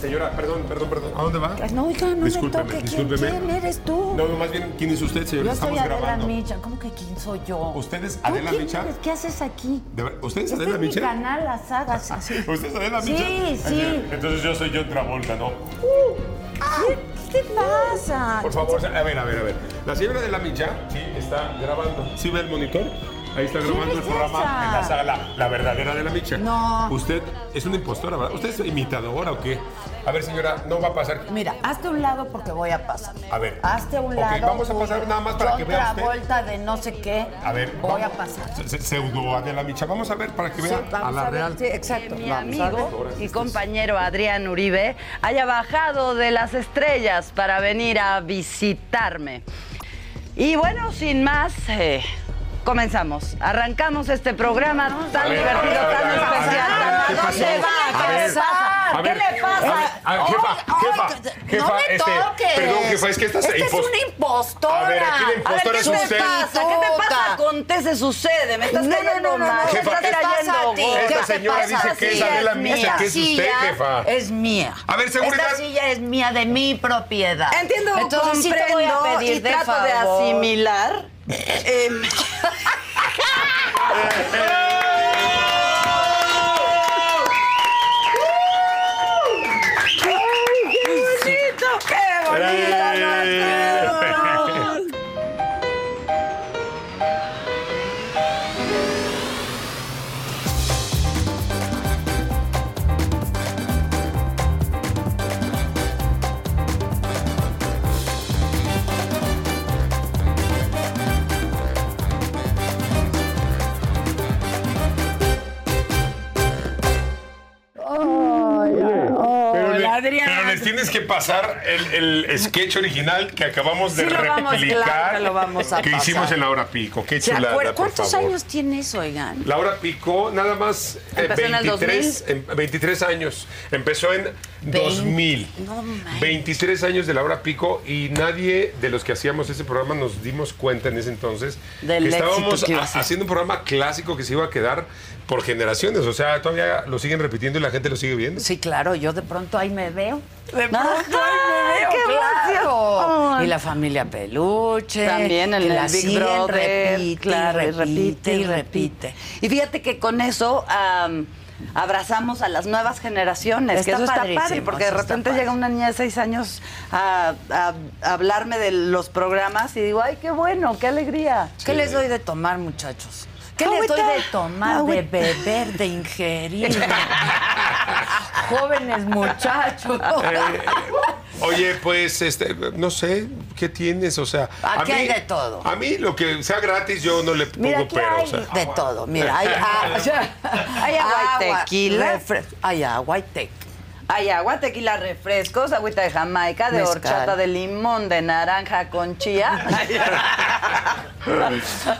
señora, perdón, perdón, perdón. ¿A dónde va? Pues no, oiga, no Discúlpeme, me toque. ¿Quién- discúlpeme. ¿Quién eres tú? No, no, más bien, ¿quién es usted, señora? yo soy Estamos Adela grabando. Micha. ¿Cómo que quién soy yo? ¿Usted es ¿Tú Adela quién Micha? eres? ¿Qué haces aquí? ¿De ver- ¿Usted es Este Adela es mi Micha? Ah, canal, las sagas. así. ¿Usted es Adela Sí, Micha? sí. Entonces yo soy John Travolta, ¿no? ¿Qué te pasa? Por favor, a ver, a ver, a ver. La señora Adela Micha, sí, está grabando. ¿Sí ve el monitor? Ahí está grabando es el programa esa? en la sala, la verdadera de la Micha. No. Usted es una impostora, ¿verdad? ¿Usted es imitadora o qué? A ver, señora, no va a pasar. Mira, hazte a un lado porque voy a pasar. A ver. Hazte a un Ok, lado. vamos a pasar nada más para que vea usted. vuelta de no sé qué. A ver. Voy vamos. a pasar. Se- se- Pseudo Adela Micha. Vamos a ver para que Sí, vea. vamos a la ver, real. sí, exacto. Mi Vamos a ver. amigo y compañero Adrián Uribe haya bajado de las estrellas para venir a visitarme. Y bueno, sin más, eh, comenzamos. Arrancamos este programa tan ver, divertido, a ver, tan a ver, a ver, especial. a ver, ¿qué tan- pasó? ¿Dónde va? A ver, a ver, a ¿Qué le pasa? ¿Qué le pasa? ver, a ver, jefa, Ay, ay, jefa, que- jefa, no este, me toques. perdón, jefa, es que esta es este Esta es impos- una impostora. A ver, aquí la A ver, impostora ¿qué es te usted. pasa? ¿Qué te pasa con T se sucede? Me estás No, no, cayendo no, no, mal. no, me jefa, estás ¿qué te pasa cayendo a ti? gordo. ¿Qué Esta te señora pasa? dice que es Sí, Adela es Micha, mía. que es usted, Silla jefa. Es mía. A ver, seguridad. Esta silla es mía, de mi propiedad. Entiendo, Entonces sí te comprendo voy a pedir y de trato de favor. asimilar. Em, ¡Qué bonito! ¡Qué bonito! Eh. Pero, le- Adrián. pero les tienes que pasar el, el sketch original que acabamos de Sí, lo vamos, replicar. claro que lo vamos a que hicimos pasar. en la hora pico. Qué ¿Se chulada. acuer- por ¿Cuántos favor. años tienes, oigan? La hora pico, nada más eh, Empezó en el 23, en 23 años. Empezó en 2000. no manches. 23 años de la hora pico y nadie de los que hacíamos ese programa nos dimos cuenta en ese entonces Del que éxito estábamos que iba a ha- ser. haciendo un programa clásico que se iba a quedar por generaciones. O sea, todavía lo siguen repitiendo y la gente lo sigue viendo. Sí, claro, yo de pronto ahí me veo. De pronto ahí me Ajá, veo, claro. claro. Y la familia Peluche. También en que el la Big siguen, Brother, repite, claro, y repite, y repite. repite. Y fíjate que con eso am, abrazamos a las nuevas generaciones, que Está eso está padre, padrísimo, porque de eso está repente padre. llega una niña de seis años a, a- a hablarme de los programas y digo, ay, qué bueno, qué alegría. ¿Qué les doy de tomar, muchachos? ¿Qué Agüita, les doy de tomar, de agüita. beber, de ingerir? Jóvenes muchachos. Eh, oye, pues, este, no sé, ¿qué tienes? O sea, Aquí hay de todo. A mí lo que sea gratis yo no le pongo Mira, aquí pero. hay o sea. de todo. Mira, hay, agua, Hay agua y tequila. refres- Hay agua y tequila. Hay agua, tequila, refrescos, agüita de jamaica, de Mezcal. horchata, de limón, de naranja con chía.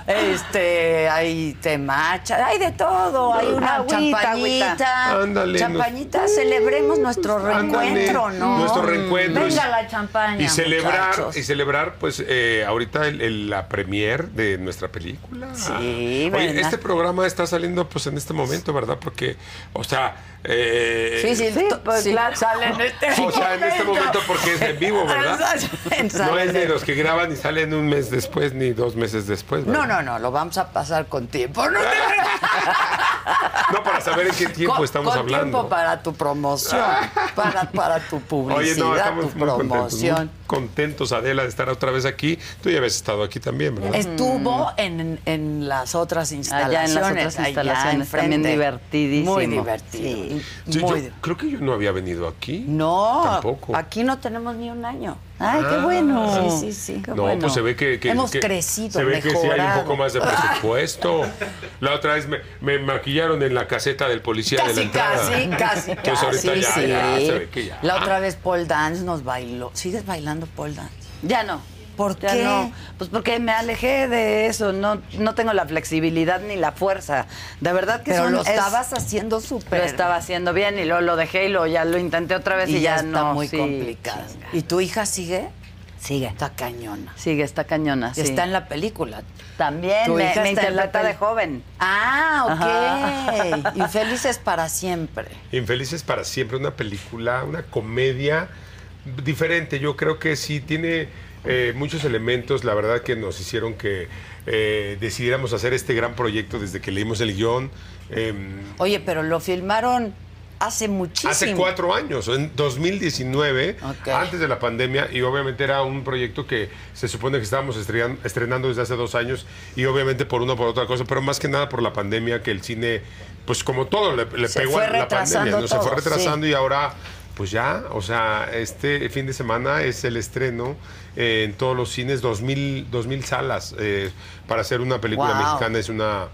Este, hay temacha, hay de todo, hay una Ah, Agüita, champañita. Ándale, champañita, celebremos nuestro Ándale, reencuentro, ¿no? Nuestro reencuentro. Venga Y- la champaña. Y celebrar, muchachos. y celebrar pues, eh, ahorita el- el- la premier de nuestra película. Sí, Oye, ¿verdad? este programa está saliendo pues en este momento, ¿verdad? Porque, o sea... eh, Sí, sí, Sí, to- pues, sí, claro. sale en este O sea, en este momento porque es en vivo, ¿verdad? No es de los que graban y salen un mes después ni dos meses después. ¿verdad? No, no, no, lo vamos a pasar con tiempo. No, No, para saber en Ah, qué tiempo con, estamos con hablando. Ah. tiempo para tu promoción, para, para tu Oye, no, publicidad, estamos tu muy contentos, muy promoción. contentos, Adela, de estar otra vez aquí. Tú ya habías estado aquí también, ¿verdad? Estuvo en, en las otras instalaciones. Mm. Allá en las otras allá instalaciones, también enfrente. divertidísimo. Muy divertido. Sí. Sí, Muy yo di- creo que yo no había venido aquí. No, Tampoco. Ah, aquí no tenemos ni un año. Ay, qué bueno. Sí, sí, sí. Qué No, bueno. pues se ve que, que- Hemos que- crecido, Se ve que sí hay un mejorado. poco más de presupuesto. La otra vez me, me maquillaron en la caseta del policía de la Casi, entrada. casi, casi, Entonces ahorita casi, ya, sí. ya, se ve que ya. Ah. La otra vez Paul Dance nos bailó. ¿Sigues bailando Paul Dance? Ya no. ¿Por Ya qué? no. Pues porque me alejé de eso. No, no tengo la flexibilidad ni la fuerza. De verdad que Pero son- lo es- estabas haciendo lo súper. estaba haciendo bien y luego lo dejé y luego ya lo intenté otra vez y, Y ya, está no. muy sí. complicado. ¿Y tu hija sigue? Sigue. Está cañona. Sigue, está cañona. Sí. Está en la película. También Tu me, hija me está en la interpreta tele. de joven. Ah, ok. Infelices para siempre. Infelices para siempre, una película, una comedia diferente. Yo creo que sí tiene eh, muchos elementos, la verdad, que nos hicieron que eh, decidiéramos hacer este gran proyecto desde que leímos el guión. em, Oye, pero lo filmaron hace muchísimo. Hace cuatro años, en 2019, Ok. antes de la pandemia, y obviamente era un proyecto que se supone que estábamos estrenan- estrenando desde hace dos años, y obviamente por una o por otra cosa, pero más que nada por la pandemia, que el cine, pues como todo, le, le Se pegó fue a la pandemia, retrasando ¿no? se fue todo, retrasando y ahora, pues ya, o sea, este fin de semana es el estreno eh, en todos los cines, 2000, 2000 salas, eh, para hacer una película Wow. mexicana es una...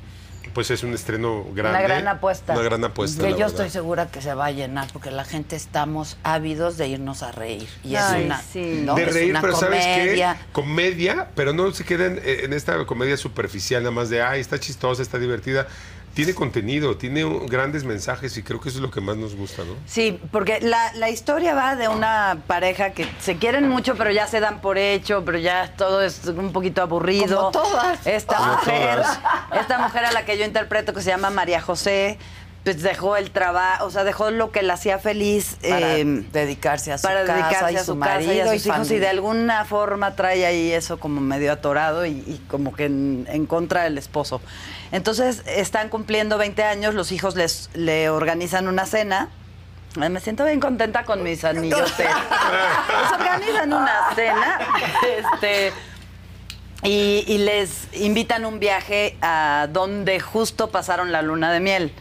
Pues es un estreno grande. gran apuesta. Una gran apuesta. Que Pues, la yo verdad. estoy segura que se va a llenar porque la gente estamos ávidos de irnos a reír. Y Ay, es una, sí. ¿no? de Es reír, una pero comedia. ¿sabes qué? Comedia, pero no se queden eh, en esta comedia superficial, nada más de, ay, está chistosa, está divertida. Tiene contenido, tiene uh, grandes mensajes y creo que eso es lo que más nos gusta, ¿no? Sí, porque la, la historia va de una pareja que se quieren mucho, pero ya se dan por hecho, pero ya todo es un poquito aburrido. Como todas. Esta Como mujer, todas. esta mujer a la que yo interpreto que se llama María José, pues dejó el trabajo, o sea, dejó lo que la hacía feliz. Para eh, Em, dedicarse a su para casa dedicarse y a su su casa y a marido y sus hijos y de familia. alguna forma trae ahí eso como medio atorado y, y como que en, en contra del esposo. Entonces están cumpliendo 20 años, los hijos les le organizan una cena. Ay, Me siento bien contenta con mis anillos. de- Les organizan una cena. Este, y, y les invitan un viaje a donde justo pasaron la luna de miel.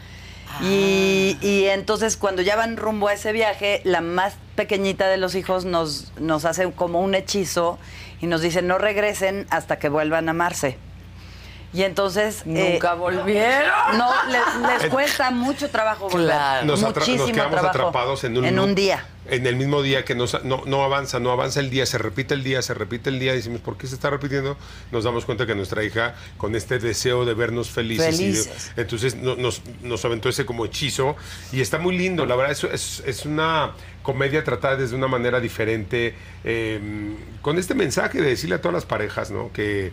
Ah. Y, y entonces cuando ya van rumbo a ese viaje, la más pequeñita de los hijos nos, nos hace como un hechizo y nos dice no regresen hasta que vuelvan a amarse. Y entonces... eh, Nunca volvieron. no, les, les cuesta mucho trabajo volver. Claro. Nos, atra- nos Muchísimo quedamos trabajo. atrapados en un, en un loop, día. En el mismo día que nos- no, no avanza, no avanza el día, se repite el día, se repite el día, y decimos, ¿por qué se está repitiendo? Nos damos cuenta que nuestra hija, con este deseo de vernos felices, y de- Felices. entonces no- nos, nos aventó ese como hechizo y está muy lindo, la verdad es, es, es una comedia tratada desde una manera diferente, eh, con este mensaje de decirle a todas las parejas, ¿no? Que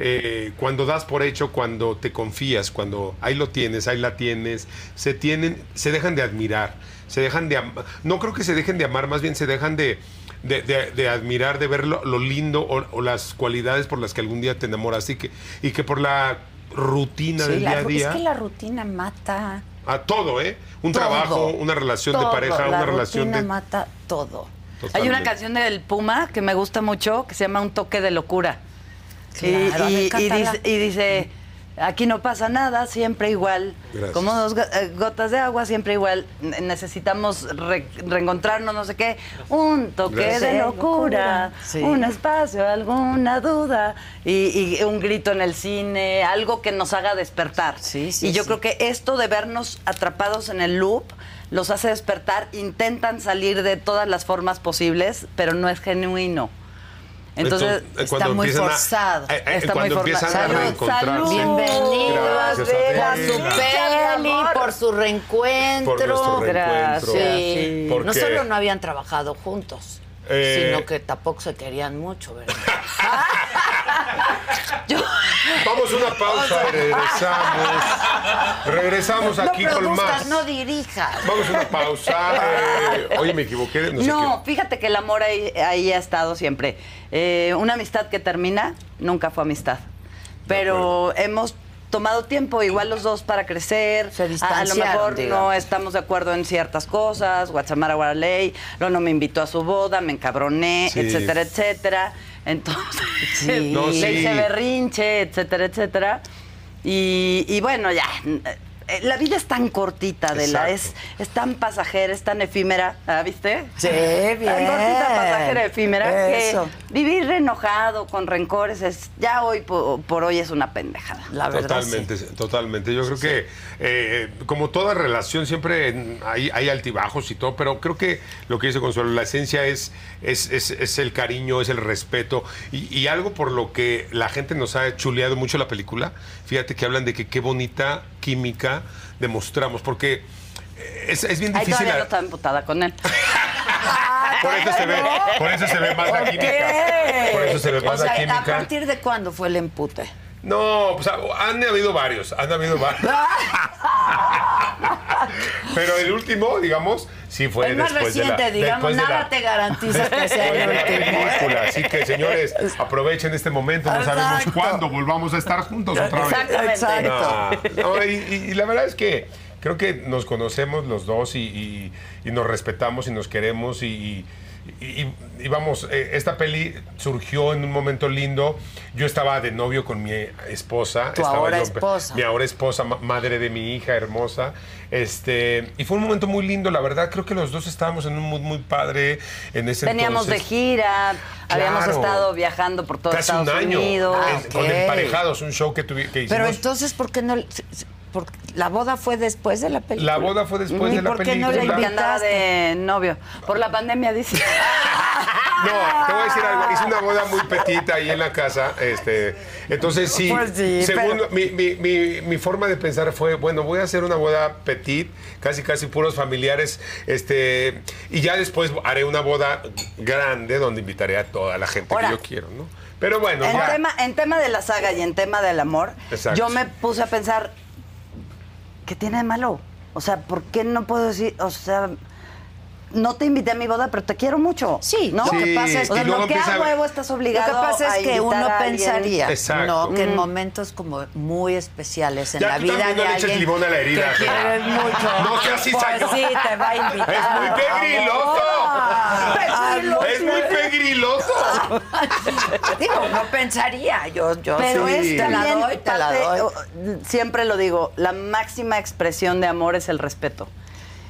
eh, cuando das por hecho, cuando te confías, cuando ahí lo tienes, ahí la tienes, se tienen, se dejan de admirar, se dejan de am- no creo que se dejen de amar, más bien se dejan de... De, de- de admirar, de ver lo, lo lindo o, o las cualidades por las que algún día te enamoraste y que, y que por la rutina Sí, del la día a ru- día Es que la rutina mata. a todo, ¿eh? Un todo. trabajo, una relación Todo. de pareja, la una relación rutina de mata todo. Hay una Totalmente. canción del Puma que me gusta mucho que se llama Un toque de locura. Y- Claro, a y, ver, y cántala. dice, y dice, aquí no pasa nada, siempre igual. Gracias. Como dos go- eh, gotas de agua, siempre igual. Ne- Necesitamos re- reencontrarnos, no sé qué. Un toque Gracias. de Sí, locura, locura. Sí. un espacio, alguna duda. Y, y un grito en el cine, algo que nos haga despertar. Sí, sí, y yo sí. creo que esto de vernos atrapados en el loop los hace despertar, intentan salir de todas las formas posibles, pero no es genuino. Entonces, Entonces, eh, está cuando muy empiezan a- forzado, eh, eh, está cuando muy empiezan forzado. a Salud, reencontrarse. salud. Bienvenido, Gracias, Adela, Adela. su peli, Gracias, por su reencuentro. Por nuestro reencuentro. Sí. Porque- No solo no habían trabajado juntos, Eh, sino que tampoco se querían mucho, ¿verdad? Vamos a una pausa, regresamos. Regresamos aquí no con produzcas, más. no dirijas. Vamos a una pausa. eh, oye, me equivoqué, no, sé No, qué. fíjate que el amor ahí, ahí ha estado siempre. Eh, una amistad que termina nunca fue amistad. Pero hemos tomado tiempo, igual los dos, para crecer. Se a, a lo distanciaron, mejor no digamos. estamos de acuerdo en ciertas cosas. Guachamara Guaraley, Lono me invitó a su boda, me encabroné, Sí. etcétera, etcétera. Entonces, Sí. No, le sí. hice berrinche, etcétera, etcétera. Y, y bueno, ya. eh, La vida es tan cortita, Adela, es, Exacto. es tan pasajera, es tan efímera, ¿ah, ¿viste? Sí, Tan bien. cortita, pasajera efímera Eso. que vivir enojado con rencores es ya hoy po- por, hoy es una pendejada. La verdad, Totalmente, totalmente. Yo creo que, eh, como toda relación, siempre en- hay, hay altibajos y todo, pero creo que lo que dice Consuelo, la esencia es, es, es- es el cariño, es el respeto y, y algo por lo que la gente nos ha chuleado mucho la película. Fíjate que hablan de que qué bonita química demostramos, porque eh, es, es bien Ay, difícil. ah. todavía a- no está emputada con él. Ah, Por eso se ve, por eso se ve más la química. Por eso se ve o más sea, la ¿a química. partir de cuándo fue el empute? No, pues han habido varios, han habido varios. Pero el último, digamos, sí fue el más después reciente, de la, digamos, después de nada la- te garantiza que sea después el de la último. ¿eh? película. Así que, señores, aprovechen este momento. No sabemos Exacto. cuándo volvamos a estar juntos otra vez. Exactamente. Exacto. No, no, y, y- y la verdad es que creo que nos conocemos los dos y, y- y nos respetamos y nos queremos y, y- y- y vamos, eh, esta peli surgió en un momento lindo. Yo estaba de novio con mi esposa. Tu estaba ahora yo- esposa. Mi ahora esposa, ma- madre de mi hija hermosa. Este, y fue un momento muy lindo, la verdad. Creo que los dos estábamos en un mood muy padre en ese Veníamos de entonces. gira, habíamos Claro. estado viajando por todo Casi Estados un año Unidos. Ah, en- con ok. Emparejados, un show que, tuvi- que hicimos. Pero entonces, ¿por qué no? se- se- por- ¿La boda fue después de la película? La boda fue después ¿Y de la por qué no la película. porque invitaste? andaba de novio. Por la pandemia, dice. No, te voy a decir algo. Hice una boda muy petita ahí en la casa. Este, entonces sí. Pues sí, según mi, mi- mi- mi forma de pensar fue, bueno, voy a hacer una boda petit, casi casi puros familiares, este, y ya después haré una boda grande donde invitaré a toda la gente Ahora. que yo quiero, ¿no? Pero bueno, En ya. tema, en tema de la saga y en tema del amor, Exacto. yo me puse a pensar, ¿qué tiene de malo? O sea, ¿por qué no puedo decir, o sea, no te invité a mi boda, pero te quiero mucho? Sí, ¿no? lo que Sí, pasa es o sea, que- y luego no que empieza a a- huevo estás Lo obligado que pasa a es que invitar uno a alguien. pensaría Exacto. no que en momentos como muy especiales en Ya, la tú vida también no de le eches alguien limón a la herida, que Adela. quieres mucho No seas cizañosa. pues sí te va a invitar Es muy pegriloso. Ah, Pegriloso. Es muy pegriloso. digo no pensaría yo yo Pero sí, Sí. es te la también doy te la parte- doy o- Siempre lo digo, la máxima expresión de amor es el respeto.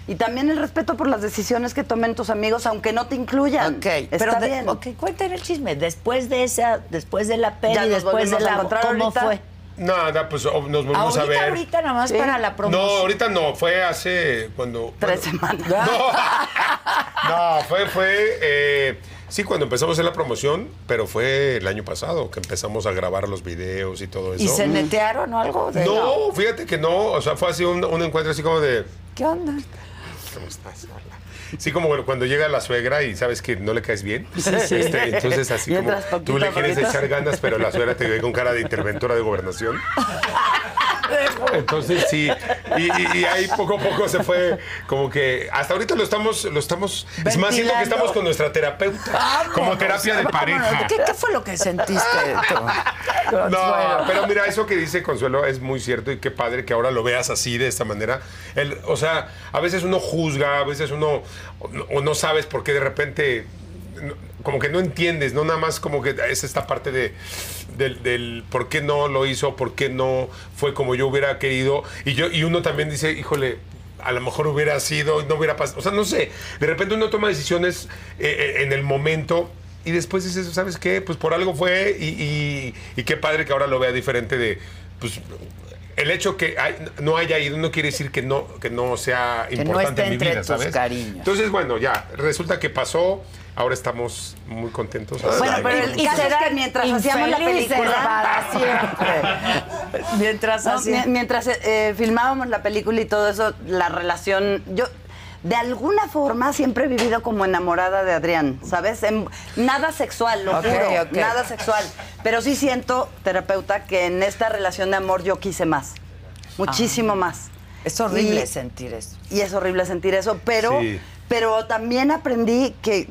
Y también el respeto por las decisiones que tomen tus amigos, aunque no te incluyan. Ok, Está Pero de- bien. ok, cuéntame el chisme. Después de esa, después de la Ya peli, nos después volvimos de a la encontrar ¿cómo ahorita. fue? Nada, pues oh, nos volvimos Ahorita, a ver. ahorita nomás para la No, promoción. ahorita no, fue hace cuando. Tres bueno, semanas. Ah, No, fue, fue. eh, sí, cuando empezamos a hacer la promoción, pero fue el año pasado que empezamos a grabar los videos y todo eso. y se netearon o algo de no, fíjate que no. O sea, fue así un, un encuentro así como de. qué onda ¿Cómo estás? Hola. Sí, como cuando llega la suegra y sabes que no le caes bien. Este, entonces, así Y como entras poquito tú le a quieres poquito. echar ganas, pero la suegra te ve con cara de interventora de gobernación. Entonces, sí. Y, y- y ahí poco a poco se fue como que hasta ahorita lo estamos, lo estamos. Es más, siento que Ventilando. estamos con nuestra terapeuta. como terapia de pareja. Ah, ¿Qué, qué fue lo que sentiste tú? No, pero mira, eso que dice Consuelo es muy cierto y qué padre que ahora lo veas así, de esta manera. El- o sea, a veces uno juzga, a veces uno o no- o no sabes por qué de repente, no- como que no entiendes, no nada más como que es esta parte de, del, del por qué no lo hizo, por qué no fue como yo hubiera querido. Y, yo, y uno también dice, híjole, a lo mejor hubiera sido, no hubiera pasado. O sea, no sé. De repente uno toma decisiones eh, eh, en el momento y después dices, ¿sabes qué? Pues por algo fue y, y- y qué padre que ahora lo vea diferente de. Pues, el hecho que hay- no haya ido no quiere decir que no, que no sea no importante esté en mi entre vida, tus ¿sabes? cariños. Entonces, bueno, ya, resulta que pasó, ahora estamos muy contentos. Bueno, Ay, pero qué el gusto. caso es que mientras hacíamos la Infelices película- para siempre. Mientras No, así. mie- mientras eh, eh, filmábamos la película y todo eso, la relación, yo de alguna forma siempre he vivido como enamorada de Adrián, ¿sabes? En- nada sexual, lo Ok, juro, ok. nada sexual. Pero sí siento, terapeuta, que en esta relación de amor yo quise más, muchísimo más. Ah. Es horrible Y- sentir eso. y es horrible sentir eso, pero, Sí. pero también aprendí que,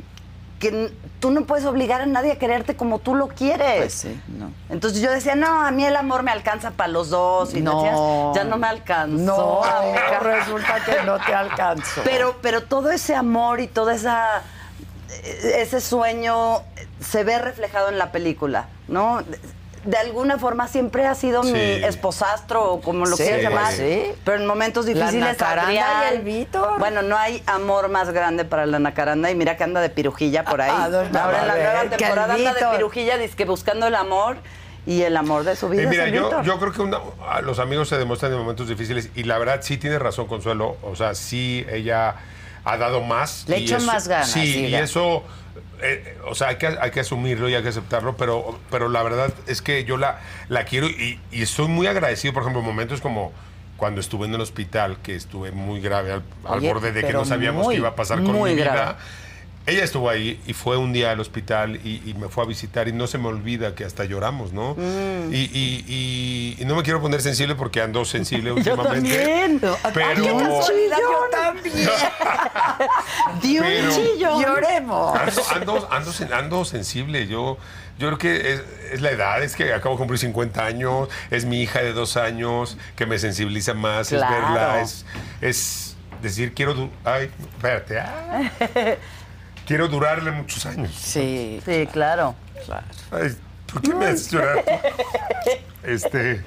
que n- tú no puedes obligar a nadie a quererte como tú lo quieres. Pues sí, no. Entonces yo decía, no, a mí el amor me alcanza para los dos. Y No. decías, ya no me alcanzó. No, amiga". resulta que no te alcanzo. Pero, pero todo ese amor y todo esa, ese sueño se ve reflejado en la película, ¿no? De- De alguna forma siempre ha sido mi Sí. esposastro o como lo Sí, quieras llamar. sí. Pero en momentos difíciles nacaranda y Adrián- el Víctor. Bueno, no hay amor más grande para la nacaranda y mira que anda de pirujilla por ahí. Ah, dos Ahora en la mamadas. Que nueva el temporada anda de Víctor. pirujilla dizque buscando el amor y el amor de su vida. Eh, es mira, el yo, Víctor. yo creo que una- a los amigos se demuestran en momentos difíciles y la verdad sí tiene razón Consuelo, o sea, sí ella ha dado más. Le y echa más ganas, Sí, y diga. eso, eh, o sea, hay que, hay que asumirlo y hay que aceptarlo, pero, pero la verdad es que yo la, la quiero y, y estoy muy agradecido, por ejemplo, en momentos como cuando estuve en el hospital, que estuve muy grave al, al Oye, borde de que pero no sabíamos muy, qué iba a pasar con muy mi grave. vida. Ella estuvo ahí y fue un día al hospital y, y me fue a visitar y no se me olvida que hasta lloramos, ¿no? Mm. Y, y- y- y no me quiero poner sensible porque ando sensible últimamente. también. Pero, Qué casualidad, yo también. Di un Pero- chillo. Lloremos. Ando, ando, ando sen- ando sensible. Yo, yo creo que es, es la edad, es que acabo de cumplir 50 años, es mi hija de dos años que me sensibiliza más, Claro. es verla, es, es decir, quiero. du- Ay, espérate. ah. Quiero durarle muchos años. Sí. Sí, claro. Ay, ¿Por qué me haces llorar? Este.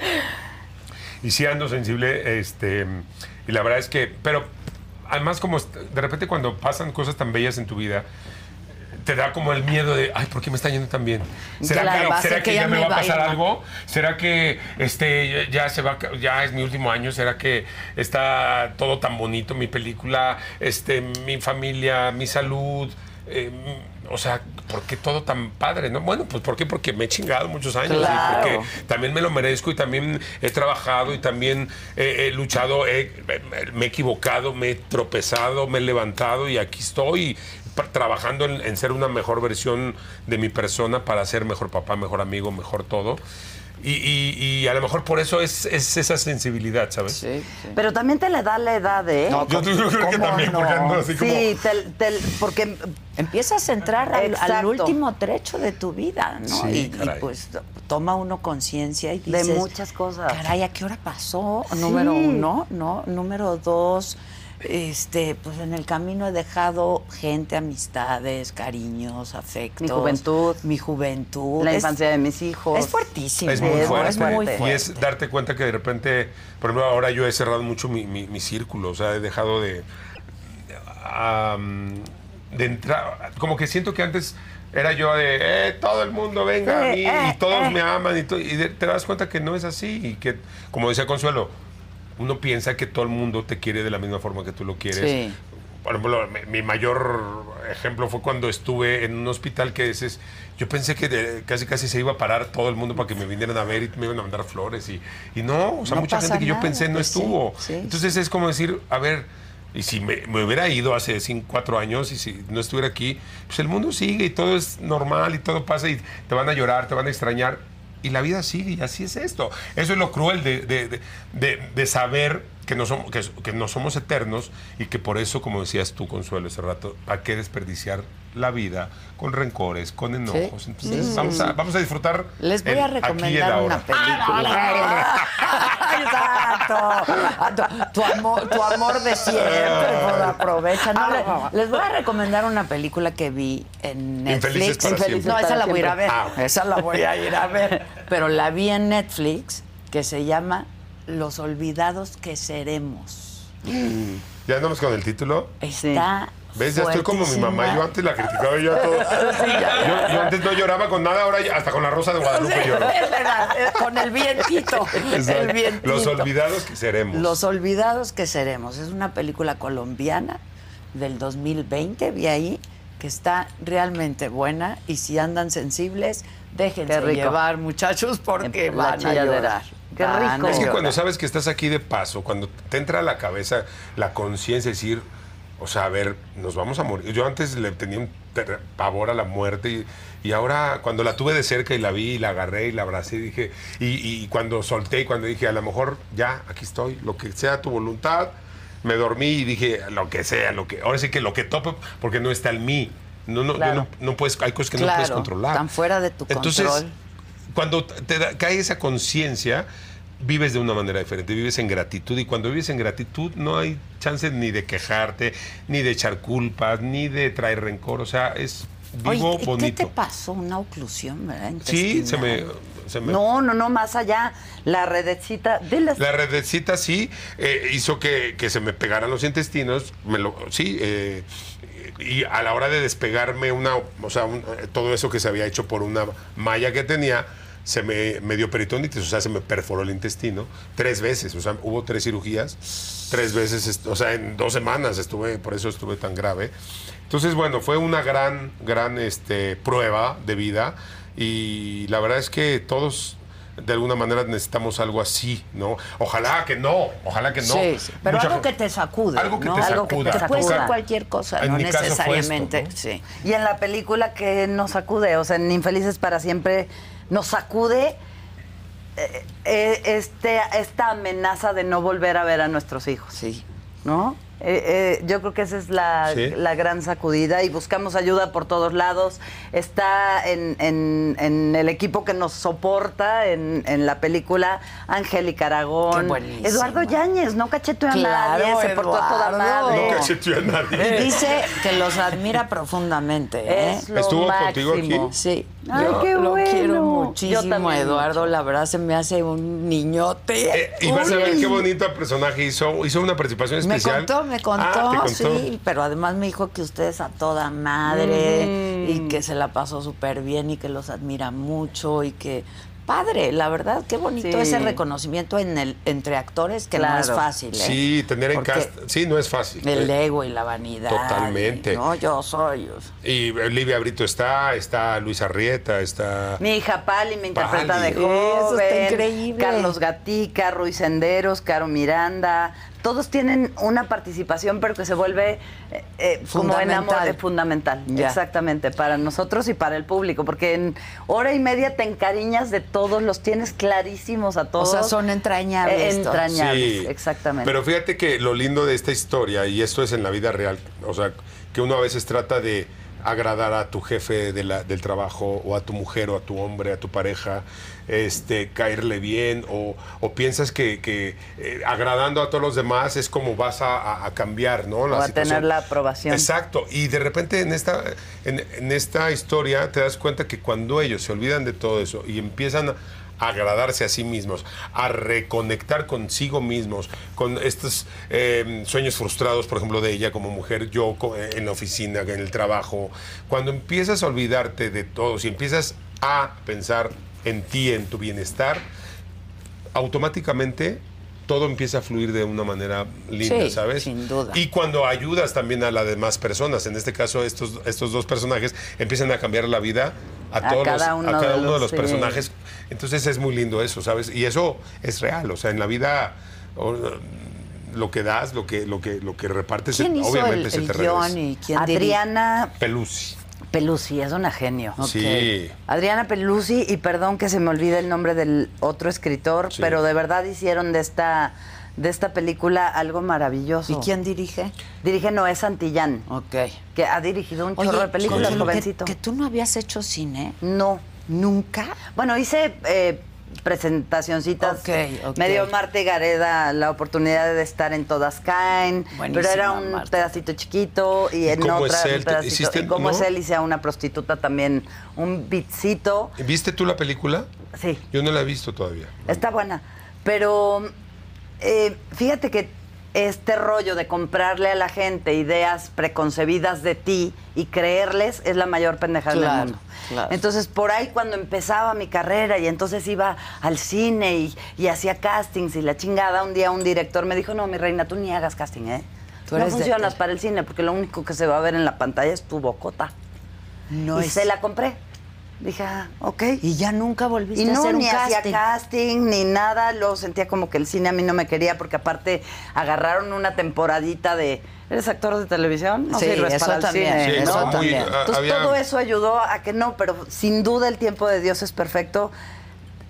Y sí ando sensible, este. Y la verdad es que. Pero además, como est- de repente cuando pasan cosas tan bellas en tu vida. Te da como el miedo de, ay, ¿por qué me está yendo tan bien? ¿Será, Claro, va a que, ¿será ser que que ya ya me me va a va a ir pasar mal. algo? ¿Será que este ya se va, a ca- ya es mi último año? ¿Será que está todo tan bonito mi película, este, mi familia, mi salud? Eh, o sea, ¿por qué todo tan padre? No, bueno, pues ¿por qué? Porque me he chingado muchos años y Claro. porque también me lo merezco y también he trabajado y también eh, he luchado, he- me he equivocado, me he tropezado, me he levantado y aquí estoy pa- trabajando en, en ser una mejor versión de mi persona para ser mejor papá, mejor amigo, mejor todo. Y, y- y a lo mejor por eso es, es esa sensibilidad, ¿sabes? Sí, sí. Pero también te la da la edad, ¿eh? No, Yo, yo creo que ¿Cómo también, porque no? ando así como... sí, te- te- porque Empiezas a entrar al, al Exacto. último trecho de tu vida, ¿no? Sí, y, y, caray. pues to- toma uno conciencia y De dices... muchas cosas. Caray, ¿a qué hora pasó? Sí. Número uno, ¿no? Número dos, este, pues en el camino he dejado gente, amistades, cariños, afectos. juventud. Mi juventud. la Es- infancia de mis hijos. em, Es fuertísimo. Es muy es fuerte. muy Y es darte cuenta que de repente, por ejemplo, ahora yo he cerrado mucho mi, mi- mi círculo, o sea, he dejado de. am, de entrar. Como que siento que antes era yo de, eh, todo el mundo venga a Sí, mí eh, y todos eh. me aman y, to- y de- te das cuenta que no es así y que, como decía Consuelo, uno piensa que todo el mundo te quiere de la misma forma que tú lo quieres Sí. por ejemplo, mi, mi mayor ejemplo fue cuando estuve en un hospital que dices, yo pensé que de- casi casi se iba a parar todo el mundo para que me vinieran a ver y me iban a mandar flores y, y no, o sea, No mucha pasa gente que yo nada, pensé no pues sí, estuvo. sí. Entonces es como decir, a ver, y si me, me hubiera ido hace cinco, cuatro años y si no estuviera aquí, pues el mundo sigue y todo es normal y todo pasa y te van a llorar, te van a extrañar. Y la vida sigue y así es esto. Eso es lo cruel de, de- de- de- de saber que no, somos, que, que no somos eternos y que por eso, como decías tú, Consuelo, ese rato, ¿para qué desperdiciar la vida con rencores, con enojos? Entonces vamos, a, vamos a disfrutar. Mm. Les voy el a aquí y el recomendar ahora. una película. Exacto. Ah, tu- Tu amor, tu amor de siempre, por aprovecha. No, le- les voy a recomendar una película que vi en Infelices Netflix. para siempre. no, esa la Para voy a ir a ver. siempre. Ah. Esa la voy a ir a ver. Pero la vi en Netflix que se llama Los olvidados que seremos. Ya andamos con el título. Está ¿Ves? Ya estoy como mi mamá. Yo fuertísima. antes la criticaba yo a todos. Yo, yo antes no lloraba con nada, ahora ya- hasta con la rosa de Guadalupe lloro. Es verdad, eh, Con el vientito. El Exacto. vientito. Los olvidados que seremos. Los olvidados que seremos. Es una película colombiana del 2020, vi ahí, que está realmente buena y si andan sensibles, déjense Qué rico. llevar, muchachos, porque La van a chilladera. llorar. Qué Van a rico. Es que llorar. cuando sabes que estás aquí de paso, cuando te entra a la cabeza la conciencia, de decir, o sea, a ver, nos vamos a morir. Yo antes le tenía un ter- pavor a la muerte y, y ahora cuando la tuve de cerca y la vi y la agarré y la abracé y dije, y, y cuando solté y cuando dije, a lo mejor ya, aquí estoy, lo que sea tu voluntad, me dormí y dije, lo que sea, lo que, ahora sí que lo que tope, porque no está en mí. No, no, yo Claro. no, no puedes, hay cosas que no Claro, puedes controlar. están fuera de tu Entonces, control. cuando te da- cae esa conciencia, vives de una manera diferente, vives en gratitud y cuando vives en gratitud no hay chance ni de quejarte, ni de echar culpas, ni de traer rencor, o sea, es Oye, vivo ¿qué- ¿qué bonito. te pasó? Una oclusión, ¿verdad? sí, se me, Intestinal. se me No, no, no, más allá. La redecita. Diles. La redecita sí eh, hizo que, que se me pegaran los intestinos, me lo, sí, eh, y a la hora de despegarme una, o sea, un- eh, todo eso que se había hecho por una malla que tenía, se me, me dio peritonitis, o sea, se me perforó el intestino tres veces, o sea, hubo tres cirugías, tres veces, est- o sea, en dos semanas estuve, por eso estuve tan grave. Entonces, bueno, fue una gran, gran este, prueba de vida y la verdad es que todos de alguna manera necesitamos algo así, ¿no? Ojalá que no, ojalá que no. pues, Sí, sí. Pero Mucha algo gente- que te sacude. Algo que ¿no? te Algo que te sacuda. Puede ser sacuda. cualquier cosa, En no mi caso fue esto, necesariamente. ¿no? Sí. Y en la película que nos sacude, o sea, en Infelices para siempre, nos sacude eh, eh, este, esta amenaza de no volver a ver a nuestros hijos. Sí. ¿no? Eh, eh, yo creo que esa es la, Sí. la gran sacudida y buscamos ayuda por todos lados. Está en, en- en el equipo que nos soporta en, en la película Angélica Qué Aragón. buenísima. Eduardo Yáñez, no cacheteó a Claro, nadie, se portó a toda Eduardo. madre. No No. cacheteó a nadie. Y dice que los admira profundamente. ¿eh? Es lo ¿Estuvo máximo. contigo aquí? Sí, Ay, yo qué lo bueno. quiero Yo muchísimo, también Eduardo. La verdad se me hace un niñote. Eh, y vas a ver qué bonito personaje hizo. Hizo una participación Me especial. contó, me contó, Ah, te contó. sí, pero además me dijo que ustedes a toda madre y que se la pasó súper bien y que los admira mucho y que padre, la verdad, qué bonito Sí. ese reconocimiento en el, entre actores que no Claro. es fácil. ¿eh? Sí, tener en Porque cast. Sí, no es fácil. El Eh, ego y la vanidad. Totalmente. y, No, yo soy. Y Olivia Brito está, está Luis Arrieta, está. Mi hija Pali me interpreta Pali. de Eso está joven. increíble. Carlos Gatica, Ruiz Senderos, Caro Miranda. Todos tienen una participación, pero que se vuelve eh, eh, como Fundamental. enamor eh, fundamental. Ya. Exactamente, para nosotros y para el público, porque en hora y media te encariñas de todos, los tienes clarísimos a todos. O sea, son entrañables Eh, todos. entrañables, Sí. exactamente. Pero fíjate que lo lindo de esta historia, y esto es en la vida real, o sea, que uno a veces trata de agradar a tu jefe de la- del trabajo o a tu mujer o a tu hombre, a tu pareja, este, caerle bien o, o piensas que, que, eh, agradando a todos los demás es como vas a, a- a cambiar, ¿no? a tener la aprobación. Exacto. Y de repente en esta, en, en esta historia te das cuenta que cuando ellos se olvidan de todo eso y empiezan a agradarse a sí mismos, a reconectar consigo mismos, con estos eh, sueños frustrados, por ejemplo, de ella como mujer, yo co- eh, en la oficina, en el trabajo, cuando empiezas a olvidarte de todos y empiezas a pensar en ti, en tu bienestar, automáticamente todo empieza a fluir de una manera linda, Sí, ¿sabes? sin duda. Y cuando ayudas también a las demás personas, en este caso estos, estos dos personajes empiezan a cambiar la vida a, A todos cada los, uno a cada de uno de los, los sí. personajes. Entonces es muy lindo eso, ¿sabes? Y eso es real, o sea, en la vida o, lo que das, lo que lo que lo que repartes, ¿Quién hizo obviamente el, se el te guión regresa. y quién dirige? Adriana Pelusi. Pelusi es una genio. Sí. Adriana Pelusi, y perdón que se me olvide el nombre del otro escritor, Sí. pero de verdad hicieron de esta, de esta película algo maravilloso. ¿Y quién dirige? Dirige Noé Santillán, Ok. que ha dirigido un chorro Oye, de películas, Consuelo, que- jovencito. Que, tú no habías hecho cine No. nunca. Bueno, hice eh, presentacioncitas. Ok, ok. Me dio Marte Gareda la oportunidad de estar en Todas Caen, pero Buenísima, era un Marta. pedacito chiquito y, ¿Y en cómo otra es él? un pedacito. ¿Hiciste- y como no? es él, hice a una prostituta también un bitcito. ¿Viste tú la película? Sí. Yo no la he visto todavía. Está buena. Pero eh, fíjate que este rollo de comprarle a la gente ideas preconcebidas de ti y creerles es la mayor pendejada Claro, del mundo. claro. Entonces, por ahí cuando empezaba mi carrera y entonces iba al cine y, y hacía castings y la chingada, un día un director me dijo, no, mi reina, tú ni hagas casting, ¿eh? Tú no eres de funcionas tele". para el cine porque lo único que se va a ver en la pantalla es tu bocota. No y se la compré. Dije, ah, ok. Y ya nunca volviste Y a no, hacer un ni casting. hacía casting, ni nada. Lo sentía como que el cine a mí no me quería, porque aparte agarraron una temporadita de. ¿Eres actor de televisión? No Sí, sirves eso para el también, cine", Sí, eso como muy- también. ah, Entonces había- todo eso ayudó a que no, pero sin duda el tiempo de Dios es perfecto.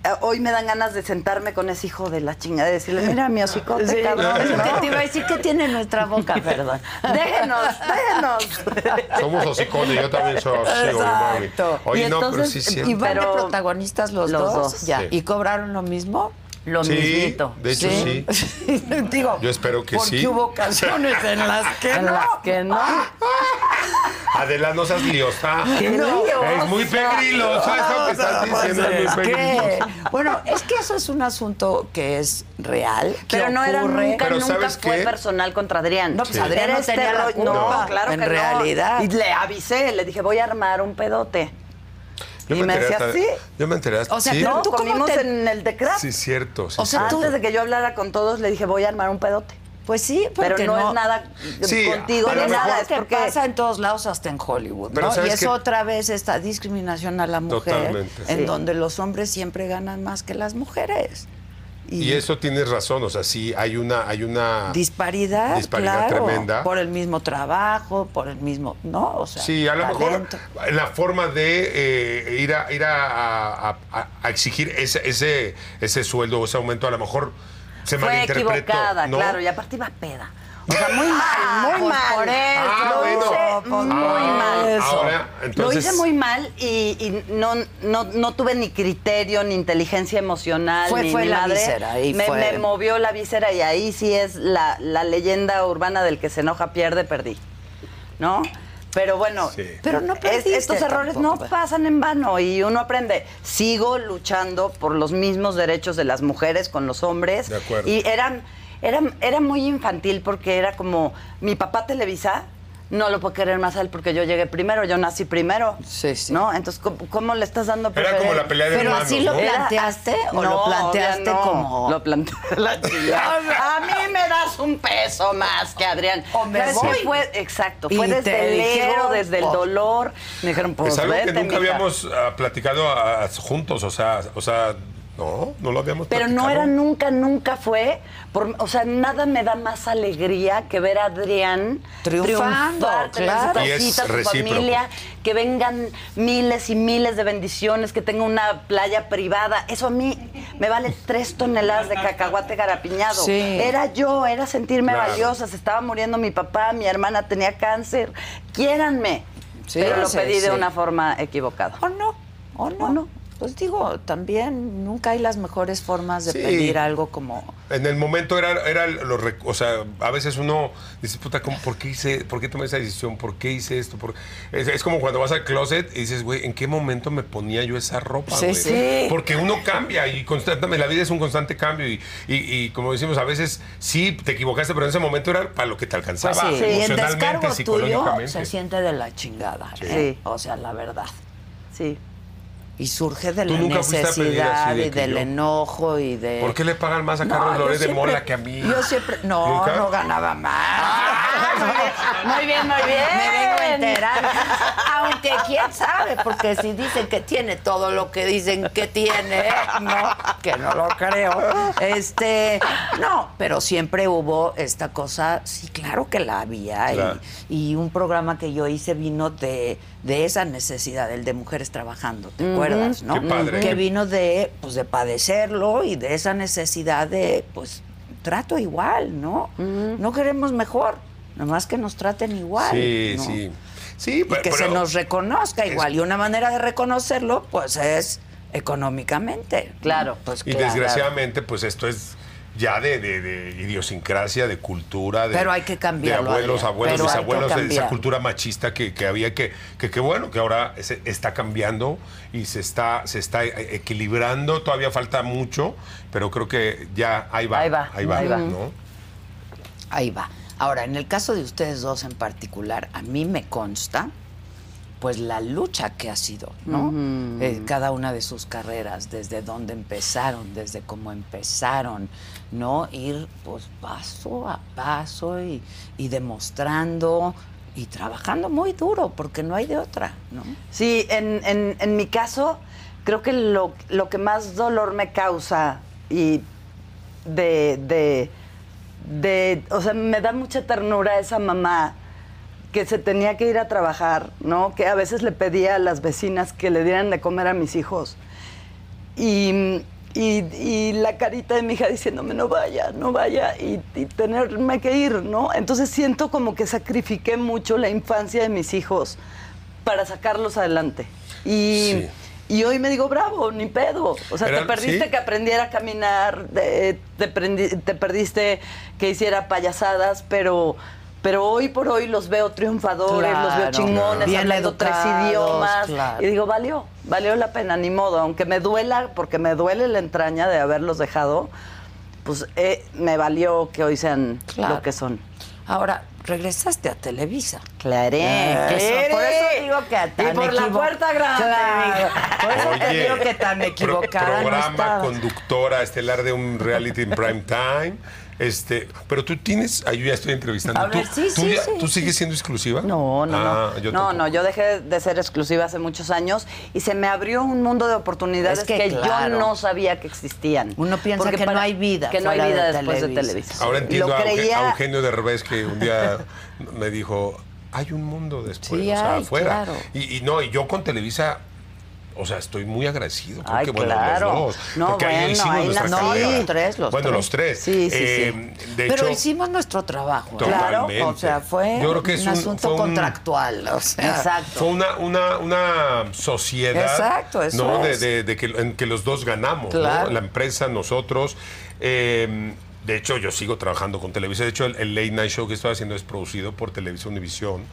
Eh, Hoy me dan ganas de sentarme con ese hijo de la chingada y decirle, mira mi hocicote, Sí, cabrón. es lo que ¿no? te iba a decir que tiene nuestra boca, perdón. Déjenos, déjenos. Somos hocicones, yo también soy hocico, mami. Exacto. Oye, Y no, pero sí entonces, es cierto. y van de Pero- protagonistas los, los dos, dos, ya. sí. ¿Y cobraron lo mismo? Lo Sí, mismito. de hecho sí. Digo, Yo espero que porque sí. hubo ocasiones en las que En no. las que no. Adela, no seas liosa. Ah, No. Es muy pegriloso eso que estás diciendo. Es muy ¿Qué? pegriloso. Bueno, es que eso es un asunto que es real. que Pero no era ocurre. nunca, Pero nunca ¿sabes fue qué? personal contra Adrián. No, pues Sí. Adrián Era no este tenía la rollo- culpa. No, claro en que no. realidad. Y le avisé, le dije, voy a armar un pedote. Yo y me enteré decía, hasta- sí. Yo me enteré hasta- O sea, sí. pero No, ¿tú cómo comimos te- en el de crack. Sí, cierto. sí, O sea, cierto. Antes de que yo hablara con todos, le dije, voy a armar un pedote. Pues sí, Pero porque no es nada Sí, contigo, a no lo es nada, mejor- es porque pasa en todos lados hasta en Hollywood, Pero ¿no? Y ¿sabes es qué? otra vez esta discriminación a la mujer Totalmente. en Sí. donde los hombres siempre ganan más que las mujeres. Y eso tienes razón, o sea, sí hay una, hay una Disparidad, disparidad claro, tremenda. por el mismo trabajo, por el mismo, ¿no? O sea, Sí, a lo mejor talento. la forma de eh, ir a ir a, a- a- a exigir ese, ese, ese sueldo o ese aumento, a lo mejor se Fue malinterpretó. equivocada, ¿no? claro, y aparte iba peda. O sea, muy mal, muy pues mal. por eso, Ah, bueno. Lo hice pues muy Ah, mal. ahora, Lo entonces- hice muy mal y, y no, no, no tuve ni criterio, ni inteligencia emocional, Fue- ni fue mi la madre. víscera, ahí me, fue. me movió la víscera y ahí sí es la, la leyenda urbana del que se enoja, pierde, perdí. ¿No? Pero bueno, Sí. Pero no es- perdiste estos errores tampoco. no pasan en vano y uno aprende. Sigo luchando por los mismos derechos de las mujeres con los hombres. De acuerdo. Y eran, eran- era muy infantil porque era como, mi papá televisa, no lo puedo querer más a él porque yo llegué primero, yo nací primero. Sí, sí. ¿No? Entonces, ¿cómo, cómo le estás dando Era como la preferencia? pelea de Pero hermanos, así lo ¿no? Era- planteaste o No, lo obvio, planteaste no. como Lo planteé la chingada. A mí me das un peso más que Adrián. O me ¿Sabes qué voy. Fue, exacto, Y fue te desde el ego, dijeron, desde el oh. dolor. Me dijeron, pues Es algo que vete, nunca mija. habíamos ah, platicado ah, juntos, o sea, o sea, no, no lo habíamos Pero no platicado. era nunca, nunca fue. Por, o sea, nada me da más alegría que ver a Adrián Triunfando, tener claro. su Y es casita, su recíproco. familia, que vengan miles y miles de bendiciones, que tenga una playa privada. Eso a mí me vale tres toneladas de cacahuate garapiñado. Sí. Era yo, era sentirme Claro. valiosa. Se estaba muriendo mi papá, mi hermana tenía cáncer. Quiéranme. Sí, Pero lo sí, pedí sí. de una forma equivocada. O "Oh, no, o no. Pues digo, también nunca hay las mejores formas de Sí. pedir algo como... En el momento era, era lo, rec- o sea, a veces uno dice, puta, ¿cómo- ¿por qué hice, por qué tomé esa decisión? ¿Por qué hice esto? ¿Por-?" Es, es como cuando vas al closet y dices, güey, ¿en qué momento me ponía yo esa ropa, Sí, güey?" sí. Porque uno cambia y constantemente, la vida es un constante cambio y, y- y como decimos, a veces sí te equivocaste, pero en ese momento era para lo que te alcanzaba, Pues sí. Sí, el Y el emocionalmente, descargo tuyo psicológicamente. se siente de la chingada. Sí. ¿eh? O sea, la verdad. Sí. Y surge de Tú la nunca fuiste a pedir así necesidad de y que del yo- enojo y de... ¿Por qué le pagan más a No, Carlos yo Loret de siempre- Mola que a mí? Yo siempre... No, ¿Nunca? no ganaba más. Muy bien, muy bien. Me vengo a enterar. Aunque quién sabe, porque si dicen que tiene todo lo que dicen que tiene, no, que no lo creo. Este, no, pero siempre hubo esta cosa, sí, claro que la había. y- Claro. Y, un programa que yo hice vino de, de esa necesidad, el de mujeres trabajando, ¿te acuerdas? ¿no? Qué padre. Que vino de, pues, de padecerlo y de esa necesidad de, pues, trato igual, ¿no? No queremos mejor, nada más que nos traten igual. Sí, ¿no? sí. Sí, Y que se nos reconozca es- igual. Y una manera de reconocerlo, pues, es económicamente. Claro. pues Y desgraciadamente, pues esto es ya de, de- de idiosincrasia, de cultura, de, Pero hay que cambiarlo, de abuelos, Adrián. abuelos, Pero hay que bisabuelos, de esa cambiar. cultura machista que, que había que, que, que bueno, que ahora se está cambiando y se está, se está e- equilibrando, todavía falta mucho, pero creo que ya ahí va. Ahí va, ahí va, ahí va. ¿no? Ahí va. Ahora, en el caso de ustedes dos en particular, a mí me consta, pues, la lucha que ha sido, ¿no? Eh, cada una de sus carreras, desde dónde empezaron, desde cómo empezaron, ¿no? Ir, pues, paso a paso y, y demostrando y trabajando muy duro, porque no hay de otra, ¿no? Sí, en, en- en mi caso, creo que lo, lo que más dolor me causa y de, de, de- O sea, me da mucha ternura esa mamá que se tenía que ir a trabajar, ¿no? Que a veces le pedía a las vecinas que le dieran de comer a mis hijos. Y, y- y la carita de mi hija diciéndome, no vaya, no vaya, y, y tenerme que ir, ¿no? Entonces siento como que sacrifiqué mucho la infancia de mis hijos para sacarlos adelante. Y, Sí. y hoy me digo, bravo, ni pedo. O sea, te Era- perdiste sí. que aprendiera a caminar, de- te, prendi- te perdiste que hiciera payasadas, pero... Pero hoy por hoy los veo triunfadores, los Claro, veo chingones, bien hablando tres educados, idiomas. claro. Y digo, valió, valió la pena, ni modo, aunque me duela, porque me duele la entraña de haberlos dejado, pues eh, me valió que hoy sean Claro. lo que son. Ahora, regresaste a Televisa. Claro, Claro. eso- por eso digo que tan Y por la equivo- puerta grande, Claro, mija. por eso te Oye, digo que tan pro- equivocada no programa, estaba. conductora, estelar de un reality en prime time. Este, pero tú tienes, ay, yo ya estoy entrevistando. A ver, ¿Tú, sí, tú sí, ya- sí, ¿tú sí. sigues siendo exclusiva? No, no, Ah, no. yo no, tampoco. no, yo dejé de ser exclusiva hace muchos años y se me abrió un mundo de oportunidades Es que, que claro. yo no sabía que existían. Uno piensa que no hay vida Que no hay fuera vida de después de Televisa. Televisa. Ahora Y entiendo Lo a, Euge- creía, a Eugenio de Revés que un día me dijo, hay un mundo después, Sí o sea, hay, afuera. claro. Y, y no, y yo con Televisa, o sea, estoy muy agradecido. Creo Ay, que, bueno, claro. los dos, No, porque ahí bueno, hicimos ahí nuestra nací. carrera. Sí, tres, los bueno, tres. los tres. Sí, sí, sí. Eh, De Pero hecho, hicimos nuestro trabajo. ¿eh? Totalmente. Claro, o sea, fue Yo creo que es un, un- asunto fue un- contractual. O sea, Exacto. Fue una, una, una sociedad. Exacto, eso ¿no? De- es. De, de que, en que los dos ganamos, ¿no? Claro. La empresa, nosotros. Eh, de hecho, yo sigo trabajando con Televisa. De hecho, el, el Late Night Show que estoy haciendo es producido por Televisa Univisión.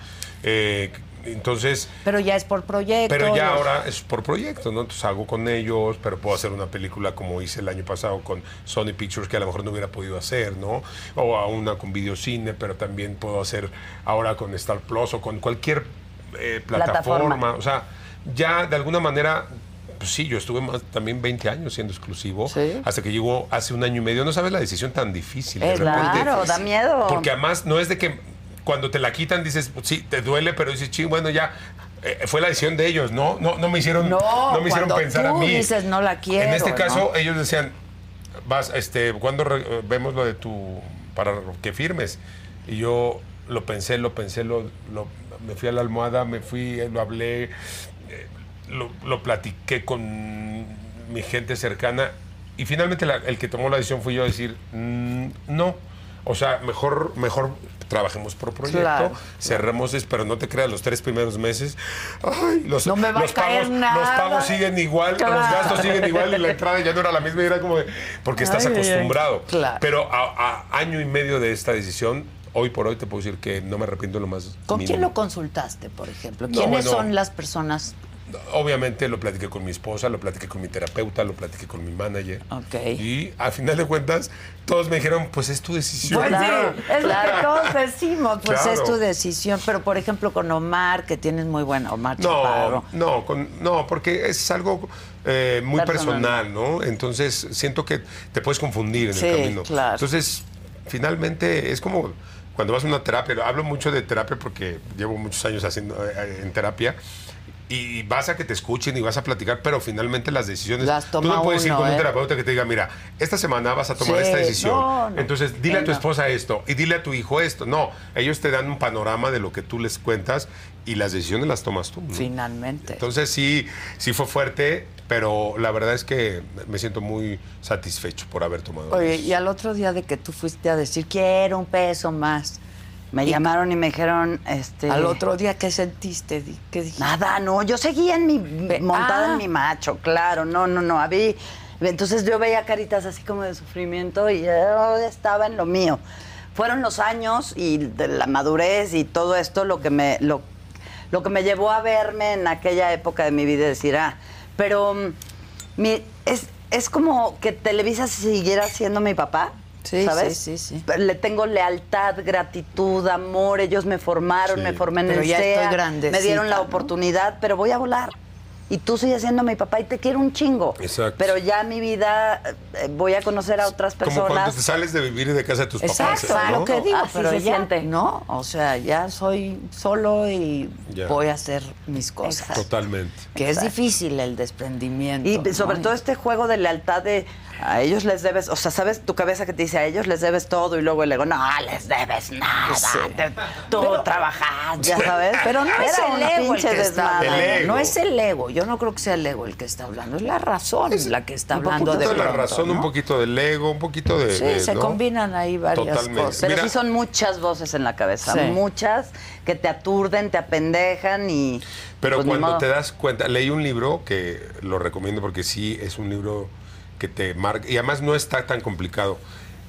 Eh, entonces, Pero ya es por proyecto. pero ya los- ahora es por proyecto, ¿no? Entonces hago con ellos, pero puedo hacer una película como hice el año pasado con Sony Pictures, que a lo mejor no hubiera podido hacer, ¿no? O a una con videocine, pero también puedo hacer ahora con Star Plus o con cualquier eh, plataforma. Plataforma. O sea, ya de alguna manera. pues sí, yo estuve más, también 20 años siendo exclusivo, Sí. hasta que llegó hace un año y medio. No sabes la decisión tan difícil. de Es repente. Claro, da miedo. Porque además no es de que cuando te la quitan dices, pues sí, te duele, pero dices, ching, bueno, ya. eh, fue la decisión de ellos, no, no, no me hicieron, No, no, me hicieron cuando pensar a tú mí. dices, "No la quiero", En este ¿no? caso, ellos decían, vas, este, cuando vemos lo de tu para que firmes? Y yo lo pensé, lo pensé, lo, lo- me fui a la almohada, me fui, eh, lo hablé, eh, lo, lo platiqué con mi gente cercana y finalmente la- el que tomó la decisión fui yo a decir, "Mm, no. O sea, mejor, mejor trabajemos por proyecto, Claro. cerremos, es- pero no te creas, los tres primeros meses, ay, los, No me va a los caer pagos, los nada. pagos siguen igual, Claro. los gastos siguen igual y la entrada ya no era la misma y era como de, porque estás Ay, ay, ay. acostumbrado. Claro. Pero a, a año y medio de esta decisión, hoy por hoy te puedo decir que no me arrepiento lo más ¿Con quién mínimo. lo consultaste, por ejemplo? No, ¿Quiénes bueno. son las personas? Obviamente lo platiqué con mi esposa, lo platiqué con mi terapeuta, lo platiqué con mi manager. Ok. Y al final de cuentas, todos me dijeron, pues es tu decisión. Pues ya. sí, es lo que todos decimos, pues Claro. es tu decisión. Pero, por ejemplo, con Omar, que tienes muy buena, Omar Chaparro. No, no, con- no, porque es algo eh, muy personal. ¿no? Entonces siento que te puedes confundir en Sí, el camino. claro. Entonces, finalmente es como cuando vas a una terapia, hablo mucho de terapia porque llevo muchos años haciendo eh, en terapia. Y vas a que te escuchen y vas a platicar, pero finalmente las decisiones. Las tú toma no puedes ir uno, con ¿eh? un terapeuta que te diga, mira, esta semana vas a tomar Sí, esta decisión. no, no, Entonces, dile a tu no. esposa esto y dile a tu hijo esto. No, ellos te dan un panorama de lo que tú les cuentas y las decisiones las tomas tú. ¿no? Finalmente. Entonces sí, sí fue fuerte, pero la verdad es que me siento muy satisfecho por haber tomado. Oye, y al otro día de que tú fuiste a decir, quiero un peso más, Me Y- llamaron y me dijeron, este. al otro día, ¿qué sentiste? Di- ¿Qué dijiste? Nada, no, yo seguía en mi Ve- montada Ah. en mi macho, claro, no, no, no, había entonces yo veía caritas así como de sufrimiento y yo estaba en lo mío. Fueron los años y de la madurez y todo esto lo que me lo, lo que me llevó a verme en aquella época de mi vida y decir, ah, pero mm, mi- es es como que Televisa siguiera siendo mi papá. Sí, ¿sabes? sí, sí, sí. Le tengo lealtad, gratitud, amor. Ellos me formaron, Sí. me formé en Pero el ya estoy SEA, grandecita, Me dieron la ¿no? oportunidad oportunidad, pero voy a volar. Y tú sigues siendo mi papá y te quiero un chingo. Exacto. Pero ya mi vida eh, voy a conocer a otras Como cuando te personas. sales de vivir de casa de tus Exacto, papás. es ¿no? lo que digo, Así pero se ya, siente. ¿no? O sea, ya soy solo y Ya. voy a hacer mis cosas. Exacto. Totalmente. Que es difícil el desprendimiento. Y sobre ¿no? todo este juego de lealtad de a ellos les debes, o sea, sabes tu cabeza que te dice a ellos les debes todo y luego el ego, no, les debes nada, Sí. te- tú trabajas, ya sabes. Pero no es Era el un ego el pinche que está desmadre. El hablando. ego. No es el ego. Yo no creo que sea el ego el que está hablando. Es la razón la que está Un hablando poquito de de la pronto, razón, ¿no? un poquito del ego, un poquito de. Sí, de- se ¿no? combinan ahí varias Totalmente. cosas. Pero Mira. sí son muchas voces en la cabeza, Sí. muchas que te aturden, te apendejan y Pero pues, ni cuando modo. te das cuenta, leí un libro que lo recomiendo porque sí es un libro que te marca, y además no está tan complicado,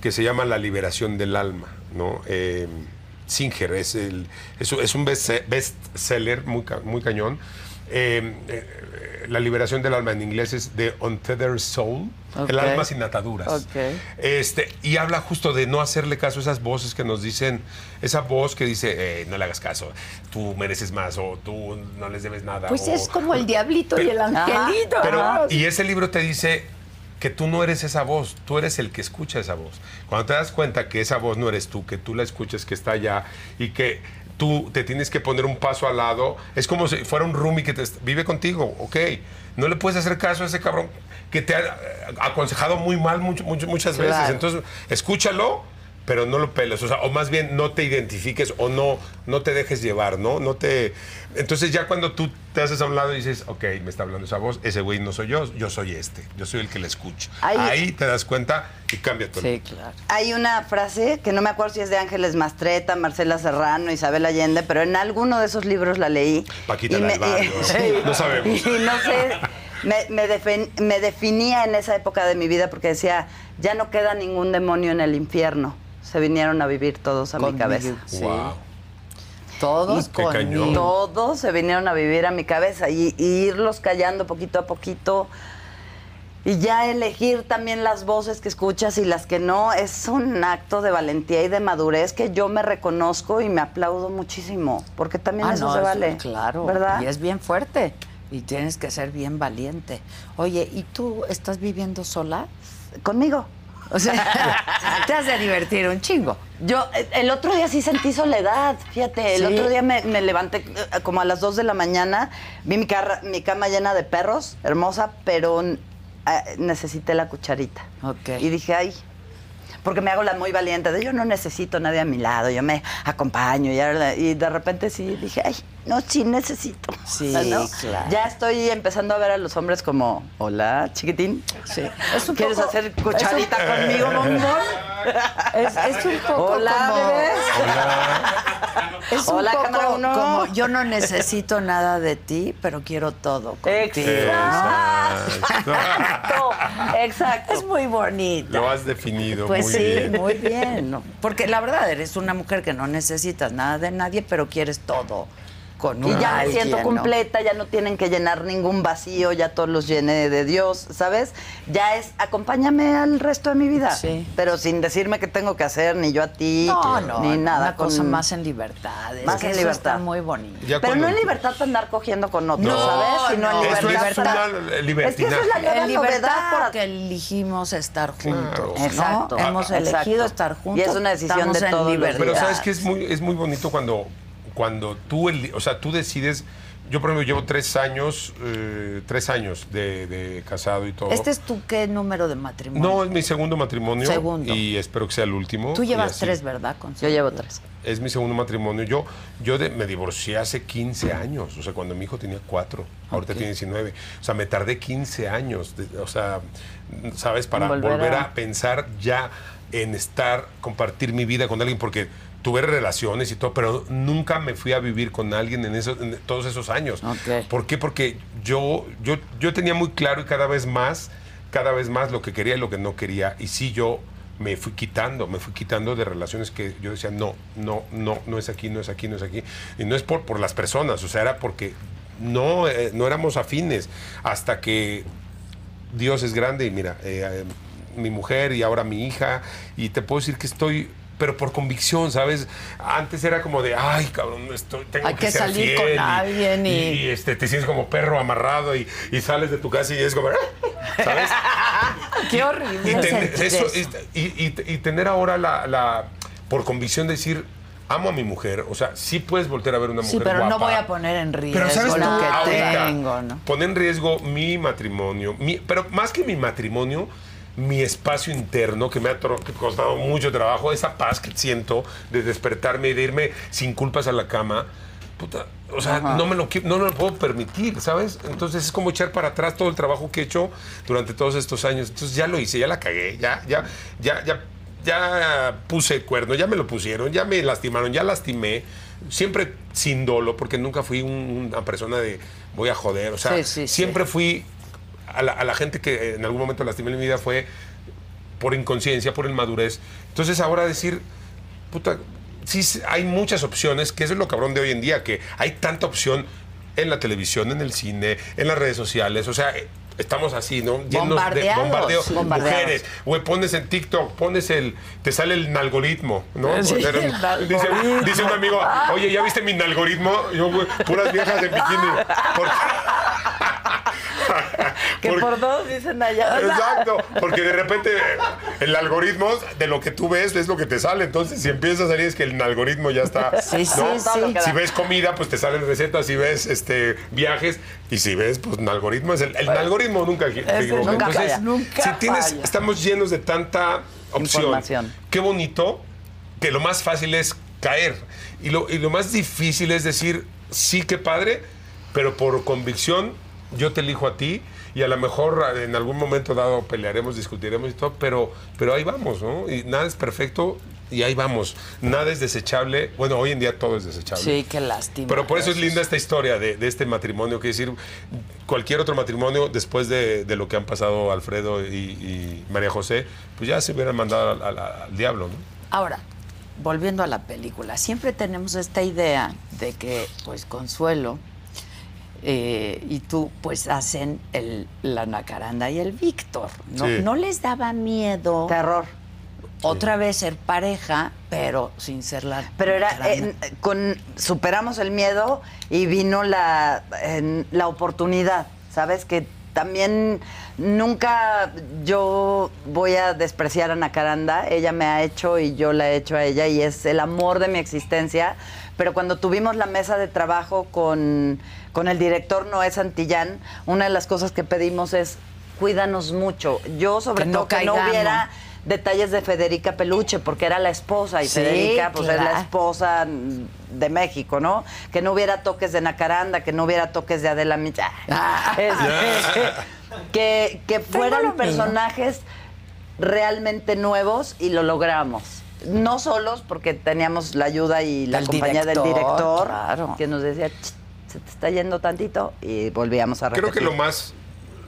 que se llama La liberación del alma, ¿no? Eh, Singer es, el, es, un- es un best, best seller muy, ca- muy cañón. eh, eh, la liberación del alma en inglés es The Untethered Soul, Ok. el alma sin ataduras. Ok. Este, y habla justo de no hacerle caso a esas voces que nos dicen, esa voz que dice, "Eh, no le hagas caso, tú mereces más o tú no les debes nada. Pues o- es como el diablito y el angelito. pero, ¿no? y ese libro te dice que tú no eres esa voz, tú eres el que escucha esa voz. Cuando te das cuenta que esa voz no eres tú, que tú la escuchas, que está allá y que tú te tienes que poner un paso al lado, es como si fuera un roomie que te est- vive contigo, ok. No le puedes hacer caso a ese cabrón que te ha eh, aconsejado muy mal mucho- mucho- muchas veces. Claro. Entonces, escúchalo, pero no lo peles. O sea, o más bien no te identifiques o no, no te dejes llevar, ¿no? No te. Entonces ya cuando tú te haces a un lado y dices, ok, me está hablando esa voz, ese güey no soy yo, yo soy este, yo soy el que le escucho. Ahí- Ahí, te das cuenta y cambia todo. Sí, claro. Hay una frase que no me acuerdo si es de Ángeles Mastreta, Marcela Serrano, Isabel Allende, pero en alguno de esos libros la leí. Paquita Y la me- del barrio, y- sí, no sabemos. Y no sé, me, me defen- me definía en esa época de mi vida porque decía, ya no queda ningún demonio en el infierno. Se vinieron a vivir todos a mi Conmigo. cabeza. Sí. Wow. Y Todos qué con cañón. Todos se vinieron a vivir a mi cabeza y, y irlos callando poquito a poquito y ya elegir también las voces que escuchas y las que no es un acto de valentía y de madurez que yo me reconozco y me aplaudo muchísimo porque también Ah, eso no, se eso, vale, Claro. ¿verdad? Y es bien fuerte. Y tienes que ser bien valiente. Oye, ¿y tú estás viviendo sola? Conmigo. O sea, te has de divertir un chingo. Yo eh, el otro día sí sentí soledad, fíjate, el Sí. otro día me, me levanté eh, como a las 2 de la mañana, vi mi, carra- mi cama llena de perros, hermosa, pero eh, necesité la cucharita. Ok. Y dije, ay, porque me hago la muy valiente, de yo no necesito a nadie a mi lado, yo me acompaño. Y, ahora- y de repente sí dije, ay, no, sí necesito. Sí, ¿No? claro. Ya estoy empezando a ver a los hombres como, hola, chiquitín. Sí. ¿Quieres hacer cucharita conmigo, bombón? Es, es un poco Hola, como... bebés. Es un Hola, poco cámara uno. como- Como yo no necesito nada de ti, pero quiero todo contigo. Exacto. Exacto, exacto. Es muy bonita. Lo has definido Pues muy sí, bien. muy bien. ¿no? Porque la verdad, eres una mujer que no necesitas nada de nadie, pero quieres todo con un Y ya me alguien, siento ¿no? completa, ya no tienen que llenar ningún vacío, ya todos los llené de Dios, ¿sabes? Ya es, acompáñame al resto de mi vida, Sí. pero sin decirme qué tengo que hacer, ni yo a ti, No, no, ni nada. Una cosa con- más en libertad. es Más que en eso libertad. Está muy bonito. Ya Pero cuando- no en libertad para andar cogiendo con otros, No, ¿sabes? Sino no. en Eso libertad. es para- una es que eso es la libertinaje. gran En novedad libertad para porque elegimos estar juntos. Claro. ¿no? Exacto. Ah, Hemos Exacto. elegido estar juntos. Y es una decisión estamos de en todos los libertad. días. Pero sabes que es muy, es muy bonito cuando, cuando tú, el- o sea, tú decides. Yo, por ejemplo, llevo tres años, eh, tres años de, de casado y todo. ¿Este es tu qué número de matrimonio? No, es mi segundo matrimonio. Segundo. Y espero que sea el último. Tú y llevas así. tres, ¿verdad? Con- Yo llevo tres. Es mi segundo matrimonio. Yo, yo de- me divorcié hace 15 años. O sea, cuando mi hijo tenía cuatro. Ahorita tiene 19. O sea, me tardé 15 años. de- o sea, ¿sabes? Para Volver volver, a- a pensar ya en estar, compartir mi vida con alguien. Porque tuve relaciones y todo, pero nunca me fui a vivir con alguien en, esos, en todos esos años. Ok. ¿Por qué? Porque yo, yo, yo tenía muy claro y cada vez más, cada vez más lo que quería y lo que no quería. Y sí, yo me fui quitando, me fui quitando de relaciones que yo decía, no, no, no, no es aquí, no es aquí, no es aquí. Y no es por, por las personas, o sea, era porque no, eh, no éramos afines hasta que Dios es grande y mira, eh, eh, mi mujer y ahora mi hija, y te puedo decir que estoy, pero por convicción, ¿sabes? Antes era como de, ay, cabrón, estoy, tengo Hay que ser salir fiel", con y- alguien y- este, te sientes como perro amarrado y, y sales de tu casa y es como, "Ah", ¿sabes? Qué horrible. y, ten- sentir eso- eso. y- y- y- y tener ahora la, la- por convicción decir, amo a mi mujer, o sea, sí puedes voltear a ver una mujer Sí, pero no guapa, voy a poner en riesgo pero sabes lo tú, que ahorita, tengo, ¿no? pone en riesgo mi matrimonio, mi- pero más que mi matrimonio, mi espacio interno que me ha tro- que costado mucho trabajo, esa paz que siento de despertarme y de irme sin culpas a la cama. puta, o sea, no me, lo, qui- no me lo puedo permitir, ¿sabes? Entonces es como echar para atrás todo el trabajo que he hecho durante todos estos años. Entonces ya lo hice, ya la cagué, ya, ya, ya, ya, ya puse el cuerno, ya me lo pusieron, ya me lastimaron, ya lastimé. Siempre sin dolo, porque nunca fui un- una persona de voy a joder. O sea, Sí, sí, sí. siempre fui a la, a la gente que en algún momento lastimé en mi vida fue por inconsciencia, por inmadurez. Entonces ahora decir, puta, sí s- hay muchas opciones, que eso es lo cabrón de hoy en día, que hay tanta opción. en la televisión, en el cine, en las redes sociales, o sea, eh, estamos así, ¿no? Llenos de Bombardeados, bombardeo. sí. Mujeres, güey, pones en TikTok, pones el. Te sale el nalgoritmo, ¿no? Sí, Poner- el dice, nalgoritmo. dice un amigo, oye, ¿ya viste mi nalgoritmo? Yo, güey, puras viejas de bikini. ¿Por Que Porque- por dos dicen allá. Exacto, porque de repente el algoritmo de lo que tú ves es lo que te sale. Entonces, si empiezas a salir, es que el algoritmo ya está. Sí, sí, ¿no? sí. Todo lo que Si da. ves comida, pues te salen recetas. Si ves este, viajes, y si ves, pues el algoritmo es el. El algoritmo nunca te equivoca. nunca Entonces, falla. Nunca si tienes, falla. estamos llenos de tanta opción. Información. Qué bonito que lo más fácil es caer. Y lo, y lo más difícil es decir, sí, qué padre, pero por convicción yo te elijo a ti y a lo mejor a- en algún momento dado pelearemos, discutiremos y todo, pero, pero ahí vamos, ¿no? Y nada es perfecto y ahí vamos. Nada es desechable. Bueno, hoy en día todo es desechable. Sí, qué lástima. pues. Pero por eso es linda esta historia de, de este matrimonio, que decir, cualquier otro matrimonio después de, de lo que han pasado Alfredo y, y María José, pues ya se hubieran mandado al, al- al diablo, ¿no? Ahora, volviendo a la película, siempre tenemos esta idea de que, pues, Consuelo eh, y tú, pues, hacen el, la Nacaranda y el Víctor, ¿no? Sí. No les daba miedo Terror. otra vez ser pareja, pero sin ser la Pero era, Nacaranda. eh, con, superamos el miedo y vino la, en- la oportunidad, ¿sabes? Que también nunca yo voy a despreciar a Nacaranda, ella me ha hecho y yo la he hecho a ella y es el amor de mi existencia, pero cuando tuvimos la mesa de trabajo con, con el director Noé Santillán, una de las cosas que pedimos es cuídanos mucho, yo sobre Que no todo que no caigamos. hubiera detalles de Federica Peluche, porque era la esposa y Sí, Federica pues es la claro. esposa de México, ¿no? Que no hubiera toques de Nacaranda, que no hubiera toques de Adela Micha. Este, que, que Ah. lo fueran mío. personajes realmente nuevos y lo logramos. No solos, porque teníamos la ayuda y la Del compañía del director, director, claro. que nos decía, "Ch, se te está yendo tantito, y volvíamos a repetir. Creo que lo más,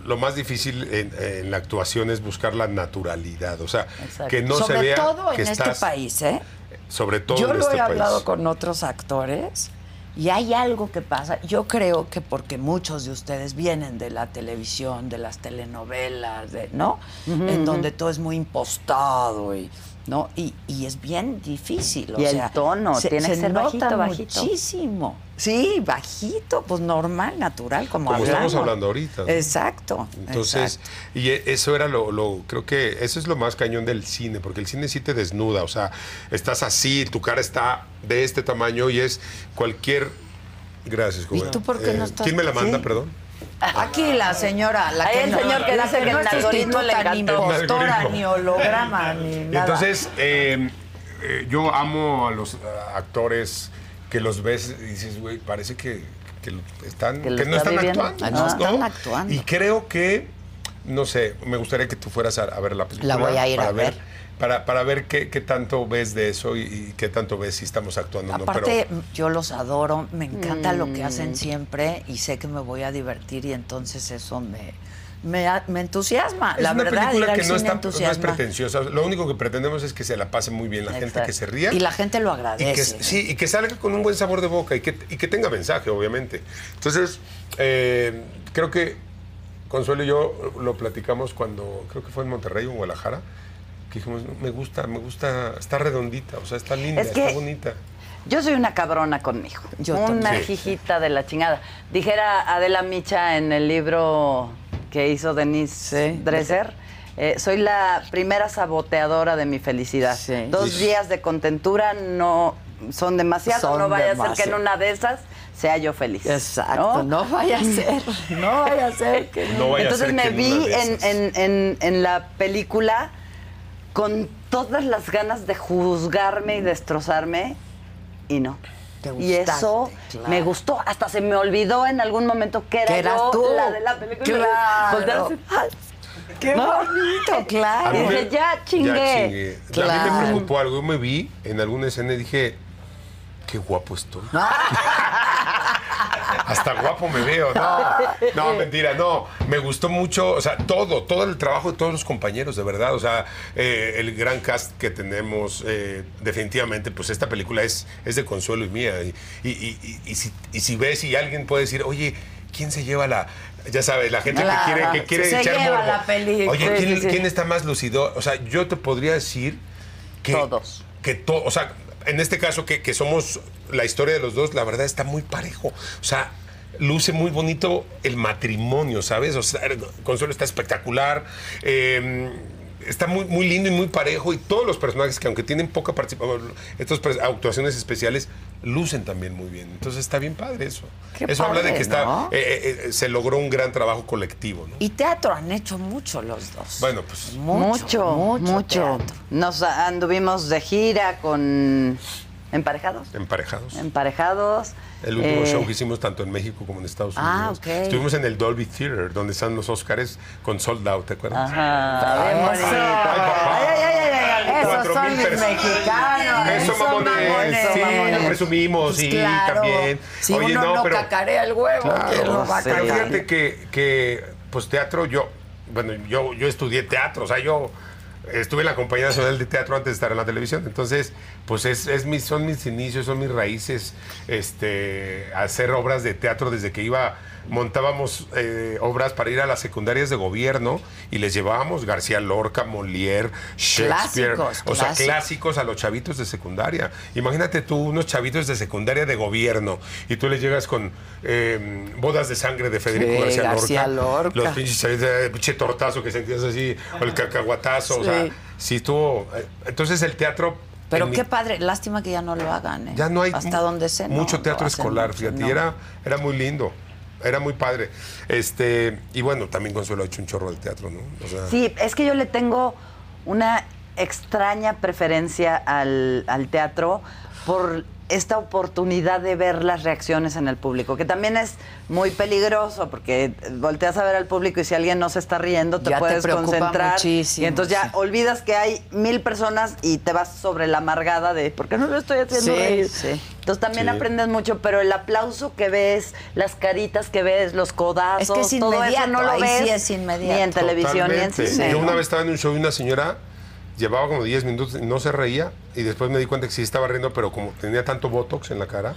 lo más difícil en, en la actuación es buscar la naturalidad, o sea, Exacto. que no Sobre se vea todo en que este estás, país, ¿eh? sobre todo Yo en lo este he hablado país. con otros actores y hay algo que pasa. Yo creo que porque muchos de ustedes vienen de la televisión, de las telenovelas, de, ¿no? en donde todo es muy impostado y no y, y es bien difícil. o Y el sea, tono, se- tiene que se ser nota bajito, bajito. muchísimo. Sí, bajito, pues normal, natural, como, Como estamos hablamos. hablando ahorita, ¿no? Exacto. Entonces, exacto. y e- eso era lo, lo- creo que eso es lo más cañón del cine, porque el cine sí te desnuda, o sea, estás así, tu cara está de este tamaño y es cualquier... Gracias, Juven. tú por qué no estás- ¿Quién me la manda, sí? perdón? Aquí la señora, la Ahí que el no- señor que la dice que no el es algoritmo le prostituta, encantó. El Ni impostora, algoritmo. ni holograma, ni Y nada. entonces, eh, eh, yo amo a los a, actores que los ves y dices, güey, parece que, que lo- están, que, Que lo no está están viviendo. actuando. Ah, no están actuando. Y creo que, no sé, me gustaría que tú fueras a, a ver la película. La voy a ir para a ver. Para, para ver qué, qué tanto ves de eso y, y qué tanto ves si estamos actuando o no. Aparte, pero, yo los adoro, me encanta lo que Mm. hacen siempre y sé que me voy a divertir y entonces eso me, me, a- me entusiasma. es la una verdad, ir película al que no, cine está, no es entusiasma. pretenciosa. Lo único que pretendemos es que se la pase muy bien la gente, Exacto. que se ría. y la gente lo Y que, agradece. sí, y que salga con un buen sabor de boca y que, y que tenga mensaje, obviamente. Entonces, eh, creo que Consuelo y yo lo platicamos cuando, creo que fue en Monterrey o en Guadalajara, que dijimos, me gusta, me gusta, está redondita, o sea, está linda, Es que- está bonita. Yo soy una cabrona conmigo. Yo una también. Sí. hijita de la chingada. Dijera Adela Micha en el libro que hizo Denise Sí. Dresser. eh, soy la primera saboteadora de mi felicidad. Sí. Dos Sí. días de contentura no son demasiado. Son no vaya a ser que demasiado. en una de esas sea yo feliz. Exacto, no vaya Mm. a ser, no vaya a ser que No vaya a Entonces ser me que en una vi de en, esas. en- en- en la película con todas las ganas de juzgarme y destrozarme y no. Te y gustaste, eso claro. me gustó, hasta se me olvidó en algún momento que Que era eras yo tú. la de la película. Claro. Voltear a decir, "Ay, Qué bonito, A mí claro. Dije, me- "Ya chingué". A mí Claro. me preocupó algo, yo me Ah, vi en alguna escena y dije, qué guapo estoy. hasta guapo me veo. No, no, mentira, no. Me gustó mucho, o sea, todo, todo el trabajo de todos los compañeros, de verdad. O sea, eh, el gran cast que tenemos, eh, definitivamente, pues esta película es, es de consuelo y mía. Y, y, y- y si, y si ves y alguien puede decir, oye, ¿quién se lleva la...? Ya sabes, la gente Claro, que quiere, que se quiere echar lleva morbo. la película. Oye, Sí, ¿quién, sí, sí. quién está más lucido? O sea, yo te podría decir que Todos. que todo, o sea, en este caso que, que somos la historia de los dos, la verdad está muy parejo. O sea, luce muy bonito el matrimonio, ¿sabes? O sea, Consuelo está espectacular. eh, Está muy, muy lindo y muy parejo y todos los personajes que aunque tienen poca participación, estas pers- actuaciones especiales lucen también muy bien. Entonces está bien padre eso. Qué eso habla de padre, que está, ¿no? eh, eh, eh, se logró un gran trabajo colectivo. ¿no? Y teatro han hecho mucho los dos. Bueno, pues Mucho, mucho. teatro. Nos anduvimos de gira con emparejados. emparejados. Emparejados. El último Eh, show que hicimos tanto en México como en Estados Unidos. Ah, ok. Estuvimos en el Dolby Theater, donde están los Óscares con Sold Out, ¿te acuerdas? Ajá, bien Eso. bonito. papá. Ay, ay, ay, ay, ay. Cuatro Esos son mil mis personas. mexicanos. Eso, esos mamones. mamones, sí, mamones. lo presumimos, Pues sí, claro, también. Si uno no cacarea el huevo, Claro, ¿quién lo va a pero cacarear? fíjate que, que, pues teatro, yo, bueno, yo, yo estudié teatro, o sea, yo estuve en la Compañía Nacional de Teatro antes de estar en la televisión, entonces, pues es, es mis, son mis inicios, son mis raíces, este, hacer obras de teatro desde que iba, montábamos eh, obras para ir a las secundarias de gobierno y les llevábamos García Lorca, Molière, Shakespeare, Clásicos, o sea, clásicos. clásicos clásicos a los chavitos de secundaria. Imagínate tú, unos chavitos de secundaria de gobierno, y tú les llegas con eh, bodas de sangre de Federico Sí, García, García Lorca. Los pinches chavitos, eh, pinche tortazo que sentías así, o el cacahuatazo, o sea, Ah, Sí. sí estuvo. eh, Entonces el teatro. Pero en mi- qué padre, lástima que ya no lo hagan. ¿eh? Ya no hay Hasta mu- donde sé. no, mucho no teatro hacen escolar, mucho, fíjate, no. y era, era muy lindo. Era muy padre. Este, y bueno, también Consuelo ha hecho un chorro de teatro, ¿no? O sea, Sí, es que yo le tengo una extraña preferencia al, al teatro por esta oportunidad de ver las reacciones en el público, que también es muy peligroso porque volteas a ver al público y si alguien no se está riendo te Ya te puedes preocupa concentrar muchísimo, y entonces ya sí. olvidas que hay mil personas y te vas sobre la amargada de ¿por qué no lo estoy haciendo Sí, reír? sí. Entonces también Sí. aprendes mucho, pero el aplauso que ves, las caritas que ves, los codazos, Es que es todo eso inmediato, no lo ahí ves sí es inmediato. ni en televisión ni en Totalmente. cine. Yo ¿no? una vez estaba en un show y una señora llevaba como 10 minutos y no se reía y después me di cuenta que sí estaba riendo, pero como tenía tanto botox en la cara,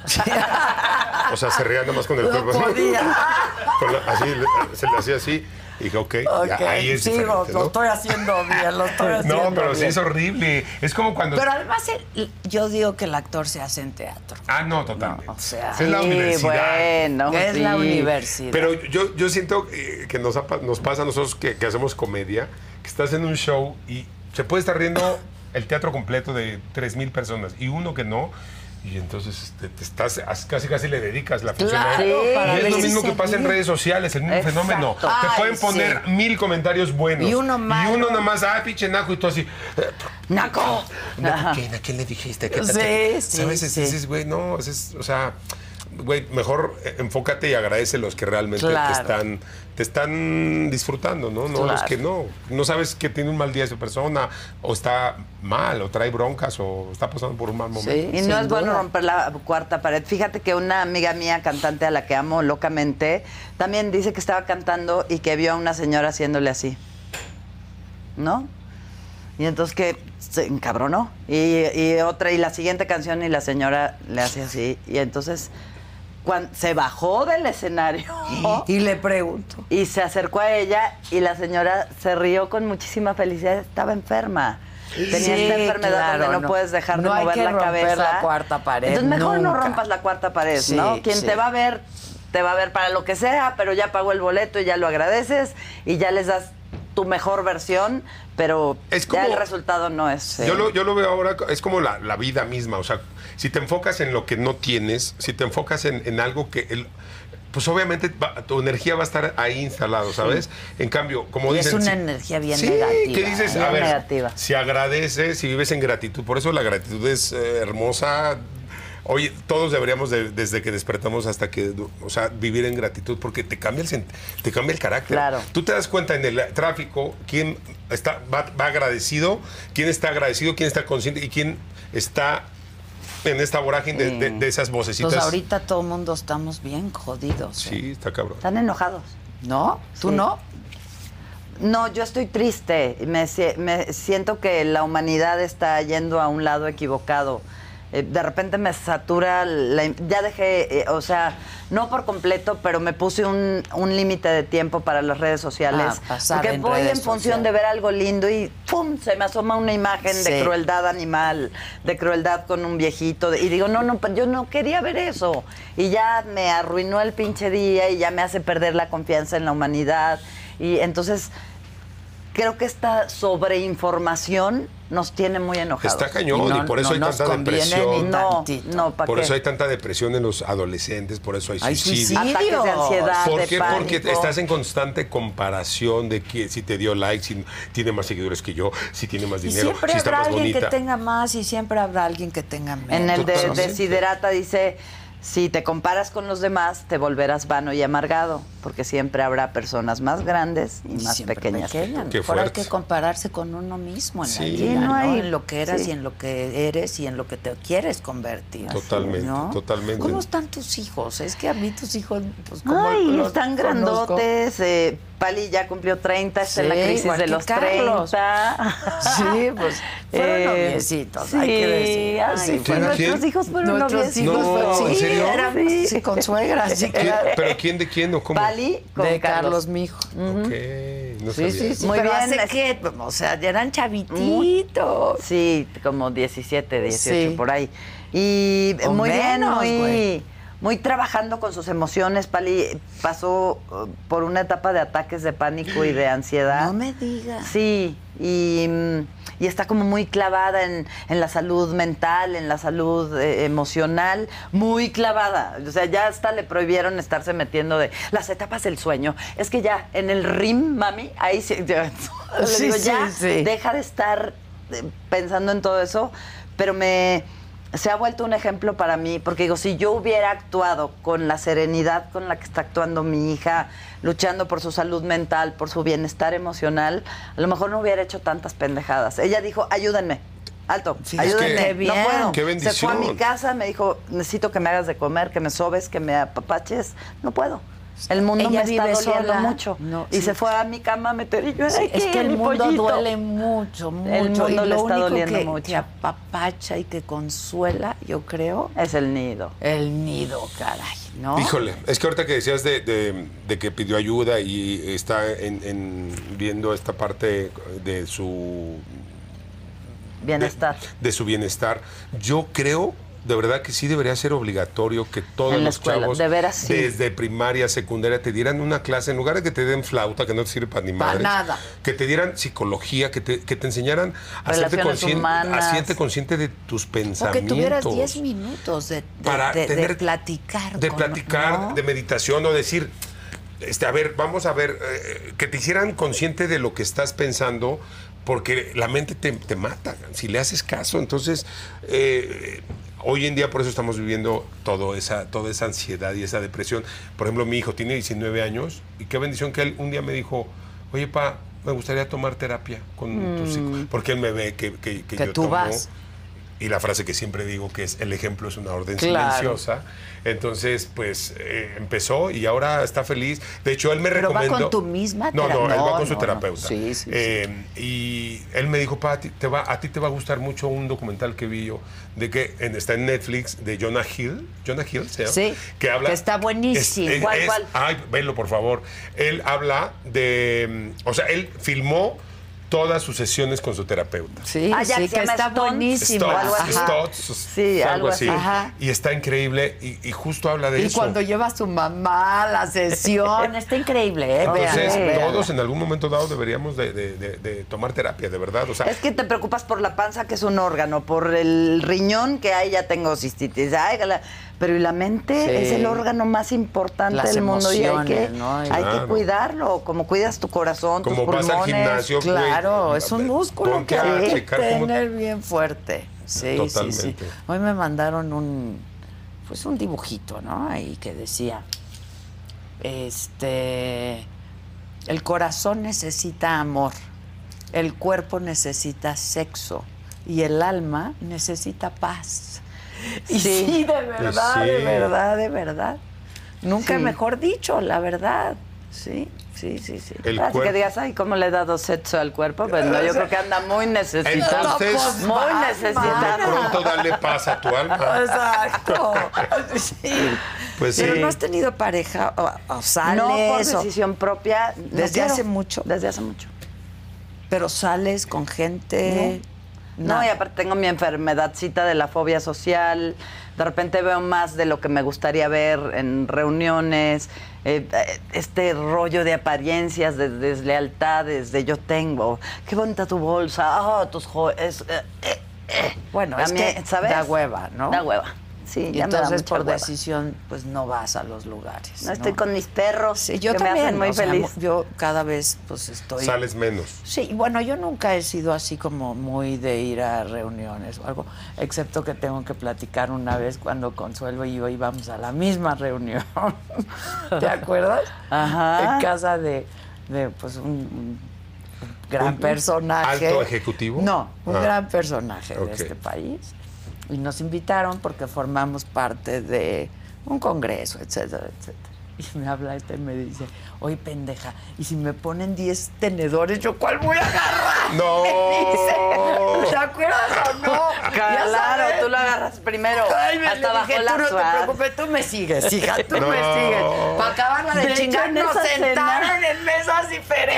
o sea, se reía nada más con el cuerpo. Con la- así, le- se le hacía así y dije, ok, ya, Ok, ahí es sigo, diferente, lo ¿no? estoy haciendo bien, lo estoy haciendo No, pero sí bien. es horrible. Es como cuando... Pero además, el- yo digo que el actor se hace en teatro. ah, no, totalmente. o sea, es la Sí, universidad. bueno, es sí. la universidad. Pero yo, yo siento eh, que nos, ha pa- nos pasa a nosotros que, que hacemos comedia, que estás en un show y se puede estar riendo el teatro completo de 3.000 personas y uno que no. Y entonces este, te estás, as- casi casi le dedicas la función a él. Claro, para Y es lo ver mismo si que se pasa en ríe. redes sociales, el mismo Exacto. fenómeno. Ay, te pueden poner mil comentarios buenos. Y uno malo. Y uno nada más, ah, pinche naco, y tú así. eh, Naco. no, ¿quién, ¿A quién le dijiste? ¿Qué, Sí, qué? sí, ¿Sabes? Es- sí. Dices, güey, no, es- es- o sea, güey, mejor eh, enfócate y agradece los que realmente Claro. te, están, te están disfrutando, ¿no? No los que no. No sabes que tiene un mal día esa persona, o está mal, o trae broncas, o está pasando por un mal momento. Y no es bueno romper la cuarta pared. Fíjate que una amiga mía, cantante a la que amo locamente, también dice que estaba cantando y que vio a una señora haciéndole así. ¿No? Y entonces que se encabronó. Y, y otra, y la siguiente canción, y la señora le hace así. Y entonces cuan- se bajó del escenario. Y le pregunto. Y se acercó a ella y la señora se rió con muchísima felicidad. Estaba enferma. Tenía Sí, esta enfermedad claro, donde no, no. puedes dejar de No hay mover que la romper cabeza. la cuarta pared, Entonces mejor no nunca. rompas la cuarta pared, Sí, ¿no? Quien sí. te va a ver, te va a ver para lo que sea, pero ya pagó el boleto y ya lo agradeces y ya les das tu mejor versión, pero Es ya el como- resultado no es. ¿eh? Yo, lo, yo lo veo ahora, co- es como la, la vida misma, o sea, si te enfocas en lo que no tienes, si te enfocas en, en algo que... el- pues obviamente va- tu energía va a estar ahí instalado, ¿sabes? En cambio, como Y es dicen... una si- energía bien Sí, negativa, ¿qué dices? ¿eh? A Bien ver, negativa. si agradeces, si vives en gratitud, por eso la gratitud es eh, hermosa. Hoy todos deberíamos, de- desde que despertamos hasta que, du- o sea, vivir en gratitud, porque te cambia el, sen- te cambia el carácter. Claro. Tú te das cuenta en el tráfico quién está, va, va agradecido, quién está agradecido, quién está consciente y quién está en esta vorágine de, Mm. de- de esas vocecitas. Pues ahorita todo el mundo estamos bien jodidos. ¿eh? Sí, está cabrón. Están enojados. ¿No? ¿Tú Sí. no? No, yo estoy triste. Me, sie- me siento que la humanidad está yendo a un lado equivocado. Eh, de repente me satura, la im- ya dejé, eh, o sea, no por completo, pero me puse un, un límite de tiempo para las redes sociales. Ah, pasar porque en voy redes en función sociales. de ver algo lindo y ¡pum! se me asoma una imagen Sí. de crueldad animal, de crueldad con un viejito. de- y digo, no, no, pero yo no quería ver eso. Y ya me arruinó el pinche día y ya me hace perder la confianza en la humanidad. Y entonces creo que esta sobreinformación nos tiene muy enojados. Está cañón Y no- y por eso no hay nos tanta conviene depresión. ni No, Tantito. no, ¿para Por qué? eso hay tanta depresión en los adolescentes, por eso hay Hay suicidio. suicidio. Ataques de ansiedad, ¿Por de qué? pánico. Porque estás en constante comparación de que si te dio like, si tiene más seguidores que yo, si tiene más Y dinero, siempre si está habrá más alguien bonita. que tenga más y siempre habrá alguien que tenga menos. En el de Totalmente. Desiderata dice, si te comparas con los demás, te volverás vano y amargado, porque siempre habrá personas más grandes y, más siempre pequeñas. pequeña, Qué mejor hay fuerte. que compararse con uno mismo en la Sí. vida, Sí, no ¿no? hay- en lo que eras sí. y en lo que eres y en lo que te quieres convertir. Totalmente, ¿no? totalmente. ¿Cómo están tus hijos? Es que a mí tus hijos, pues como Ay, los están conozco- grandotes. eh, Pali ya cumplió 30, está en la Sí, crisis igual de que los Carlos. 30. Sí, pues fueron noviecitos, hay que decir. ay, Sí, pues ¿Quién? nuestros hijos fueron Nuestros noviecitos. hijos No, fueron- ¿en sí, serio? eran Sí. sí, con suegras, sí, ¿Quién- era- ¿Pero quién de quién o cómo? Pali con de Carlos, Carlos. mi hijo. Ok, no Sí, sabía. sí, sí. Muy pero bien, hace es- que, pues, o sea, ya eran chavititos. Sí, como 17, 18 Sí. por ahí. Y O muy menos, bien, muy, güey. muy trabajando con sus emociones. Pali pasó eh, por una etapa de ataques de pánico y de ansiedad. No me digas. Sí, y, mm, y está como muy clavada en, en la salud mental, en la salud eh, emocional, muy clavada. O sea, ya hasta le prohibieron estarse metiendo de las etapas del sueño. Es que ya en el RIM, mami, ahí sí. ya- le Sí, digo, sí, ya sí. deja de estar eh, pensando en todo eso, pero me. Se ha vuelto un ejemplo para mí, porque digo, si yo hubiera actuado con la serenidad con la que está actuando mi hija, luchando por su salud mental, por su bienestar emocional, a lo mejor no hubiera hecho tantas pendejadas. Ella dijo, ayúdenme, alto, Fíjate, ayúdenme, qué no bien. puedo. Qué Se fue a mi bendición. casa, me dijo, necesito que me hagas de comer, que me sobes, que me apapaches, no puedo. El mundo Ella me está vive doliendo sola. mucho. No, y sí. se fue a mi cama a meter y yo, "Ay, es ¿qué? que el Mi mundo pollito". duele mucho, mucho. El mundo y le lo está único doliendo que, mucho. que apapacha y que consuela, yo creo, Es el nido. el nido, caray, ¿no? Híjole, es que ahorita que decías de, de- de que pidió ayuda y está en- en- viendo esta parte de su Bienestar. de su bienestar. Yo creo, de verdad, que sí debería ser obligatorio que todos En la los escuela, chavos, de veras, sí. desde primaria, secundaria, te dieran una clase, en lugar de que te den flauta, que no te sirve para ni Pa' madres, nada. que te dieran psicología, que te, que te enseñaran a hacerte, Relaciones consciente, humanas. a hacerte consciente de tus O que pensamientos. tuvieras 10 minutos de, de- para de- de tener platicar. de con- platicar, ¿no? de meditación o decir, este, a ver, vamos a ver, eh, que te hicieran consciente de lo que estás pensando, porque la mente te, te mata, si le haces caso. Entonces, eh, hoy en día por eso estamos viviendo todo esa, toda esa ansiedad y esa depresión. Por ejemplo, mi hijo tiene 19 años y qué bendición que él un día me dijo, oye, pa, me gustaría tomar terapia con tu psico-", porque él me ve que, que, que Mm. Que yo tú tomo vas. y la frase que siempre digo que es el ejemplo es una orden Claro. silenciosa. Entonces, pues eh, empezó y ahora está feliz. De hecho, él me Pero va recomendó. con tu misma No, no, tera- él no, va con su no, no. terapeuta. Sí, sí, Eh, Y él me dijo, Pati, te va, a ti te va a gustar mucho un documental que vi yo de que en- está en Netflix de Jonah Hill. Jonah Hill se llama. Sí, Que habla. que está buenísimo. Es- es- ¿Cuál, es- cuál? Ay, velo, por favor. Él habla de. mm, O sea, él filmó todas sus sesiones con su terapeuta. Sí, Ah, ya, sí, que se que llama está Stones. buenísimo. Stotts, algo así. Stotts, Sí, algo algo así. así. Ajá. Y está increíble y, y justo habla de Y eso. cuando lleva a su mamá a la sesión, está increíble, ¿eh? Entonces, Vean, vean. todos en algún momento dado deberíamos de, de- de- de tomar terapia, de verdad. O sea, Es que te preocupas por la panza, que es un órgano, por el riñón, que ahí ya tengo cistitis. ay, gala. pero y la mente Sí. es el órgano más importante Las del mundo y hay emociones, que, ¿no? hay que Claro. cuidarlo, como cuidas tu corazón, como tus vas pulmones. al gimnasio, güey, Claro, es un músculo ponte que a hay que checar cómo- tener bien fuerte. Sí, sí, sí. Totalmente. Hoy me mandaron un, pues un dibujito, ¿no? Ahí que decía, este, el corazón necesita amor, el cuerpo necesita sexo y el alma necesita paz. Y sí, Sí. de verdad, Pues sí. de verdad, de verdad. Nunca Sí. mejor dicho, la verdad. Sí, sí, sí, sí. El Así que cuerpo- digas, ay, ¿cómo le he dado sexo al cuerpo? Pues no, yo creo que anda muy necesitado. Entonces- muy Mamá. De necesitado. pronto darle paz a tu alma. Exacto. Sí. Pues Pero sí. no has tenido pareja o, o sales No por o- decisión propia. no Desde quiero. hace mucho. Desde hace mucho. pero sales con gente. No, y aparte tengo mi enfermedadcita de la fobia social. De repente veo más de lo que me gustaría ver en reuniones. eh, eh, este rollo de apariencias, de deslealtades, de yo tengo. Qué bonita tu bolsa. Ah, tus jo es, eh, eh, eh. Bueno, A es mí, que da hueva, ¿no? Da hueva. Sí, Y ya me da entonces mucha por hueva. decisión, pues no vas a los lugares. No, estoy con mis perros. Sí, yo que también. me hacen muy o sea, feliz. yo cada vez pues estoy. Sales menos. Sí, y bueno, yo nunca he sido así como muy de ir a reuniones o algo, excepto que tengo que platicar una vez cuando Consuelo y yo íbamos a la misma reunión. ¿Te acuerdas? Ajá. En casa de, de, pues un- un gran ¿Un personaje. alto ejecutivo? No, un Ah. gran personaje Ok. de este país. Y nos invitaron porque formamos parte de un congreso, etcétera, etcétera. Y me habla este y me dice, oye pendeja, y si me ponen 10 tenedores, ¿yo cuál voy a agarrar? No. Me dice, ¿te acuerdas o no? Ya sabes. Claro, tú lo agarras primero. Ay, me hasta le bajo dije, la tú no te suaz". preocupes, tú me sigues, hija, tú No. me sigues. Para acabarla de, De hecho, chingar, en nos esa cena- sentaron en mesas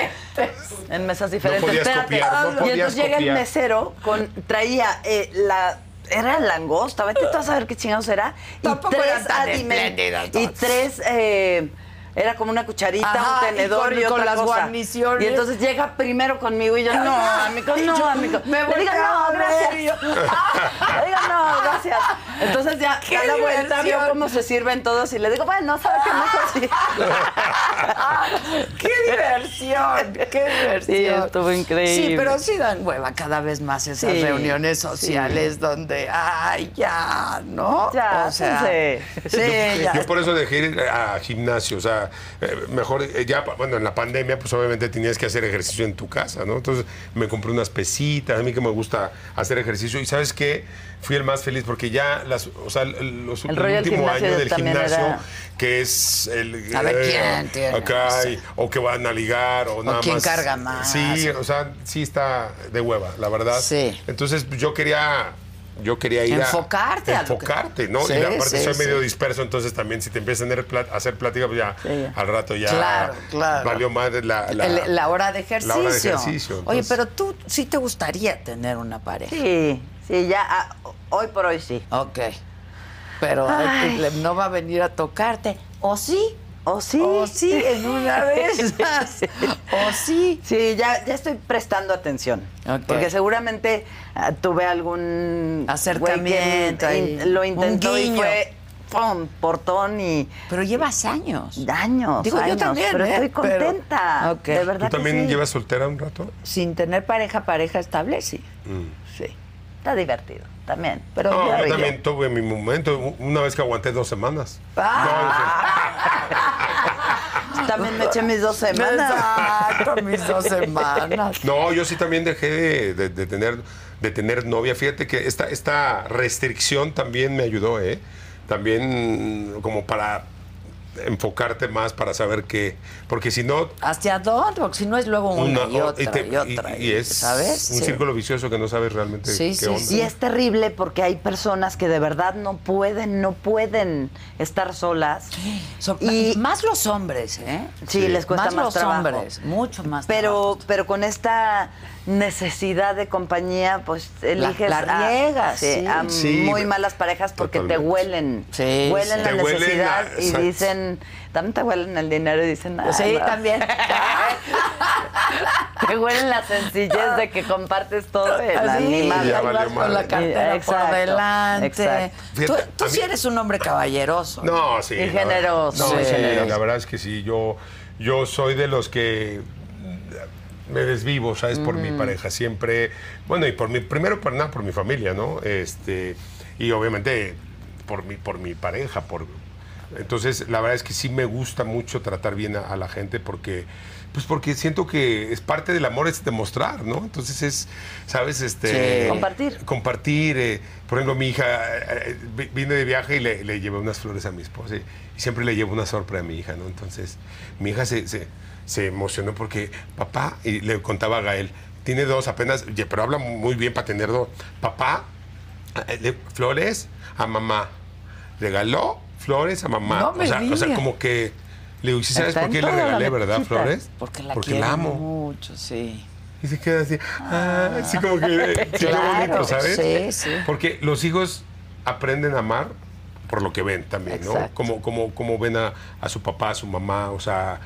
diferentes. En mesas diferentes. podías copiar, no y podías entonces llega el copiar. mesero con traía eh, la era langosta, vete tú a saber qué chingados era. Y Tampoco eran tres tan alimen- espléndidas, y tres eh, era como una cucharita, Ajá, un tenedor y y, con- con otra las cosa. guarniciones. Y entonces llega primero conmigo y yo no, Ajá. amigo, Y no, yo, amigo. me Le digo, volteaba a no, ver gracias. y yo, Le digo, no, gracias. Entonces ya Qué da la vuelta, vio diversión. cómo se sirven todos y le digo, bueno, ¿sabe qué mejor sí? ¡Qué diversión! ¡Qué diversión! Sí, estuvo increíble. Sí, pero sí dan hueva cada vez más esas Sí, reuniones sociales donde, ¡ay, ya! ¿No? Ya, o sea, sí. sí, ya. Yo por eso dejé ir a gimnasio, o sea, eh, mejor eh, ya, bueno, en la pandemia, pues obviamente tenías que hacer ejercicio en tu casa, ¿no? Entonces me compré unas pesitas, a mí que me gusta hacer ejercicio, y ¿sabes qué? Fui el más feliz porque ya, las, o sea, los, El rollo del último gimnasio año del también gimnasio, era- que es el... eh, A ver, ¿quién tiene? Acá, Sí. y- o que van a ligar, o, nada quién más. carga más. Sí, o sea, sí está de hueva, la verdad. Sí. Entonces yo quería... Yo quería ir a... Enfocarte a lo que- Enfocarte, ¿no? Sí, y aparte sí, soy sí. medio disperso, entonces también si te empiezan a hacer plat- a hacer plática, pues ya Sí, ya. al rato ya Claro, claro. valió madre la, la, El- la hora de ejercicio. la hora de ejercicio, Oye, entonces- pero tú sí te gustaría tener una pareja. Sí, sí, ya ah, hoy por hoy sí. Ok. Pero Ay. eh, no va a venir a tocarte. ¿O Oh, sí? ¿O sí? ¿O sí? En una de esas. ¿O sí? Sí, ya, ya estoy prestando atención. Ok. Porque seguramente ah, tuve algún Acercamiento güey que in- ahí. lo Un intentó y guiño. fue ¡pum! portón y Pero llevas años. daños. Digo, yo años, también, Pero ¿eh? estoy Pero- contenta. Ok. De verdad ¿Tú también que sí. llevas soltera un rato? Sin tener pareja, pareja estable, sí. Mm. Sí, está divertido también. Pero No, ya yo yo. también tuve mi momento, u- una vez que aguanté dos semanas. Ah, También me eché mis dos semanas. Exacto, mis dos semanas. No, yo- no, yo sí también dejé de, de- de tener, de tener novia. Fíjate que esta, esta restricción también me ayudó, ¿eh? También como para enfocarte más, para saber qué. Porque si no, ¿Hacia dónde? Porque si no es luego una, Una, y o- otra y, te- otra. y- y es ¿Sabes? un Sí. círculo vicioso que no sabes realmente Sí, qué sí, onda. Y es terrible porque hay personas que de verdad no pueden, no pueden estar solas. So- Y- más los hombres, ¿eh? Sí, les cuesta más, los trabajo. hombres, mucho más Pero, trabajo. pero con esta necesidad de compañía, pues eliges la a- riegas, sí. a Sí, muy malas parejas porque te totalmente. huelen, Sí, huelen sí. la Te huelen necesidad la- y exacto. dicen, también te huelen el dinero y dicen, "Ay, pues Sí, no". también. te huelen la sencillez de que compartes todo el animal. Ya ahí valió vas con madre. la cartera por Exacto, delante. exacto. Tú, Fíjate, tú a sí mí- eres un hombre caballeroso. ¿eh? No, sí. Y la verdad. generoso. No, Sí. sí, la verdad es que sí. Yo, yo soy de los que me desvivo, ¿sabes? Por Mm. mi pareja. Siempre. Bueno, y por mi. Primero, por nada, por mi familia, ¿no? Este. Y obviamente por mi, por mi pareja, por. Entonces, la verdad es que sí me gusta mucho tratar bien a, a la gente porque pues porque siento que es parte del amor es demostrar, ¿no? Entonces es, ¿sabes? Este, Sí. Compartir. Compartir. eh, por ejemplo, mi hija eh, vi- vine de viaje y le, le llevé unas flores a mi esposa y, y siempre le llevo una sorpresa a mi hija, ¿no? Entonces mi hija se, se, se emocionó porque papá, y le contaba a Gael, tiene dos apenas, ye- pero habla muy bien para tener dos. Papá, eh, le- flores a mamá. Regaló flores a mamá. No o, me sea, o sea, diga. como que... Le digo, "¿Y si sabes Está por en qué le toda la regalé, verdad, lechita. flores? Porque la Porque quiero la amo. mucho, sí. Y se queda así, ah, así como que eh, qué Claro, bonito, ¿sabes? sí, sí. Porque los hijos aprenden a amar por lo que ven también, ¿no? Exacto. Como, como, como ven a, a su papá, a su mamá, o sea.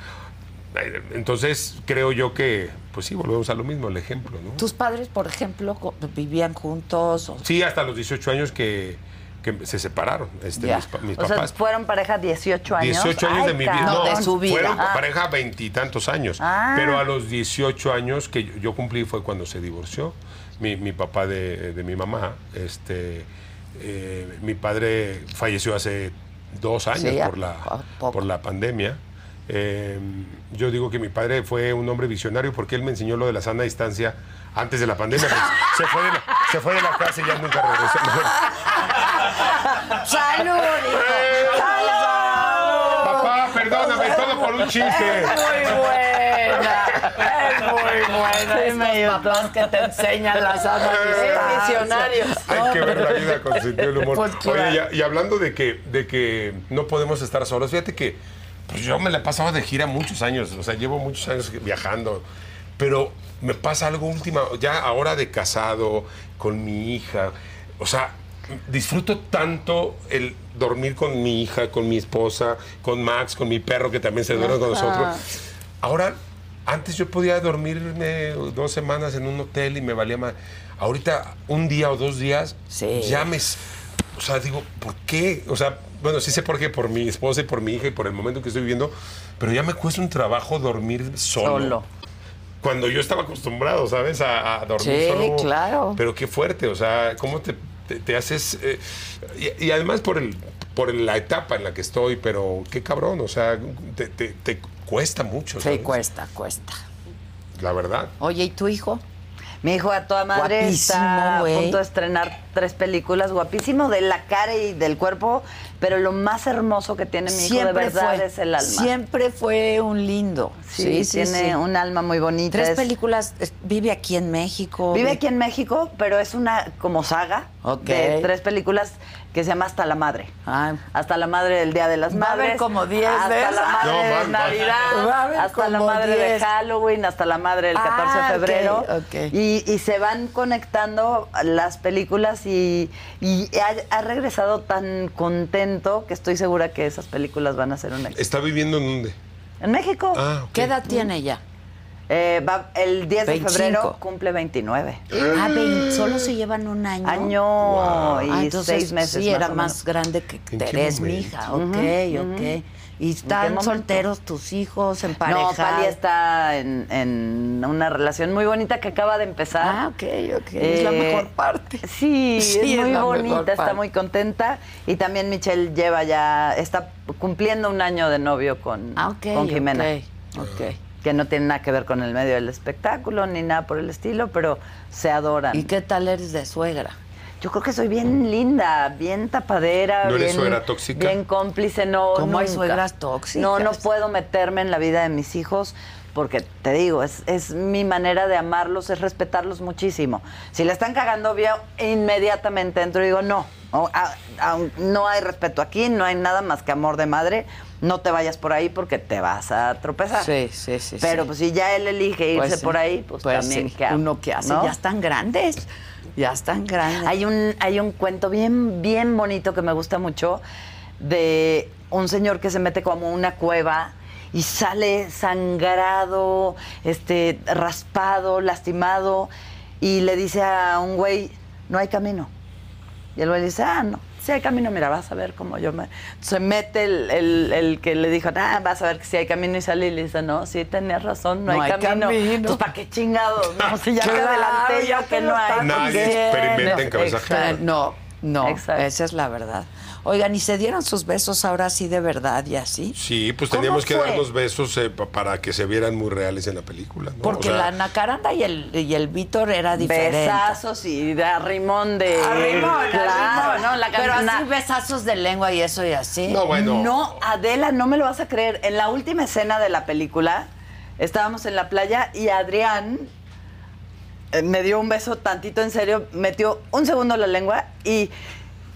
eh, Entonces creo yo que, pues sí, volvemos a lo mismo, el ejemplo, ¿no? ¿Tus padres, por ejemplo, co- vivían juntos? o- Sí, hasta los 18 años que, que se separaron este, Ya. mis, pa- mis O sea, papás. fueron pareja 18 años. 18 años Ay, de mi vida. cabrón. No, de su vida. Fueron Ah. pareja veintitantos años. Ah. Pero a los 18 años que yo, yo cumplí fue cuando se divorció mi, mi papá de, de mi mamá. Este, eh, mi padre falleció hace dos años Sí, ya, por, po- la, poco. por la pandemia. Eh, yo digo que mi padre fue un hombre visionario porque él me enseñó lo de la sana distancia antes de la pandemia. Pues, se, fue de la, se fue de la casa y ya nunca regresó. ¡Salud! hijo! Papá, perdóname, todo por un chiste. Muy buena, es muy buena. Sí, me ayudó. Estos papás que te enseñan las sana distancia. visionarios. Hay que ver la vida con sentido del humor. Pues, claro. Oye, y, y hablando de que, de que no podemos estar solos, fíjate que pues, yo me la pasaba de gira muchos años, o sea, llevo muchos años viajando, pero me pasa algo última, ya ahora de casado, con mi hija, o sea, disfruto tanto el dormir con mi hija, con mi esposa, con Max, con mi perro que también se duerme con nosotros. Ahora, antes yo podía dormirme dos semanas en un hotel y me valía más. Ahorita, un día o dos días, Sí. ya me... s- O sea, digo, ¿por qué? O sea, bueno, sí sé por qué, por mi esposa y por mi hija y por el momento que estoy viviendo, pero ya me cuesta un trabajo dormir solo. Solo. Cuando yo estaba acostumbrado, ¿sabes? A, a dormir Sí, solo. claro. Pero qué fuerte, o sea, ¿cómo te, te- te haces...? eh, y, y además por el por el- la etapa en la que estoy, pero qué cabrón, o sea, te, te- te cuesta mucho. Pues, Sí, ¿sabes? cuesta, cuesta. La verdad. Oye, ¿y tu hijo? Mi hijo a toda madre Guapísimo, está güey. a punto de estrenar tres películas, guapísimo de la cara y del cuerpo, pero lo más hermoso que tiene mi hijo de verdad es el alma. Siempre fue un lindo. Sí, sí, tiene sí. un alma muy bonita. Tres es- películas. es- Vive aquí en México. Vive aquí en México, pero es una como saga Ok. de tres películas que se llama Hasta la Madre. Ah, Hasta la madre del Día de las Va a haber Madres. como 10 de Hasta la esas. madre No, de va- va- Navidad. Va a haber hasta la como madre 10. de Halloween. Hasta la madre del 14 Ah, de ok, febrero. ok. Y, y se van conectando las películas y, y ha, ha regresado tan contento que estoy segura que esas películas van a ser un éxito. ¿Está viviendo en dónde? En México, Ah, ok. ¿Qué edad tiene ya? eh, va- el 10 25. de febrero cumple 29. Ah, vein- solo se llevan un año. Año Wow. y Ah, entonces seis meses. sí, era o más menos. grande que qué Terés, mi momento? hija. Ok, ok. ¿Y ¿En están qué solteros tus hijos, en pareja? No, Pali está en, en una relación muy bonita que acaba de empezar. Ah, ok, ok. es la Eh, mejor parte. Sí, Sí, es es muy la mejor bonita, está parte. muy contenta. Y también Michelle lleva ya, está cumpliendo un año de novio con, Ah, ok, con Jimena. ok, ok. Que no tiene nada que ver con el medio del espectáculo ni nada por el estilo, pero se adoran. ¿Y qué tal eres de suegra? Yo creo que soy bien linda, bien tapadera. ¿No eres bien- suegra tóxica? Bien cómplice, no. ¿Cómo hay nunca. suegras tóxicas? No, no puedo meterme en la vida de mis hijos porque te digo, es, es mi manera de amarlos, es respetarlos muchísimo. Si le están cagando, veo inmediatamente entro y digo, no, o- a- a- no hay respeto aquí, no hay nada más que amor de madre, no te vayas por ahí porque te vas a tropezar. sí, sí. Pero pues si ya él elige irse por ahí, pues, también sí, ¿qué hago? Uno que hace, ¿No? ya están grandes. Ya están grandes. Hay un, hay un cuento bien, bien bonito que me gusta mucho de un señor que se mete como a una cueva y sale sangrado, este, raspado, lastimado, y le dice a un güey, no hay camino. Y el güey le dice, ah, no, si hay camino, mira, vas a ver cómo yo me... Se mete el, el- el que le dijo, ah, vas a ver que si hay camino y sale y le dice, no, sí, tenías razón, no, hay, camino. camino. Entonces, ¿para qué chingados? No, si ya Claro, te adelanté ya yo te que lo no estaba hay. Nadie diciendo. experimenta en cabeza Exacto. ajena. No, No, Exacto. esa es la verdad. Oigan, ¿y se dieron sus besos ahora sí de verdad y así? Sí, pues ¿Cómo teníamos que fue? darnos besos eh, pa- para que se vieran muy reales en la película. ¿no? Porque O sea, la Nacaranda y el, y el Víctor era diferente. Besazos y de arrimón de. Arrimón, Claro, arrimón. ¿no? La Pero cam- así na- besazos de lengua y eso y así. No, bueno. Eh, No, Adela, no me lo vas a creer. En la última escena de la película, estábamos en la playa y Adrián eh, me dio un beso tantito en serio, metió un segundo la lengua y,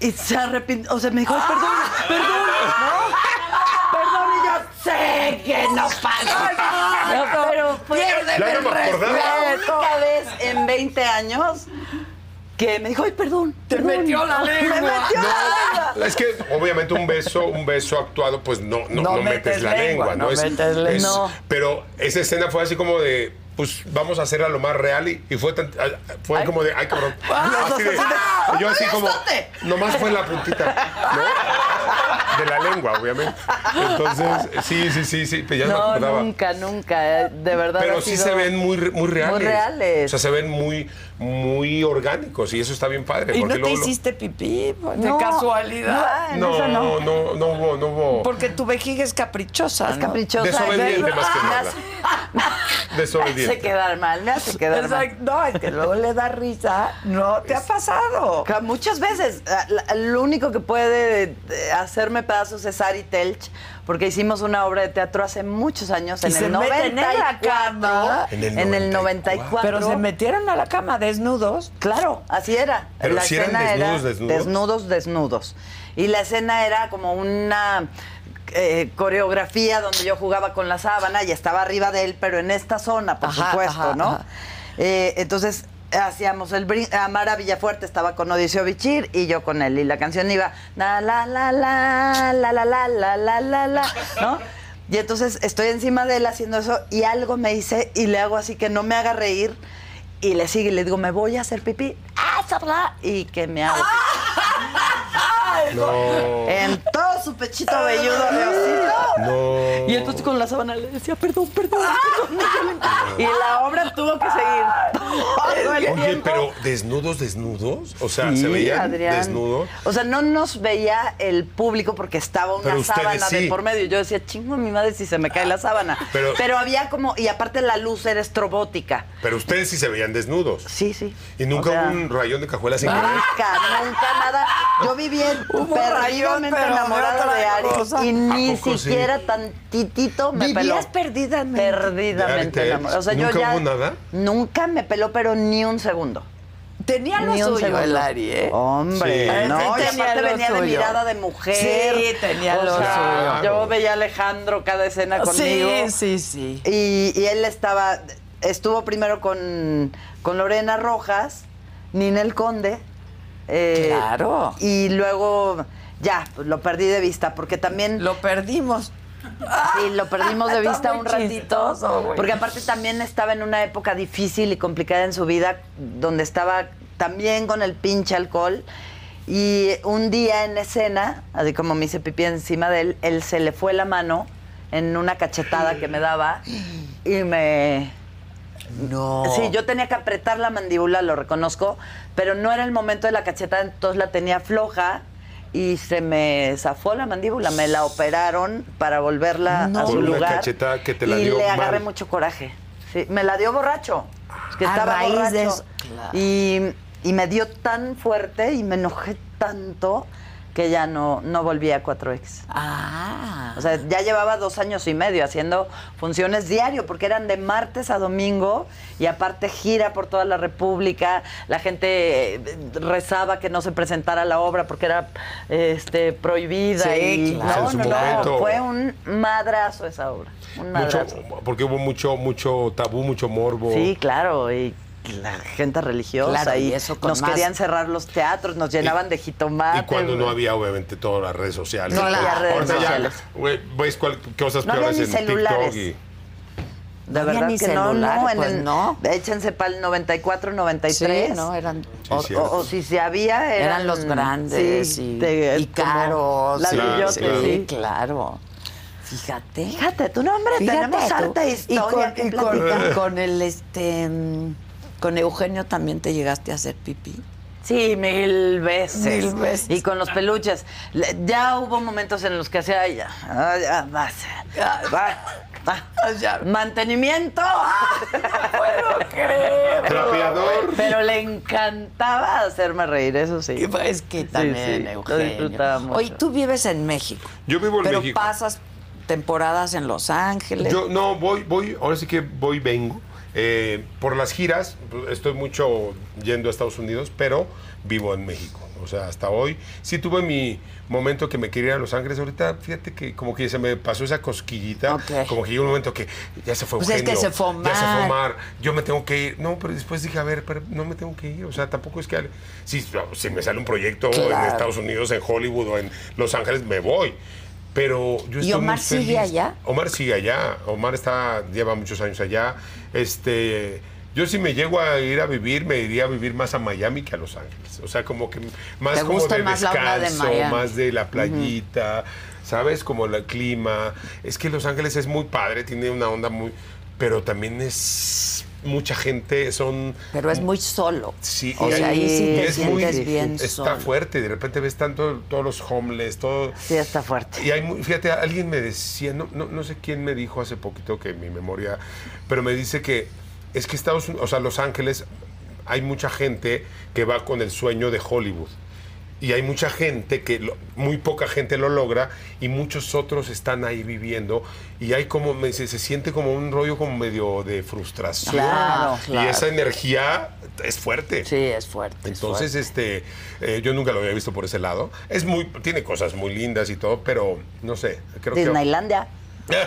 y se arrepintió. O sea, me dijo, "Ay, perdón, Ah. perdón. Perdón, y yo sé que no pasa. No, pero La piérdeme el no me respeto. acordaba. La única vez en 20 años que me dijo, ay, perdón. Te perdón". metió la lengua. Me metió la lengua. Es que obviamente un beso, un beso actuado, pues no, no, No no metes metes la lengua, lengua, ¿no? no Es- metes lengua. es- No. Pero esa escena fue así como de, pues vamos a hacerla lo más real y, y fue tan- ah, fue como de, ay cabrón. así de- y yo así como, nomás fue la puntita, ¿no? De la lengua, obviamente. Entonces, sí, sí, sí, sí, pues ya no, me No, acordaba. nunca, nunca. eh, De verdad. Pero ha sí sido- se ven muy, re- muy reales. reales. O sea, se ven muy, muy orgánicos y eso está bien padre. ¿Y no porque te luego lo- hiciste pipí Pues, de No, casualidad? no, en No, esa no, no, no hubo, no hubo. Porque tu vejiga es caprichosa. Es ¿no? caprichosa. Desobediente es- más que me nada. hace- Me ¿eh? hace Desobediente. quedar mal, me hace quedar mal. Exacto. No, es que luego le da risa. No, te ha pasado. Ca- Muchas veces, a- la- lo único que puede eh, hacerme pedazos es Ari Telch, porque hicimos una obra de teatro hace muchos años, Y en se el meten en 94. la cama. En el 94. Pero se metieron a la cama desnudos. Claro, así era. Pero la si eran escena desnudos, era desnudos. desnudos, desnudos. Y la escena era como una eh, coreografía donde yo jugaba con la sábana y estaba arriba de él, pero en esta zona, por Ajá, supuesto, ajá, ¿no? ajá. Eh, entonces hacíamos el brinco. Amara Villafuerte estaba con Odiseo Bichir y yo con él. Y la canción iba la la la la la la la la la la la, ¿no? Y entonces estoy encima de él haciendo eso y algo me dice y le hago así que no me haga reír y le sigue y le digo, me voy a hacer pipí. ¡Ah, sabrá! Y que me hago pipí. No. En todo su pechito velludo de osito. No. Y entonces con la sábana le decía, perdón, perdón, perdón. Y la obra tuvo que seguir. todo el Oye, tiempo. pero desnudos, desnudos. O sea, se Sí, veían Adrián. desnudos. O sea, no nos veía el público porque estaba Pero una ustedes sábana de sí. por medio. Yo decía, chingo a mi madre si se me cae la sábana. Pero, Pero- había como, y aparte la luz era estrobótica. Pero ustedes sí se veían desnudos. Sí, sí. Y nunca O sea, Ah, hubo un rayón de cajuela sin querer. Nunca, nunca nada. Yo viví Hubo rayón, perdidamente pero de enamorada otra de Ari cosa. y ¿A ni poco sí? siquiera tantitito me Vivías peló. perdidamente. ¿De Perdidamente Ari enamorada. O sea, yo ¿Nunca ya hubo nada? nunca me peló, pero ni un segundo. Tenía lo Ni un suyo segundo. Oh, el Ari, ¿eh? Hombre, Sí. no, Sí, y tenía aparte lo venía de suyo. mirada de mujer. Sí, tenía lo suyo. Yo veía a Alejandro cada escena conmigo. Sí, sí, sí. Y, y él estaba, estuvo primero con, con Lorena Rojas, Ninel Conde. eh, Claro. Y luego ya, pues, lo perdí de vista, porque también Lo perdimos. sí, lo perdimos de Está vista muy un ratito. chistoso, güey. porque aparte también estaba en una época difícil y complicada en su vida, donde estaba también con el pinche alcohol. Y un día en escena, así como me hice pipí encima de él, él se le fue la mano en una cachetada que me daba y me No. Sí, yo tenía que apretar la mandíbula, lo reconozco, pero no era el momento de la cachetada, entonces la tenía floja y se me zafó la mandíbula, me la operaron para volverla a No. su Por una lugar. cachetada que te la y dio le agarré mal. mucho coraje. Sí, me la dio borracho. es Que Ah, A estaba raíz borracho. de eso, claro. Y, y me dio tan fuerte y me enojé tanto que ya no, no volví a 4X. Ah. O sea, ya llevaba dos años y medio haciendo funciones diario, porque eran de martes a domingo y aparte gira por toda la República. La gente eh, rezaba que no se presentara la obra porque era este, prohibida. Sí, y, claro. No, En su no, no, momento. Fue un madrazo esa obra. Un Mucho, madrazo. porque hubo mucho, mucho tabú, mucho morbo. Sí, claro. Y la gente religiosa. Claro, y y eso con nos más- querían cerrar los teatros, nos llenaban de jitomate. Y cuando no había, obviamente, todas las redes sociales. No, Pero las redes ahorita ya, sociales. güey, ves cual- cosas No había peores ni en celulares. TikTok y... De No había verdad ni que celular, no, no, en pues, el- no. Échense para el 94, Sí, 93. no, eran O, Sí, cierto. o- o si se había, eran, Eran, los grandes sí, y, de- y como caros. Las sí, Ah, billotes, sí, claro. sí, sí. claro. Fíjate. Fíjate, tu nombre, Fíjate tenemos tú. harta historia. Y con, y que con- platicar. y con el este mm, con Eugenio también te llegaste a hacer pipí. Sí, mil veces. Mil veces. Y con los peluches. Le- Ya hubo momentos en los que hacía ay, ya, ay, ya, basta, ya, basta, Ya. Mantenimiento. puedo creer. Trapeador. Pero le encantaba hacerme reír, eso sí. Es que también, sí, lo disfrutaba Eugenio. mucho. Oye, tú vives en México. Yo vivo en pero México. pasas temporadas en Los Ángeles. Yo no, voy, voy, ahora sí que voy, vengo. Eh, por las giras, pues, estoy mucho yendo a Estados Unidos, pero vivo en México. O sea, hasta hoy sí tuve mi momento que me quería ir a Los Ángeles. Ahorita, fíjate que como que se me pasó esa cosquillita. Ok. Como que llegó un momento que ya se fue Pues es Eugenio, que se fue Omar. Ya se fue Omar, Yo me tengo que ir. No, pero después dije, a ver, pero no me tengo que ir. O sea, tampoco es que... Si, si me sale un proyecto en Claro. Estados Unidos, en Hollywood o en Los Ángeles, me voy. Pero yo ¿Y estoy Omar muy sigue feliz. allá? Omar sigue allá, Omar está, lleva muchos años allá. Este, yo si me llego a ir a vivir, me iría a vivir más a Miami que a Los Ángeles. O sea, como que más ¿Te como gusta de más la onda de descanso, Miami? más de la playita, ¿sabes? Como el clima. Es que Los Ángeles es muy padre, tiene una onda muy. Pero también es mucha gente, son. Pero es muy solo. Mm. Sí, o y sea, ahí sí te es sientes muy- bien Está solo. fuerte, de repente ves tanto todos los homeless, todo. Sí, está fuerte. Y hay muy- fíjate, alguien me decía, no, no, no sé quién me dijo hace poquito que mi memoria, pero me dice que es que Estados Unidos, o sea, Los Ángeles, hay mucha gente que va con el sueño de Hollywood. Y hay mucha gente que, lo- muy poca gente lo logra y muchos otros están ahí viviendo. Y hay como, me dice, se siente como un rollo como medio de frustración. Claro, Y claro. esa energía es fuerte. Sí, es fuerte. es Entonces, este, eh, yo nunca lo había visto por ese lado. Es muy, tiene cosas muy lindas y todo, pero no sé, creo que. Disneylandia. Pues,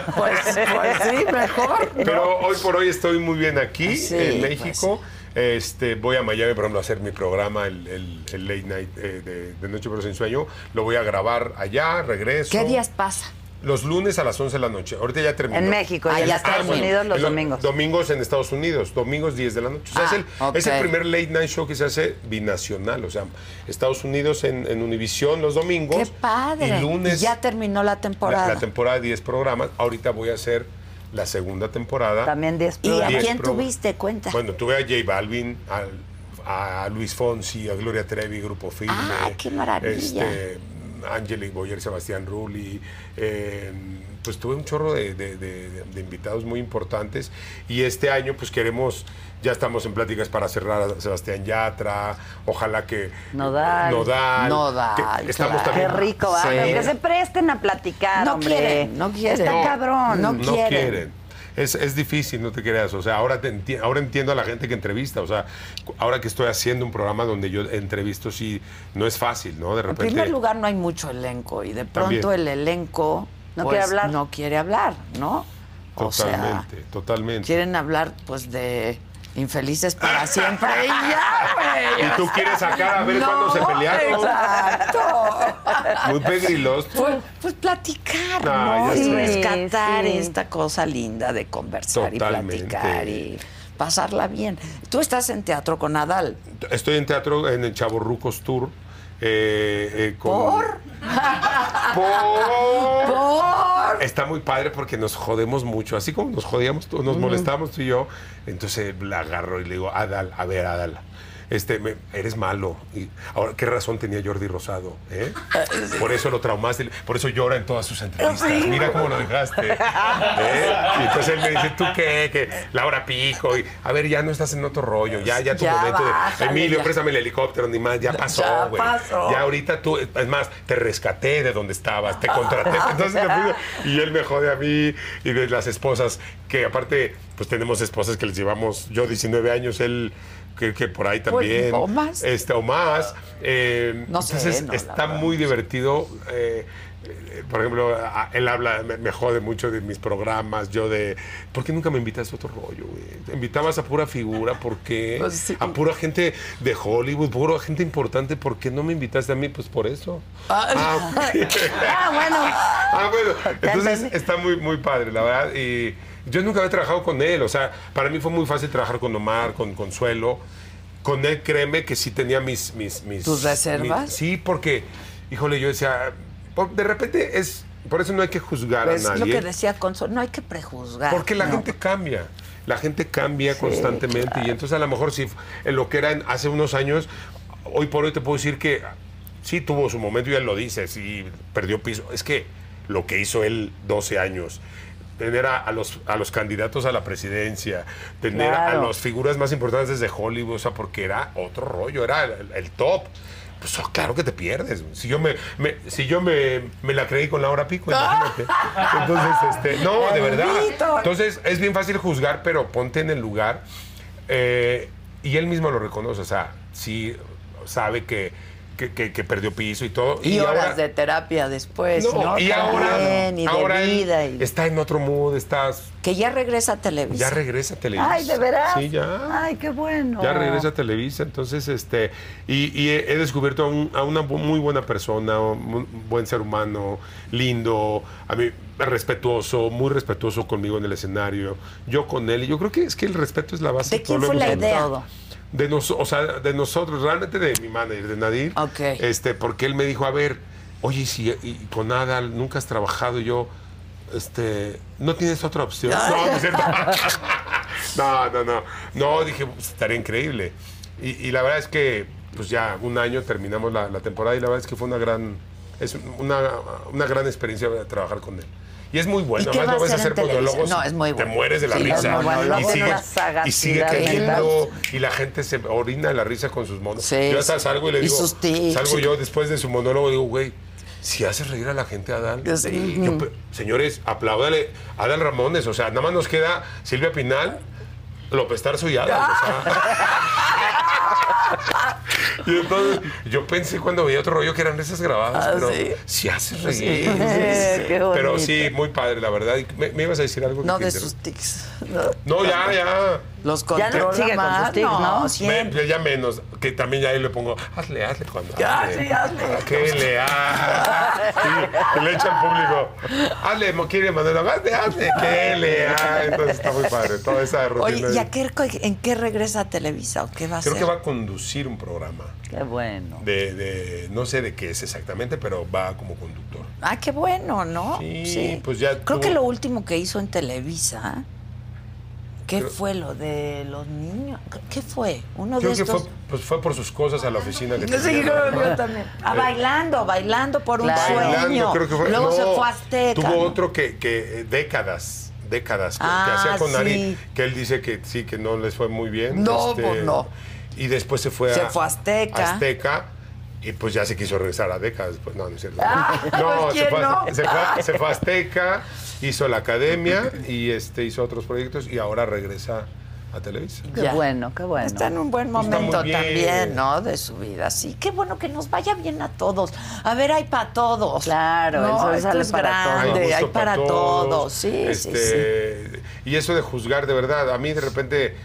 pues sí, mejor. Pero hoy por hoy estoy muy bien aquí Ah, Sí, Pues en México. Este, voy a Miami, por ejemplo, a hacer mi programa, el, el- el late night eh, de, de Noche pero sin sueño. Lo voy a grabar allá, regreso. ¿Qué días pasa? Los lunes a las 11 de la noche. Ahorita ya terminó. En México, Ah, y en ya Estados está. Unidos los En lo- domingos. Domingos en Estados Unidos, domingos 10 de la noche. O sea, Ah, es, el, es el ok. primer late night show que se hace binacional. O sea, Estados Unidos en, en Univisión los domingos. ¡Qué padre! Y lunes. ya terminó la temporada. La, la temporada 10 programas. Ahorita voy a hacer la segunda temporada. También 10 ¿Y a Diez quién programas. tuviste cuenta? Bueno, tuve a J Balvin, al- a Luis Fonsi, a Gloria Trevi, Grupo Firme. Ah, qué maravilla. Este, Angelique Boyer, Sebastián Rulli. eh, pues tuve un chorro de, de- de- de invitados muy importantes. Y este año, pues queremos. Ya estamos en pláticas para cerrar a Sebastián Yatra. Ojalá que. Nodal. Nodal. Nodal, que estamos claro. Qué también- rico, ¿va? Sí. Que se presten a platicar, No hombre. quieren, no quieren. Está No, cabrón. no no quieren. quieren. Es, es difícil, no te creas. O sea, ahora, te enti- ahora entiendo a la gente que entrevista. O sea, cu- ahora que estoy haciendo un programa donde yo entrevisto, sí, no es fácil, ¿no? De En repente. primer lugar, no hay mucho elenco y de También. pronto el elenco No pues, quiere hablar. No quiere hablar, ¿no? O sea, Totalmente, totalmente. quieren hablar pues de infelices para siempre y ya, güey. Y tú quieres sacar a ver cuándo se pelearon. Exacto. Muy pegrilos. Pues, pues platicar, Ah, ¿no? ya Y sé. rescatar Sí, sí. esta cosa linda de conversar y Totalmente. platicar y pasarla bien. Tú estás en teatro con Adal. Estoy en teatro en el Chavorrucos Tour. eh, eh, con- ¿Por? Por. ¡Por! Está muy padre porque nos jodemos mucho, así como nos jodíamos, tú- nos molestábamos tú y yo. Entonces eh, la agarro y le digo, Adal, a ver, Adal, este, me- eres malo. Y ahora, ¿qué razón tenía Jordi Rosado? eh? Por eso lo traumaste, por eso llora en todas sus entrevistas. Mira cómo lo dejaste. ¿eh? Y entonces él me dice, ¿tú qué? Que Laura Pico. Y, a ver, ya no estás en otro rollo, ya, ya tu Ya momento de, bájale, Emilio, Ah, ya". préstame el helicóptero, ni más, ya pasó, Ya güey. pasó. Ya ahorita tú, es más, te rescaté de donde estabas, te contraté. Ah, Entonces me fui, y él me jode a mí y de las esposas, que aparte, pues tenemos esposas que les llevamos, yo 19 años, él que, que por ahí también. Pues, o más. Este, o más. Eh, No sé, entonces no, la está verdad, muy divertido. eh, eh, por ejemplo, a- él habla, me, me jode mucho de mis programas, yo de, ¿por qué nunca me invitas a otro rollo? güey? Te invitabas a pura figura, ¿por qué? Pues sí. A pura gente de Hollywood, pura gente importante, ¿por qué no me invitaste a mí? Pues por eso. Ah, ok. Ah, bueno. Ah, bueno. Entonces entendí. está muy, muy padre, la verdad. Y yo nunca había trabajado con él. O sea, para mí fue muy fácil trabajar con Omar, con Consuelo. Con él, créeme que sí tenía mis. mis, mis ¿Tus reservas? mis- sí, porque, híjole, yo decía. por- de repente es. Por eso no hay que juzgar Pues a lo nadie. que decía Consuelo, no hay que prejuzgar. Porque la No. gente cambia. La gente cambia constantemente. Y entonces a lo mejor si f- en lo que era en- hace unos años. hoy por hoy te puedo decir que sí tuvo su momento, ya lo dices, y perdió piso. Es que lo que hizo él 12 años, tener a, a los, a los candidatos a la presidencia, tener a, Claro. las figuras más importantes de Hollywood, o sea, porque era otro rollo, era el, el top. Pues oh, claro que te pierdes. Si yo me, me- si yo me, me la creí con Laura Pico, imagínate. Entonces, este, no, de verdad. Víctor. Entonces, es bien fácil juzgar, pero ponte en el lugar. eh, y él mismo lo reconoce, o sea, sí sabe que, que, que- que perdió piso y todo. Y, horas ahora- de terapia después. no, ¿no? y ahora, También, y de ahora él vida. y- está en otro mood, estás, Que ya regresa a ya Televisa. regresa a Televisa. Ay, ¿de veras? Sí, ya. Ay, qué bueno. Ya regresa a Televisa, entonces, este, y, y he, he descubierto a, un- a una bu- muy buena persona, un un buen ser humano, lindo, a mí, respetuoso, muy respetuoso conmigo en el escenario, yo con él, y yo creo que es que el respeto es la base ¿De todo quién lo fue la hemos idea? hablado. De, nos, o sea, de nosotros, realmente de mi manager, de Nadir. Ok. Este, porque él me dijo, a ver, oye, y si y con Adal nunca has trabajado Y yo, este, ¿no tienes otra opción? No, no es cierto. no, no, no. No, dije, pues, estaría increíble. Y, y la verdad es que, pues ya un año terminamos la, la temporada y la verdad es que fue una gran, es una, una gran experiencia trabajar con él. Y es muy bueno, ¿Y qué además va no a ves a hacer hacer en Televisa? monólogos. No, es muy Te bueno. mueres de la Sí, los risa. y monólogos, una sigue, y sigue sagacidad creyendo, mental. y la gente se orina de la risa con sus monos. Sí. yo hasta salgo y le Y digo, sus tics. salgo yo después de su monólogo y digo, güey, si hace reír a la gente Adal. Sí. Yo, pe- señores, apláudale a Adal Ramones, o sea, nada más nos queda Silvia Pinal, López Tarso y Adal. o sea. Y entonces, yo pensé cuando veía otro rollo que eran risas grabadas, Ah, pero sí. si hace reír. Eh, qué Pero bonito. sí, muy padre, la verdad. Y ¿Me, me ibas a decir algo? que No te de interrump- sus tics. No, No, ya, ya. los Ya no controla sigue con sus más, tics, no, ¿no? Me- siempre. ya- ya menos, que también ya ahí le pongo, hazle, hazle cuando. Ya, sí, hazle. ¿Para qué le hagas? Sí, le echa al público. Hazle, mo- quiere Manuel, hazle, hazle, que le hagas. Entonces está muy padre, toda esa rutina. Oye, ¿y a qué- en qué regresa a Televisa o qué va a Creo hacer? que va a conducir un programa Qué bueno. de, de- no sé de qué es exactamente, pero va como conductor. Ah, qué bueno, ¿no? Sí, pues ya Creo tuvo- que lo último que hizo en Televisa, ¿qué fue lo de los niños? ¿Qué fue? Uno Creo de que fue, estos. pues fue por sus cosas a la oficina que tenía. Sí, nada más. yo también. Ah, Eh, bailando, bailando por un Claro. sueño. Bailando, creo que fue. Luego no, se fue a Azteca. Tuvo ¿no? otro que, que, eh, décadas, décadas, que- Ah, que hacía con sí. Ari, que él dice que sí, que no les fue muy bien. este, No, pues no. Y después se fue Se a. fue a Azteca. Azteca, Y pues ya se quiso regresar a décadas después. No, no es cierto. pues, se, ¿quién fue, a- no? se fue a- se fue a Azteca, hizo la academia y este hizo otros proyectos y ahora regresa a Televisa. Qué Ya. bueno, qué bueno. Está en un buen Pues Está muy momento bien. también, ¿no? De su vida. Sí, qué bueno que nos vaya bien a todos. A ver, hay para todos. Claro, el No, sol esto sale es para todos. grande, gusto Hay para, todos. Sí, sí, sí. Este, Y eso de juzgar, de verdad, a mí de repente, eh,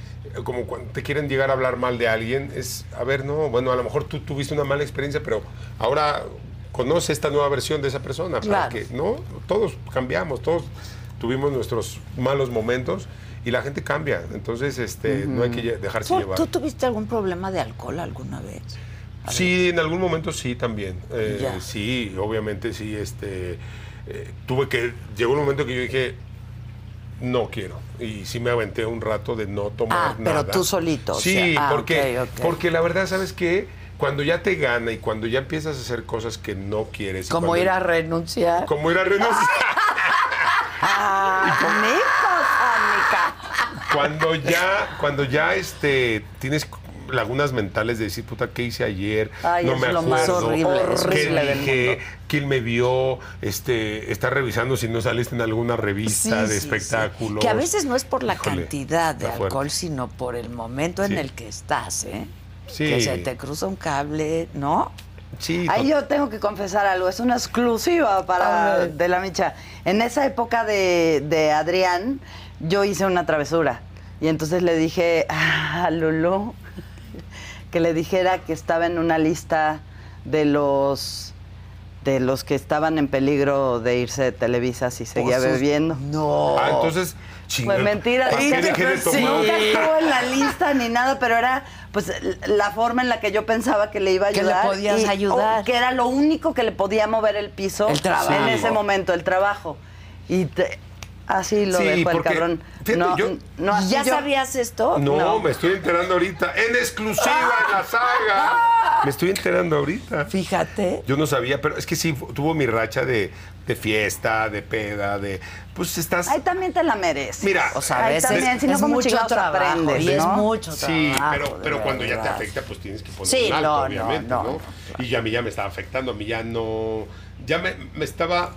como cuando te quieren llegar a hablar mal de alguien, es, a ver, no, bueno, a lo mejor tú tuviste una mala experiencia, pero ahora conoce esta nueva versión de esa persona. Para Claro. que, no, todos cambiamos, todos tuvimos nuestros malos momentos y la gente cambia. Entonces, este, no hay que lle- dejarse ¿Tú, llevar. tú tuviste algún problema de alcohol alguna vez? Sí, en algún momento sí también. Eh, Ya. sí, obviamente sí. Este, eh, tuve que llegó un momento que yo dije no quiero y sí me aventé un rato de no tomar Ah, pero nada. tú solito, o Sí, sea, ah, porque ok, ok. porque la verdad sabes que cuando ya te gana y cuando ya empiezas a hacer cosas que no quieres, y Como cuando- ir a renunciar. como ir a renunciar. Ah, cuando ya, cuando ya este, tienes lagunas mentales de decir, puta, ¿qué hice ayer? Ay, no es me lo más acuerdo. horrible, ¿Qué horrible del dije? mundo. ¿Quién me vio? Este, está revisando si no saliste en alguna revista de espectáculo. Que a veces no es por la Híjole, cantidad de está fuerte. alcohol, sino por el momento en Sí. el que estás, ¿eh? Sí. Que se te cruza un cable, ¿no? Sí, Ahí to- yo tengo que confesar algo, es una exclusiva A para ver. de la micha. En esa época de, de Adrián, yo hice una travesura. Y entonces le dije a Lulú que le dijera que estaba en una lista de los de los que estaban en peligro de irse de Televisa si seguía Por sus- bebiendo. No. Ah, entonces, Pues chingada, mentira, ¿para nunca Ah, qué dejé de estuvo- tomar? nunca estuvo en la lista ni nada, pero era pues l- la forma en la que yo pensaba que le iba a Que le ayudar. podías ayudar. o que era lo único que le podía mover el piso El trabajo. en ese momento, el trabajo. Y te- Así lo Sí, dejó porque- el cabrón. fíjate, no, yo- no, así ¿Ya yo- sabías esto? No, No. me estoy enterando ahorita. En exclusiva en la saga. Me estoy enterando ahorita. Fíjate. Yo no sabía, pero es que sí, fu- tuvo mi racha de, de fiesta, de peda, de... Pues estás... Ahí también te la mereces. Mira, O sea, a Ahí veces también, si no, es ¿cómo mucho chingados trabajo aprendes, y es no? mucho Sí, trabajo. pero, pues, de pero cuando ya te verdad. afecta, pues tienes que poner Sí, un alto, no, no, obviamente, no, ¿no? no, Y ya a mí ya me estaba afectando, a mí ya no... Ya me, me estaba...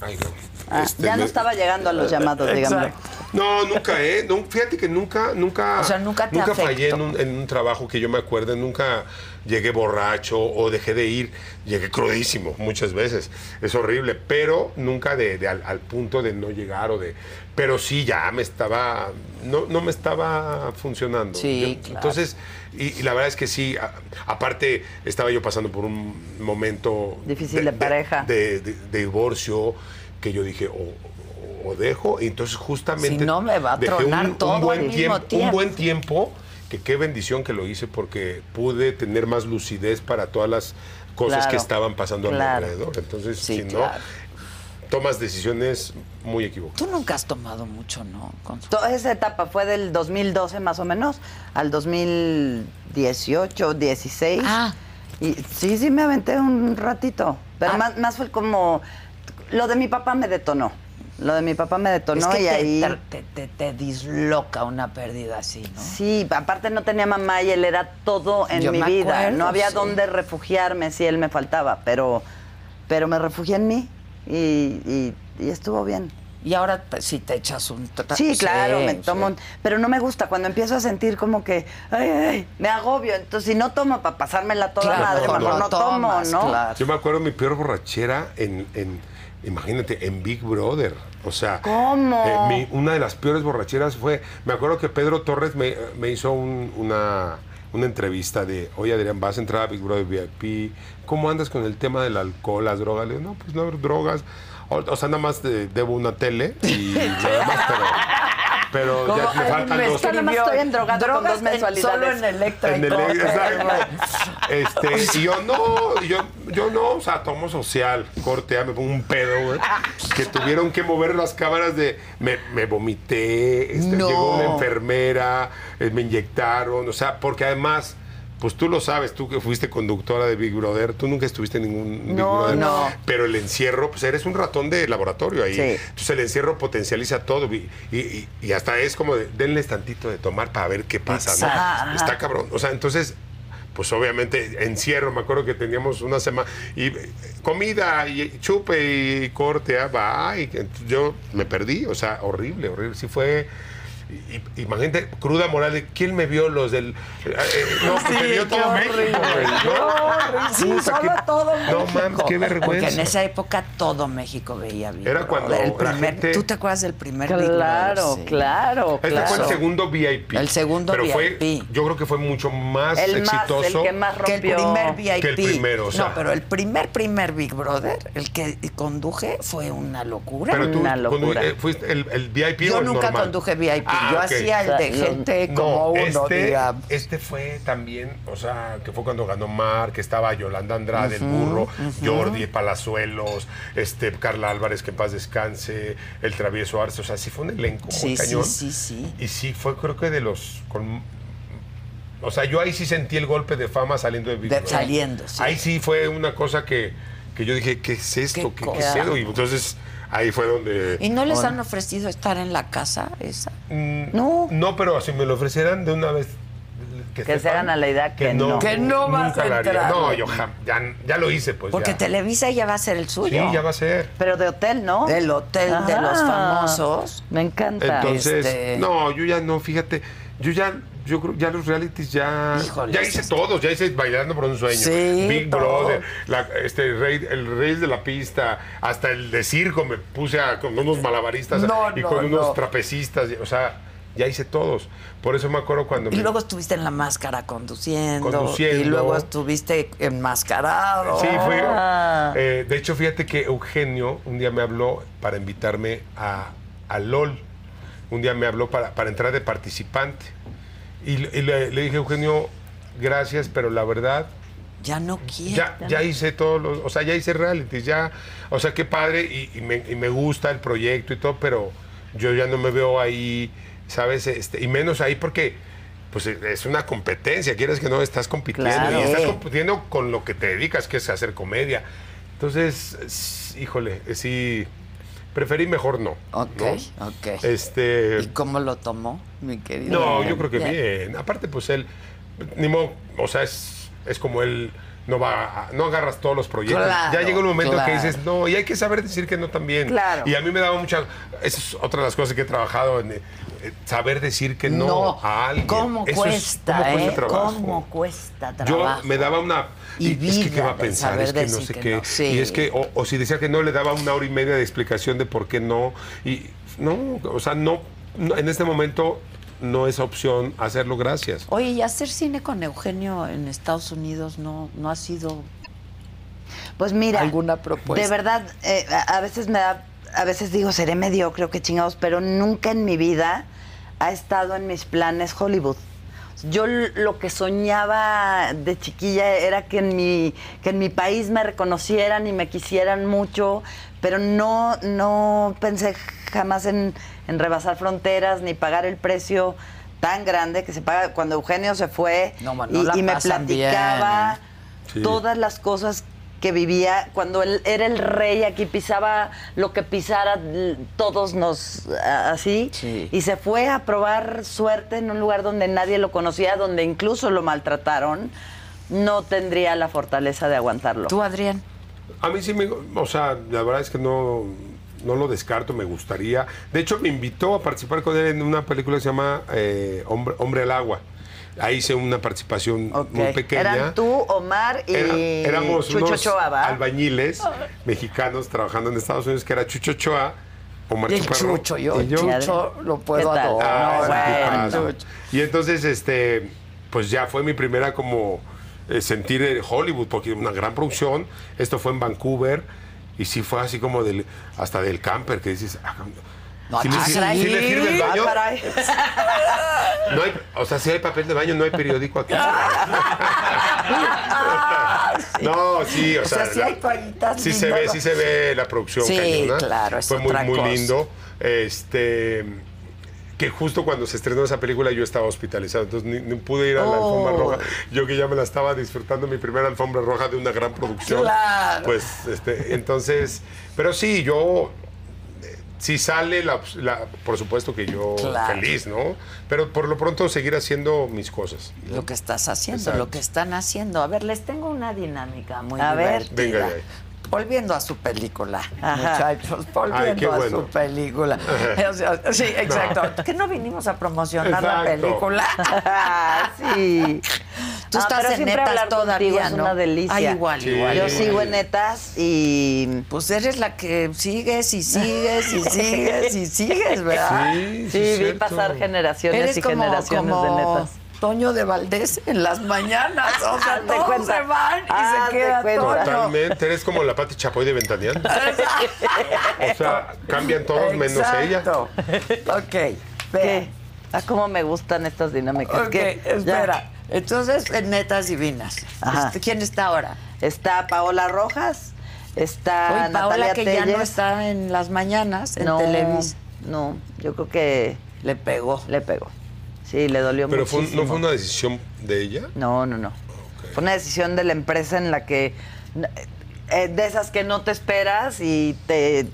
Ay, no. Ah, Este, ya no me- estaba llegando a los llamados, digamos. Exacto. No, nunca, ¿eh? No, fíjate que nunca, nunca. O sea, nunca te afectó. fallé en un, en un trabajo que yo me acuerde, nunca llegué borracho o dejé de ir. Llegué crudísimo muchas veces. Es horrible, pero nunca de, de al, al punto de no llegar o de. Pero sí, ya me estaba. No, no me estaba funcionando. Sí, Yo- claro. Entonces, y, y la verdad es que sí. a- aparte, estaba yo pasando por un momento. Difícil de pareja. De, de- de divorcio, que yo dije, o, o- o dejo. Y entonces, justamente. Si no, me va a Dejé un- tronar un todo buen al mismo tiempo, tiempo. Un buen tiempo, que qué bendición que lo hice porque pude tener más lucidez para todas las cosas Claro, que estaban pasando a claro. mi alrededor. Entonces, Sí, si no, claro. tomas decisiones muy equivocadas. Tú nunca has tomado mucho, ¿no? Consuelo? Toda esa etapa fue del 2012 más o menos al 2018, 16. Ah. Y sí, sí me aventé un ratito, pero Ah. más, más fue como lo de mi papá me detonó. Lo de mi papá me detonó es que y te, ahí te- te- te disloca una pérdida así, ¿no? Sí, aparte no tenía mamá y él era todo en Yo mi me vida. acuerdo, no había sí. dónde refugiarme si él me faltaba, pero pero me refugié en mí y, y- y estuvo bien. Y ahora pues, si te echas un... tra- Sí, claro, me sí. tomo, un- pero no me gusta cuando empiezo a sentir como que, ay, ay, me agobio. Entonces, si no tomo para pasármela toda Claro, madre, mejor mejor no no, tomo, tomas, ¿no? claro. Yo me acuerdo mi peor borrachera en, en- imagínate, en Big Brother. O sea, ¿Cómo? eh, mi- una de las peores borracheras fue, me acuerdo que Pedro Torres me, me hizo un- una, una entrevista de, oye Adrián, vas a entrar a Big Brother VIP, ¿cómo andas con el tema del alcohol, las drogas? Le digo, no, pues no, drogas. O, o sea, nada más de- debo una tele y nada más, pero, pero ya Como, me ay, faltan me dos. Yo escribió, nada más estoy en drogado con drogas dos en- mensualidades. Solo en Electra. y En el- e-, Coca. exacto. Este, y yo no, y yo, yo no, o sea, tomo social, corte, ah, me pongo un pedo, güey. Que tuvieron que mover las cámaras de. Me, me vomité, este, No. llegó una enfermera, eh, me inyectaron, o sea, porque además. Pues tú lo sabes, tú que fuiste conductora de Big Brother, tú nunca estuviste en ningún Big No, Brother. no. Pero el encierro, pues eres un ratón de laboratorio ahí. Sí. Entonces el encierro potencializa todo y, y- y- y hasta es como de, denles tantito de tomar para ver qué pasa, Ah, ¿no? pues, Exacto. Está cabrón. O sea, entonces, pues obviamente encierro, me acuerdo que teníamos una semana y eh, comida y chupe y corte, ah, va, y que- yo me perdí, o sea, horrible, horrible. Sí fue y- y- Imagínate, cruda moral, de, ¿quién me vio los del.? eh, eh, no, pues me vio todo México, güey, ¿no? Sí, Puta, solo qué- todo No México. mames, qué vergüenza. Este Porque en esa época todo México veía bien. Era cuando El la primer- gente- ¿Tú te acuerdas del primer Big Brother? Claro, Sí. claro, Este claro. fue el segundo VIP. El segundo pero Fue, VIP. yo creo que fue mucho más El más, exitoso. el que más Que el rompió. primer VIP. Que el primero, o sea. No, pero el primer, primer Big Brother, el que conduje, fue una locura. Pero tú Una cuando, locura. eh, fuiste el, el VIP o Yo el nunca normal? conduje VIP. Ah, Yo ok. hacía el de O sea, gente No, como uno, este, digamos. este fue también, o sea, que fue cuando ganó Mar, que estaba Yolanda Andrade, el burro, Jordi Palazuelos, este, Carla Álvarez, que en paz descanse, el travieso Arce, o sea, sí fue un elenco Sí, muy sí, cañón. sí, sí. Y sí, fue creo que de los... con- o sea, yo ahí sí sentí el golpe de fama saliendo de Big De- Brother. saliendo, sí. Ahí sí fue una cosa que, que yo dije, ¿qué es esto? Qué ¿Qué, qué es cosa. esto? Y entonces ahí fue donde... ¿Y no les han ofrecido estar en la casa esa? No. mm, No, pero si me lo ofrecieran de una vez. Que se hagan a la idea que no. Que no vas nunca a la haría. entrar. No, yo jam- ya, ya lo hice, pues. Porque ya. Televisa ya va a ser el Sí, suyo. ya va a ser. Pero de hotel, ¿no? Del hotel de los Ah, famosos. Me encanta. Entonces, este- no, yo ya no, fíjate. Yo ya, yo creo, ya los realities ya. Híjole, ya hice es- todos, ya hice Bailando por un Sueño. Sí, Big todo. Brother, la- este, el rey, el rey de la pista, hasta el de circo me puse a- con unos malabaristas No, y no, con unos no. trapecistas. y- O sea, ya hice todos. Por eso me acuerdo cuando. Y me- luego estuviste en la máscara conduciendo. Conduciendo. Y luego estuviste enmascarado. Sí, fue. Ah. eh, de hecho, fíjate que Eugenio un día me habló para invitarme a, a LOL. Un día me habló para, para entrar de participante. Y, le- y le, le dije, Eugenio, gracias, pero la verdad, Ya no quiero. Ya, ya hice todos los, o sea, ya hice realities, ya, o sea, qué padre y, y me, y me gusta el proyecto y todo, pero yo ya no me veo ahí, ¿sabes? Este, y menos ahí porque pues es una competencia, quieres que no, estás compitiendo Claro. y estás compitiendo con lo que te dedicas, que es hacer comedia. Entonces, s- híjole, eh, sí, preferí mejor no. Ok, ¿no? ok. Este, ¿Y cómo lo tomó, mi querido? no, Adrián? yo creo que Ya. bien. Aparte, pues él, ni modo, o sea, es, es como él, no va, a- no agarras todos los proyectos. Claro, ya llega un momento claro. que dices, no, y hay que saber decir que no también. Claro. Y a mí me daba mucha, esa es otra de las cosas que he trabajado, en, eh, saber decir que no, a alguien. ¿Cómo Eso es- cuesta, ¿cómo cuesta eh? trabajo? ¿Cómo cuesta Yo trabajo? me daba una. Y es que qué vida va a de pensar, saber es que no decir sé que qué. no. Sí. Y es que, o, o si decía que no, le daba una hora y media de explicación de por qué no. Y no, o sea, no, no, en este momento no es opción hacerlo, gracias. Oye, y hacer cine con Eugenio en Estados Unidos no, no ha sido. Pues mira, ¿Alguna pues. propuesta? De verdad, eh, a a veces me da, a veces digo, seré mediocre o qué chingados, pero nunca en mi vida ha estado en mis planes Hollywood. Yo l- lo que soñaba de chiquilla era que en mi que en mi país me reconocieran y me quisieran mucho, pero no no pensé jamás en, en rebasar fronteras ni pagar el precio tan grande que se paga cuando Eugenio se fue No, ma, no la y, y me pasan bien, platicaba ¿eh? Sí. todas las cosas que vivía cuando él era el rey aquí pisaba lo que pisara l- todos nos a- así Sí. y se fue a probar suerte en un lugar donde nadie lo conocía donde incluso lo maltrataron no tendría la fortaleza de aguantarlo Tú, Adrián. A mí sí me. O sea, la verdad es que no. No lo descarto, me gustaría. De hecho, me invitó a participar con él en una película que se llama eh, Hombre, Hombre al Agua. Ahí hice una participación Ok. muy pequeña. eran tú Omar y Era- éramos Chucho unos Ochoa, Eh, ¿va? albañiles mexicanos trabajando en Estados Unidos, que era Chucho Ochoa, Omar Y el Chaparro Chucho, yo, y Chucho lo puedo ¿Qué tal? Ah, No, adorar. es un tipazo. Y entonces, este, pues ya fue mi primera como eh, sentir el Hollywood, porque una gran producción. Esto fue en Vancouver y sí fue así como del hasta del camper que dices. ah, cabrón. No, ¿Sí le ah, sir- caray. sí le sirve el Ah, baño? caray. No hay- o sea, si hay papel de baño, no hay periódico aquí. No, sí, o, Ah, O sea, sí la- hay toallitas Sí se lindas. ve, sí se ve la producción Sí, cañona. claro, es Fue muy, otra muy cosa. lindo. Este que justo cuando se estrenó esa película yo estaba hospitalizado, entonces ni, ni pude ir a la alfombra roja. Yo que ya me la estaba disfrutando mi primera alfombra roja de una gran producción. Claro. Pues este, entonces, pero sí, yo eh, si sale la, la- por supuesto que yo Claro. feliz, ¿no? Pero por lo pronto seguir haciendo mis cosas. Lo que estás haciendo, Exacto. lo que están haciendo. A ver, les tengo una dinámica muy A ver. divertida. Venga, ya. Volviendo a su película, Ajá. muchachos, volviendo Ay, qué a bueno. su película. O sea, sí, exacto. Que no vinimos a promocionar la Exacto. película. Ah, sí. Tú Ah, estás pero en siempre netas hablar contigo todavía, es ¿no? una delicia. Ay, igual, Sí. igual. Yo igual. sigo en netas y Pues eres la que sigues y sigues y sigues y sigues, ¿verdad? Sí, Sí, vi cierto. pasar generaciones Eres y como, generaciones como de netas. Toño de Valdés en las mañanas. O sea, Hazte todos cuenta. se van y se Hazte queda cuenta. Toño. Totalmente, eres como la Pati Chapoy de Ventaneando. O sea, cambian todos menos ella. Exacto. Ok, ¿Qué? ve. Ah, cómo me gustan estas dinámicas. Ok, ¿Qué? Ya. espera. Entonces, en Netas Divinas. Ajá. Este, ¿Quién está ahora? Ah, Está Paola Rojas, está Hoy Paola, Natalia que ya Telles. no está en las mañanas, en No, Televisa. No, yo creo que Le pegó. le pegó. Sí, le dolió Pero fue, muchísimo. no fue una decisión de ella. No, no, no. Fue una decisión de la empresa en la que. eh, de esas que no te esperas y te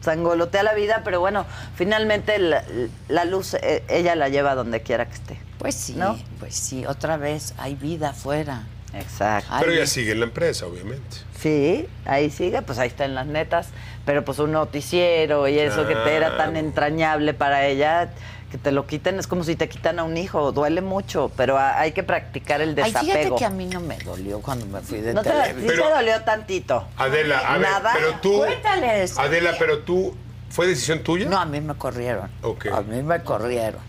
sangolotea la vida, pero bueno, finalmente la, la luz eh, ella la lleva donde quiera que esté. Pues sí, ¿No? pues sí. Otra vez, hay vida afuera. Exacto. Ay, Pero ella bien. sigue en la empresa, obviamente. Sí, ahí sigue, pues ahí está en las netas, pero pues un noticiero y eso que te era tan Claro. entrañable para ella, que te lo quiten es como si te quitan a un hijo, duele mucho, pero a- hay que practicar el Ay, desapego. fíjate que a mí no me dolió cuando me fui de no te, Televisa. sí Pero- te dolió tantito. Adela, a ver, Nada. pero tú. Cuéntales. Adela, pero tú. ¿Fue decisión tuya? No, a mí me corrieron. Ok. A mí me corrieron.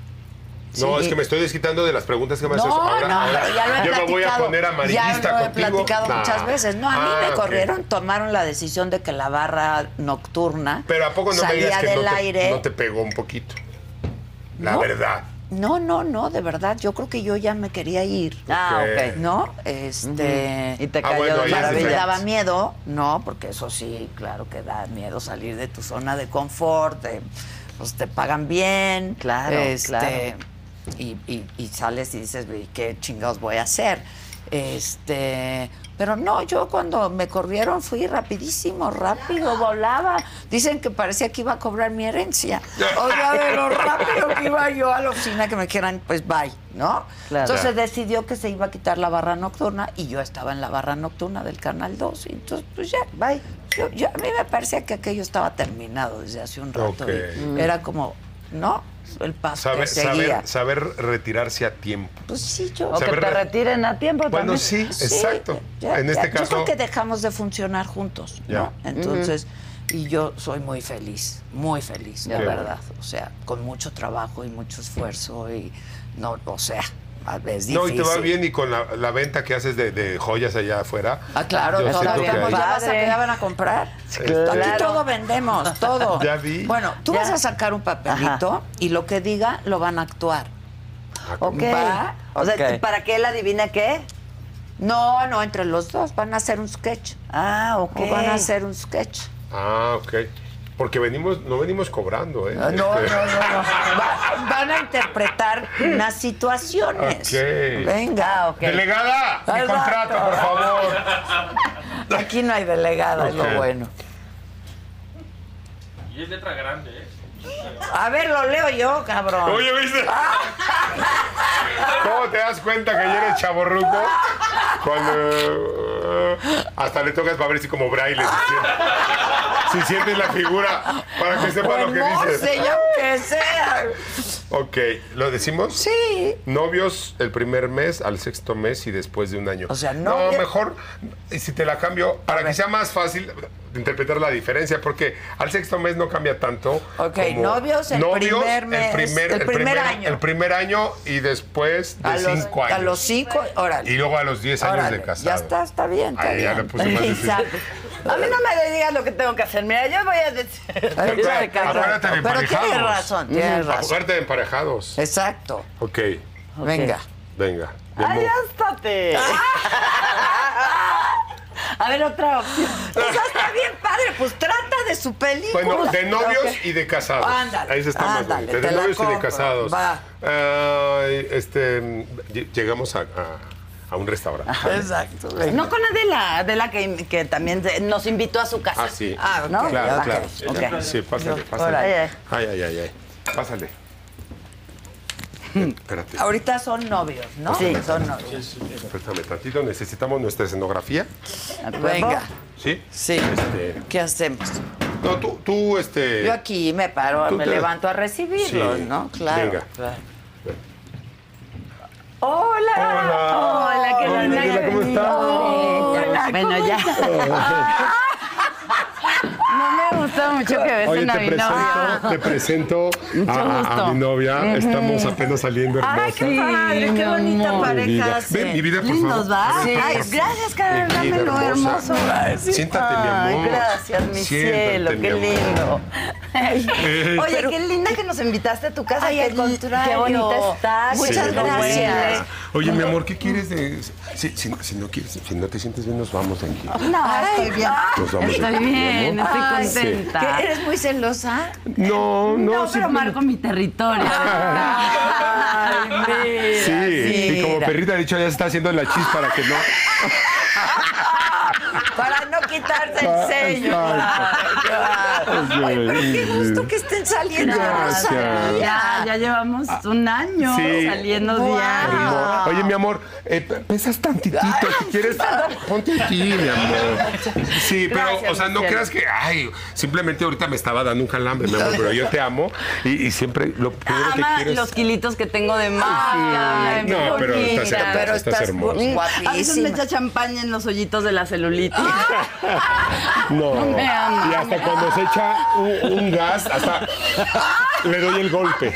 No, sí. es que me estoy desquitando de las preguntas que me No, haces ahora. no, ahora pero ya lo he yo me voy a platicado. poner amarillista Ya lo he contigo. platicado Nah. muchas veces. No, a mí Ah, me ok. corrieron, tomaron la decisión de que la barra nocturna Pero ¿a poco no me salía digas que del no te, aire. no te pegó un poquito? La No. verdad. No, no, no, de verdad, yo creo que yo ya me quería ir. Ah, ok. ¿No? Este. Y te Ah, cayó bueno, ahí de es pues, Claro, me maravilla. daba miedo, no, porque eso sí, claro que da miedo salir de tu zona de confort, de, pues te pagan bien, Claro, Este, claro. Este, Y, y- y sales y dices, "¿Y ¿qué chingados voy a hacer? Este, pero no, yo cuando me corrieron fui rapidísimo, rápido, volaba. Dicen que parecía que iba a cobrar mi herencia. O sea, de lo rápido que iba yo a la oficina que me dijeran, pues bye, ¿no? Claro. Entonces decidió que se iba a quitar la barra nocturna y yo estaba en la barra nocturna del Canal 2. Y entonces, pues ya, bye. Yo, yo- a mí me parecía que aquello estaba terminado desde hace un rato. Ok. y Era como, ¿no? El paso Saber, que seguía. saber, saber retirarse a tiempo. Pues sí, yo... O que saber te re- retiren a tiempo Bueno, también. sí, Sí, exacto. ya- en ya. este Yo creo caso, que dejamos de funcionar juntos, ¿no? Ya. Entonces, y yo soy muy feliz, muy feliz, Ya. de verdad. O sea, con mucho trabajo y mucho esfuerzo y, no, o sea, a veces no, y te va difícil. bien y con la, la venta que haces de, de joyas allá afuera. Ah, claro, yo siento todavía. que Pues ahí- ya vas a Padre. que ya van a comprar. claro. Aquí todo vendemos, todo. Ya vi. Bueno, tú Ya. vas a sacar un papelito y lo que diga lo van a actuar. Ah, Ok. Va, O sea, ok. ¿para qué él adivina qué? No, no, entre los dos van a hacer un sketch. Ah, ok. O van a hacer un sketch. Ah, ok. Porque venimos, no venimos cobrando, ¿eh? Ah, No, Ah, no, no, Este, no. Va- van a interpretar unas situaciones. Ok. Venga, ok. Delegada, mi Exacto. contrato, por favor. Aquí no hay delegada, es Ok. lo bueno. Y es letra grande, ¿eh? A ver, lo leo yo, cabrón. Oye, ¿viste? ¿Cómo te das cuenta que ya eres chaborruco? Cuando. eh, hasta le tocas para ver si como braille. Si sientes, si sientes la figura para que sepa lo que Morse, dices. yo que sea. Ok, ¿lo decimos? Sí. Novios el primer mes, al sexto mes y después de un año. O sea, No, novio- mejor, y si te la cambio, para que sea más fácil interpretar la diferencia, porque al sexto mes no cambia tanto. Ok, novios el primer El mes, primer, el primer año. El primer año y después de a los, cinco años. A los cinco, órale. Y luego a los diez años Órale, de casado. Ya está, está bien. Está Ahí bien. ya le puse más difícil. Exacto. A mí no me digas lo que tengo que hacer. Mira, yo voy a decir. Exacto. Acuérdate de Pero emparejados. tienes razón, tienes razón. Eh. Aparte de emparejados. Exacto. Ok, Venga. venga. ¡Ay, Memo. ástate! A ver, otra opción. Eso está bien padre, pues trata de su película. Bueno, de novios Ok. y de casados. Ándale, Ahí se está más ándale, bonito. De te la novios y de compro. casados. Va. Ay, este, ll- llegamos a, a- a un restaurante. Ah, Exacto. venga. No con Adela, Adela que, que también se- nos invitó a su casa. Ah, sí. Ah, ¿no? Claro, Ok, claro. ok. Sí, pásale, Órale. pásale. Ay, ay, ay, ay. Pásale. Mm. Espérate, Ahorita son novios, ¿no? Sí. son novios. espérame tantito. Necesitamos nuestra escenografía. Venga. ¿Sí? Sí. Este, ¿Qué hacemos? no, tú, tú, este... Yo aquí me paro, Tú me te- levanto a recibirlos, Sí. ¿no? Claro. Venga. claro. Hola. Hola, qué Hola, linda. Adela, ¿cómo estás? Hola, bueno, ya. No me ha gustado mucho que Oye, besen a te mi novio. presento, te presento a, a- a mi novia. Estamos apenas saliendo hermosos. Ay, qué padre, qué bonita pareja vida. hacen. Ven, mi vida, por Lindos, favor. ¿va? Ven, Ay, por gracias, Karen, Mi vida dame lo hermoso. hermosa. Siéntate, mi amor. Ay, gracias, mi Siéntate, cielo, mi qué amor. lindo. Oye, qué linda que nos invitaste a tu casa. Ay, qué, al contrario. qué bonita estás. Muchas qué no, gracias. buena. buena. Oye, mi amor, ¿qué quieres de.? Si, si- si no quieres, si no te sientes bien, nos vamos de aquí. No, estoy bien. Nos vamos de Estoy aquí, mi bien, amor. estoy Ay, contenta. ¿Qué, ¿Eres muy celosa? No, no, No, pero simplemente- marco mi territorio. Ay, mira, Sí, y como mira. perrita, de hecho, ya se está haciendo la chis para que no. Para no quitarse el sello. Exacto. Ay, pero qué gusto que estén saliendo de Gracias. Ya, Rosalía. ya llevamos un año Sí. saliendo Wow. diario. Hermo- Oye, mi amor, eh, pe- pesas tantitito. Si quieres, ponte aquí, mi amor. Sí, pero, Gracias, o sea, no Luciano. creas que, ay, simplemente ahorita me estaba dando un calambre, mi amor, pero yo te amo y, y siempre lo primero que Ama quiero es- los kilitos que tengo de más. Ay, No, mi pero bonita. estás hermosa, Pero estás estás hermosa. A veces me guapísima. echa champaña en los hoyitos de la celulitis. No, me ama. y hasta cuando se echa un, un gas, hasta le doy el golpe.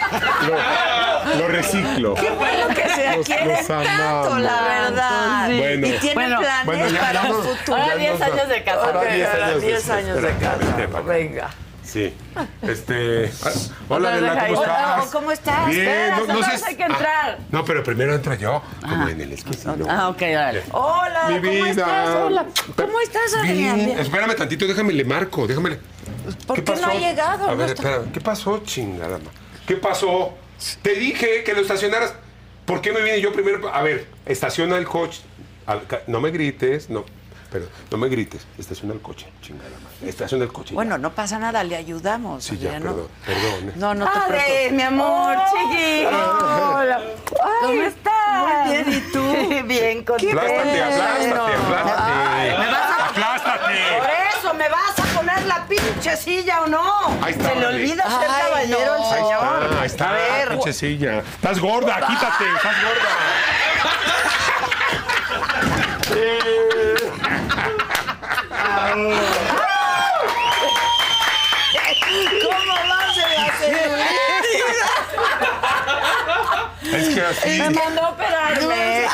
Lo, lo reciclo. Qué bueno que se Los- quieren los tanto, la amamos. verdad. Sí. Bueno. y tienen Bueno, planes Bueno, ya- ya para un nos- futuro. ya nos- de Ahora 10 años de- 10 años de espérate, casa. vente para acá. Venga. Sí. Este. ah, Hola, Adela, ¿cómo Hola, estás? ¿cómo estás? Bien, no, Espera, no entonces sé- hay que entrar. Ah, no, pero primero entro yo. Como en el esquisito. Ah, ok, dale. Hola, Mi ¿cómo vida. estás? Hola. Pe- ¿Cómo estás, Adrián? Bien. Espérame tantito, déjame le marco, déjame. le- Pues, ¿Por qué no ha llegado? A No ver, está- espera, ¿qué pasó, chingada? ma? ¿Qué pasó? Te dije que lo estacionaras. ¿Por qué me vine yo primero? A ver, estaciona el coche. A ver, ca- No me grites, no. Pero no me grites, estaciona el coche, chingada madre. Estaciona el coche. ya. Bueno, no pasa nada, le ayudamos. Sí, ya, Adriano. perdón, perdón. eh. No, no te Adre, preocupes. Oh, mi amor, chiqui. ¿Cómo estás? Muy bien, ¿y tú? bien, con Aplástate, aplástate, aplástate. Por ¡Aplástate! eso, ¿me vas a poner la pinche silla o no? Ahí está, Se le órale. olvida ser Ay, caballero no. el Ahí señor. está, Ah, ahí está, A ver, pinche silla. Estás gorda, quítate, estás gorda. ¿Cómo vas a hacer? Es que así, me mandó a operarme.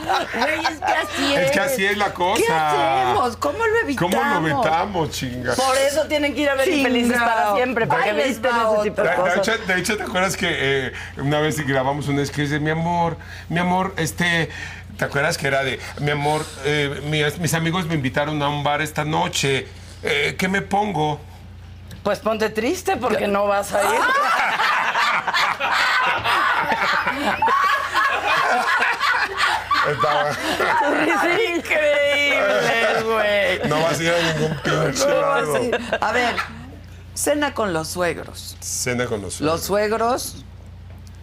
Güey, es que así es. es que así es la cosa. ¿Qué hacemos? ¿Cómo lo evitamos? Ah. ¿Cómo lo vetamos, chinga? Por eso tienen que ir a ver Chingao. infelices para siempre, para que Ahí les visiten va ese tipo de De, de cosas. hecho, de hecho, ¿te acuerdas que eh, una vez grabamos un sketch de mi amor, mi amor, este, ¿te acuerdas que era de mi amor, eh, mis, mis amigos me invitaron a un bar esta noche, eh, ¿qué me pongo? Pues ponte triste porque no vas a ir. Estaba- Es increíble, güey. no vas a ir a ningún pinche lado. A ver, cena con los suegros. Cena con nosotros. Los suegros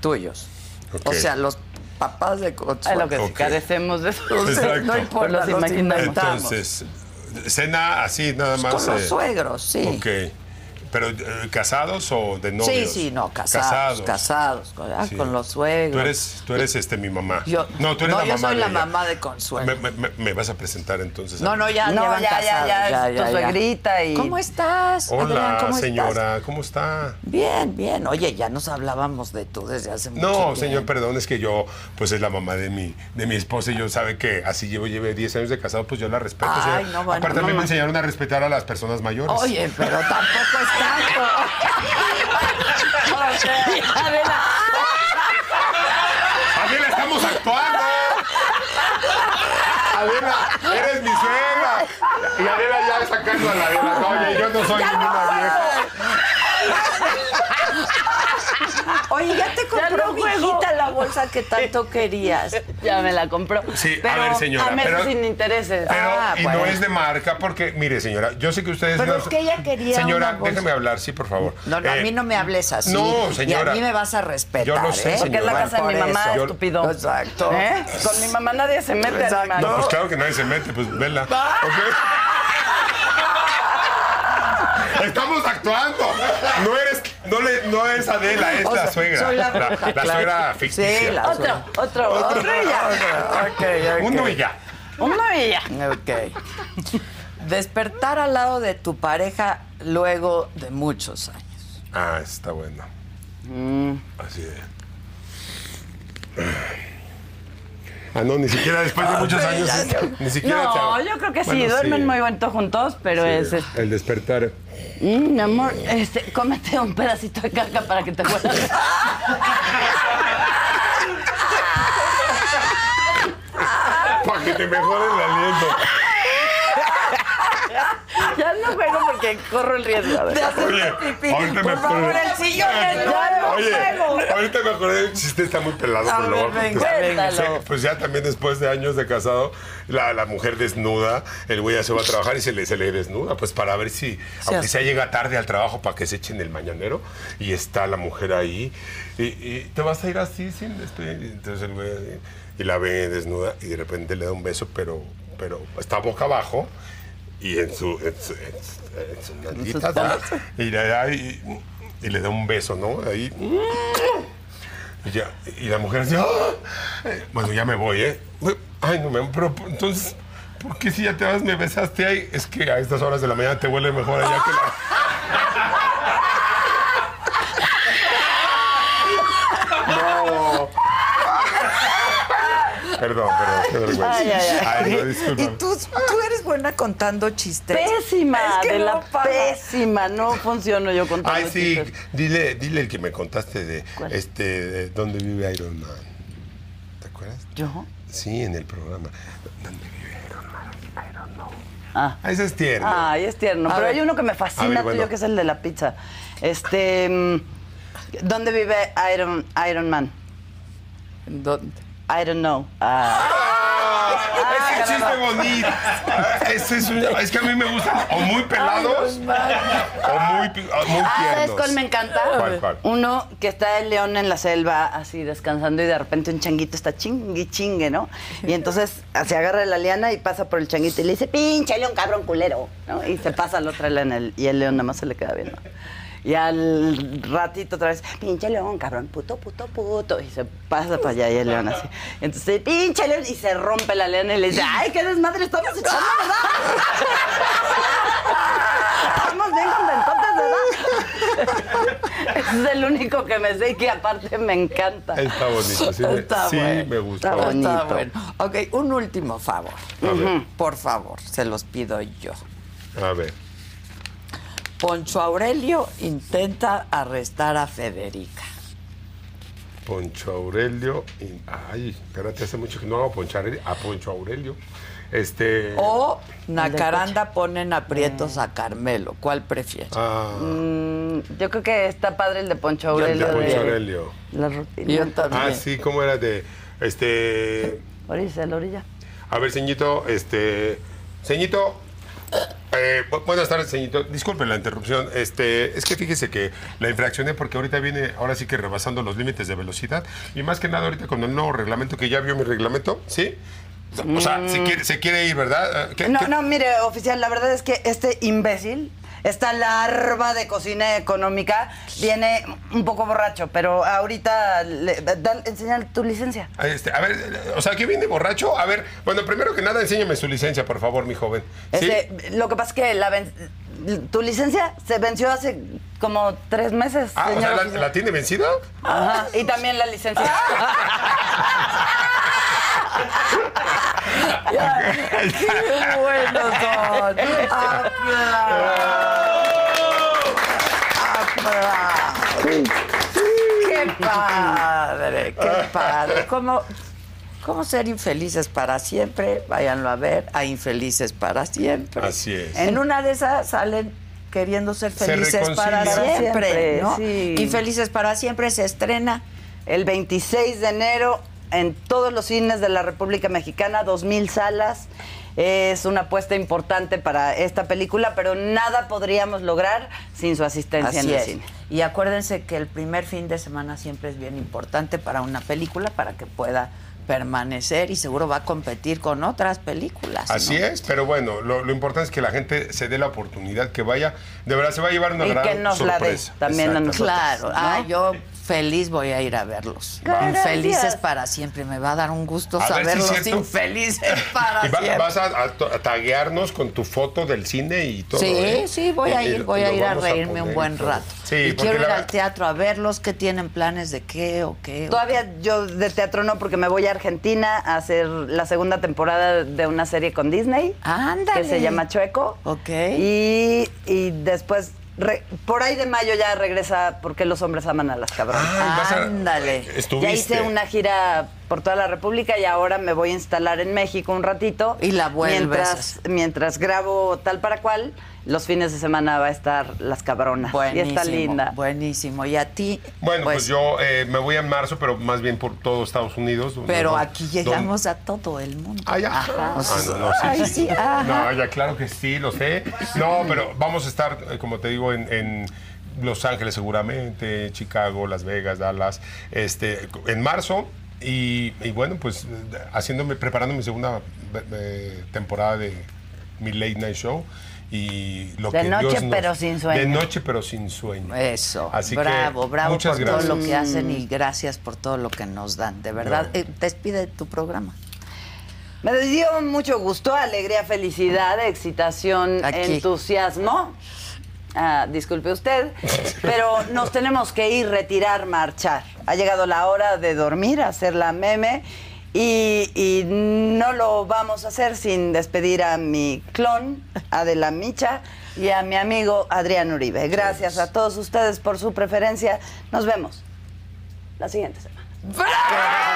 tuyos. Ok. O sea, los papás de A lo Consuelo. que sí, Ok. carecemos de eso. O sea, Exacto. no importa, Los los imaginamos. inventamos. Entonces, cena así nada más. con los eh, suegros, sí. Ok. ¿Pero eh, casados o de novios? Sí, sí, no, casados, casados, con, ah, Sí. con los suegros. Tú eres, tú eres este, mi mamá. Yo- no, tú eres no, la yo mamá soy de la ella. mamá de Consuelo. Me, me- me- me vas a presentar entonces. a No, mí. no, ya No, llevan ya, ya, casados, ya, es tu suegrita y- ¿Cómo estás? Hola, Adrián? ¿Cómo estás? señora, ¿cómo está? Bien, bien. Oye, ya nos hablábamos de tú desde hace mucho tiempo. No, señor, perdón, es que yo, pues es la mamá de mi, de mi esposa y yo sabe que así llevo, lleve 10 años de casado, pues yo la respeto. señor. Ay, no, bueno, Aparte, a mí no. me enseñaron a respetar a las personas mayores. Oye, pero tampoco es tanto. Adela, estamos actuando. Adela, eres mi suegra. Y Adela ya sacando a la Adela. Oye, yo no soy ninguna vieja. Oye, ya te compró no mi juego. hijita la bolsa que tanto querías. Ya me la compró. Sí, a ver, señora, A meses pero- sin intereses. Pero, Ah, y bueno. no es de marca, porque, mire, señora, yo sé que ustedes. Pero no- es que ella quería Señora, una bolsa. déjeme hablar, sí, por favor. No, no, a Eh, mí no me hables así. no, Y señora. a mí me vas a respetar. Yo lo sé, ¿eh? Porque es la señora, casa de mi Por mamá, eso. estúpido. Exacto. ¿Eh? Con mi mamá nadie se mete, Exacto. animal. No, pues claro que nadie se mete, pues vela. ¿Ok? Estamos actuando. No eres, no, le, no es Adela, es O sea, la suegra. soy la- la, la claro. suegra ficticia. Sí, la Otro, suegra. otro, otro, y ya. Ok, ok. Uno y ya. Uno y ya. Ok. Despertar al lado de tu pareja luego de muchos años. Ah, está bueno. Así de. Ah, no, ni siquiera después de muchos años. es- Ni siquiera. No, chao. yo creo que sí, Bueno, duermen muy bonito juntos, pero Sí, es... este, El despertar. mm, mi amor, este, cómete un pedacito de caca para que te Ah, acuerdes. Para que te mejore el aliento. ya no juego porque corro el riesgo. a ver. Oye, ahorita me Por favor, el sillón, el cuadro, Oye, juego. ahorita me acordé de un chiste, está muy pelado. A por ver, favor. venga, venga. Sí, pues ya también después de años de casado, la, la mujer desnuda, el güey ya se va a trabajar y se le, se le desnuda, pues para ver si, aunque sea llega tarde al trabajo para que se echen el mañanero, y está la mujer ahí, y, y te vas a ir así sin despedir. Y Entonces el güey así, y la ve desnuda y de repente le da un beso, pero, pero está boca abajo y en su, en su, en su- en su nalguita, ¿verdad? y, le da, y, y le da un beso, ¿no? Ahí. Y, ya- y la mujer dice, bueno, ya me voy, ¿eh? Ay, no, me pero entonces, ¿por qué si ya te vas, me besaste ahí? Es que a estas horas de la mañana te huele mejor allá que la... Perdón, perdón, qué vergüenza. Ay, ay, ay. Ay, no, Y discúlpame. tú, tú eres buena contando chistes. Pésima, Es que de la no paga. pésima, no funciono yo con Ay, tantos sí, chistes. dile, dile el que me contaste de este de dónde vive Iron Man. ¿Te acuerdas? ¿Yo? Sí, en el programa. ¿Dónde vive Iron Man? I don't know. Ah. Ah, ese es tierno. Ay, es tierno. A pero ver. hay uno que me A ver, fascina bueno. tuyo, que es el de la pizza. Este. mm, ¿Dónde vive Iron, Iron Man? ¿En dónde? I don't know. Ah, ese chiste bonito. Ah, ese es, un- es que a mí me gustan o muy pelados Ah, o muy, pi- o muy Ah, ¿sabes tiernos. cuál me encanta? ¿Cuál, cuál? Uno que está el león en la selva, así descansando, y de repente un changuito está chingue, chingue, ¿no? Y entonces se agarra la liana y pasa por el changuito y le dice, pinche león, cabrón, culero, ¿no? Y se pasa la otra liana el- y el león nada más se le queda viendo. Y al ratito otra vez, pinche león, cabrón, puto, puto, puto. Y se pasa para allá y el león así. Entonces, pinche león, y se rompe la liana y le dice, ay, qué desmadre estamos echando, ¿verdad? Estamos bien contentotes, ¿verdad? Ese es el único que me sé y que aparte me encanta. Está bonito. Sí, me- Está sí, bueno. me gusta. Está bonito. Está bueno. Ok, un último favor. A ver, Por favor, se los pido yo. a ver. Poncho Aurelio intenta arrestar a Federica. Poncho Aurelio. y- ay, espérate, hace mucho que no hago Poncho Aurelio, a Poncho Aurelio. Este. Oh, O Nacaranda ponen aprietos a Carmelo. ¿Cuál prefieres? ah, Mm, yo creo que está padre el de Poncho el de Aurelio. Poncho de- Aurelio. La rutina. Yo también. Ah, sí, ¿cómo era de. Este. Orilla, la orilla. A ver, Señito, este. Señito. eh, bu- buenas tardes, señito. Disculpen la interrupción. Este, es que fíjese que la infraccioné porque ahorita viene, ahora sí que rebasando los límites de velocidad. Y más que nada ahorita con el nuevo reglamento que ya vio mi reglamento, ¿sí? O sea, se, quiere, se quiere ir, ¿verdad? Eh, ¿qué- Mm. No, qué- no, mire, oficial, la verdad es que este imbécil, esta larva de cocina económica, viene un poco borracho, pero ahorita le, da- enseñale tu licencia. Ah, este, a ver, eh, o sea, ¿qué viene borracho? A ver, bueno, primero que nada, enséñame su licencia, por favor, mi joven. ¿Sí? Este, Lo que pasa es que la ven- tu licencia se venció hace como tres meses. Ah, o señor sea, ¿la, oficial. la tiene vencida? Ajá, y también la licencia. ¡Qué buenos son! ¡Aplausos! ¡Aplausos! ¡Qué padre! ¡Qué padre! ¿Cómo, ¿Cómo ser infelices para siempre? Váyanlo a ver, a infelices para siempre. Así es. En una de esas salen queriendo ser Se felices para reconcilian. siempre, Siempre, ¿no? sí. Y Felices para siempre se estrena El 26 de enero en todos los cines de la República Mexicana, 2.000 salas. Es una apuesta importante para esta película, pero nada podríamos lograr sin su asistencia Así en el es. cine. Y acuérdense que el primer fin de semana siempre es bien importante para una película para que pueda permanecer y seguro va a competir con otras películas. Así ¿no? es, pero bueno, lo, lo importante es que la gente se dé la oportunidad, que vaya, de verdad se va a llevar una Y gran que nos la dé sorpresa. también a Exacto. nosotros. Claro. ¿no? Ah, yo feliz voy a ir a verlos. Gracias. Infelices para siempre. Me va a dar un A gusto ver si es saberlos cierto. infelices para Y va- siempre. vas a, a to- a taguearnos con tu foto del cine y todo. sí, ¿eh? sí, voy a Y- y ir, lo- voy a lo ir a vamos reírme un poner y buen todo. rato. Sí, y porque quiero ir la- al teatro a verlos, qué tienen planes de qué o qué. o Todavía yo de teatro no, porque me voy a Argentina a hacer la segunda temporada de una serie con Disney. Ándale. Que se llama Chueco. Ok. Y, y después, re- por ahí de mayo ya regresa porque los hombres aman a las cabronas. Ah, vas a- Ándale. Estuviste. Ya hice una gira por toda la República y ahora me voy a instalar en México un ratito. Y la vuelves a Mientras, hacer. mientras grabo tal para cual, los fines de semana va a estar Las Cabronas. Y está linda. Buenísimo. Y a ti. Bueno, pues, yo eh, me voy en marzo, pero más bien por todo Estados Unidos. donde- Pero donde- aquí llegamos a todo el mundo. Ah, ya. Ajá. Ah, no, no, sí, Ay, sí. sí, ajá. No, ya, claro que sí, lo sé. No, pero vamos a estar, eh, como te digo, en, en Los Ángeles seguramente, Chicago, Las Vegas, Dallas, este, en marzo. Y, y bueno, pues eh, haciéndome, preparando mi segunda eh, temporada de mi late night show. Y lo De que noche, Dios nos- pero sin sueño. De noche pero sin sueño. Eso, Así que, bravo, bravo muchas por gracias. todo lo que Mm. hacen y gracias por todo lo que nos dan, de verdad. Bravo. Eh, despide tu programa. Me dio mucho gusto, alegría, felicidad, excitación, Aquí. entusiasmo. Ah, disculpe usted, pero nos tenemos que ir, retirar, marchar. Ha llegado la hora de dormir, hacer la meme Y, y no lo vamos a hacer sin despedir a mi clon, Adela Micha, y a mi amigo Adrián Uribe. Gracias a todos ustedes por su preferencia. Nos vemos la siguiente semana. ¡Bravo!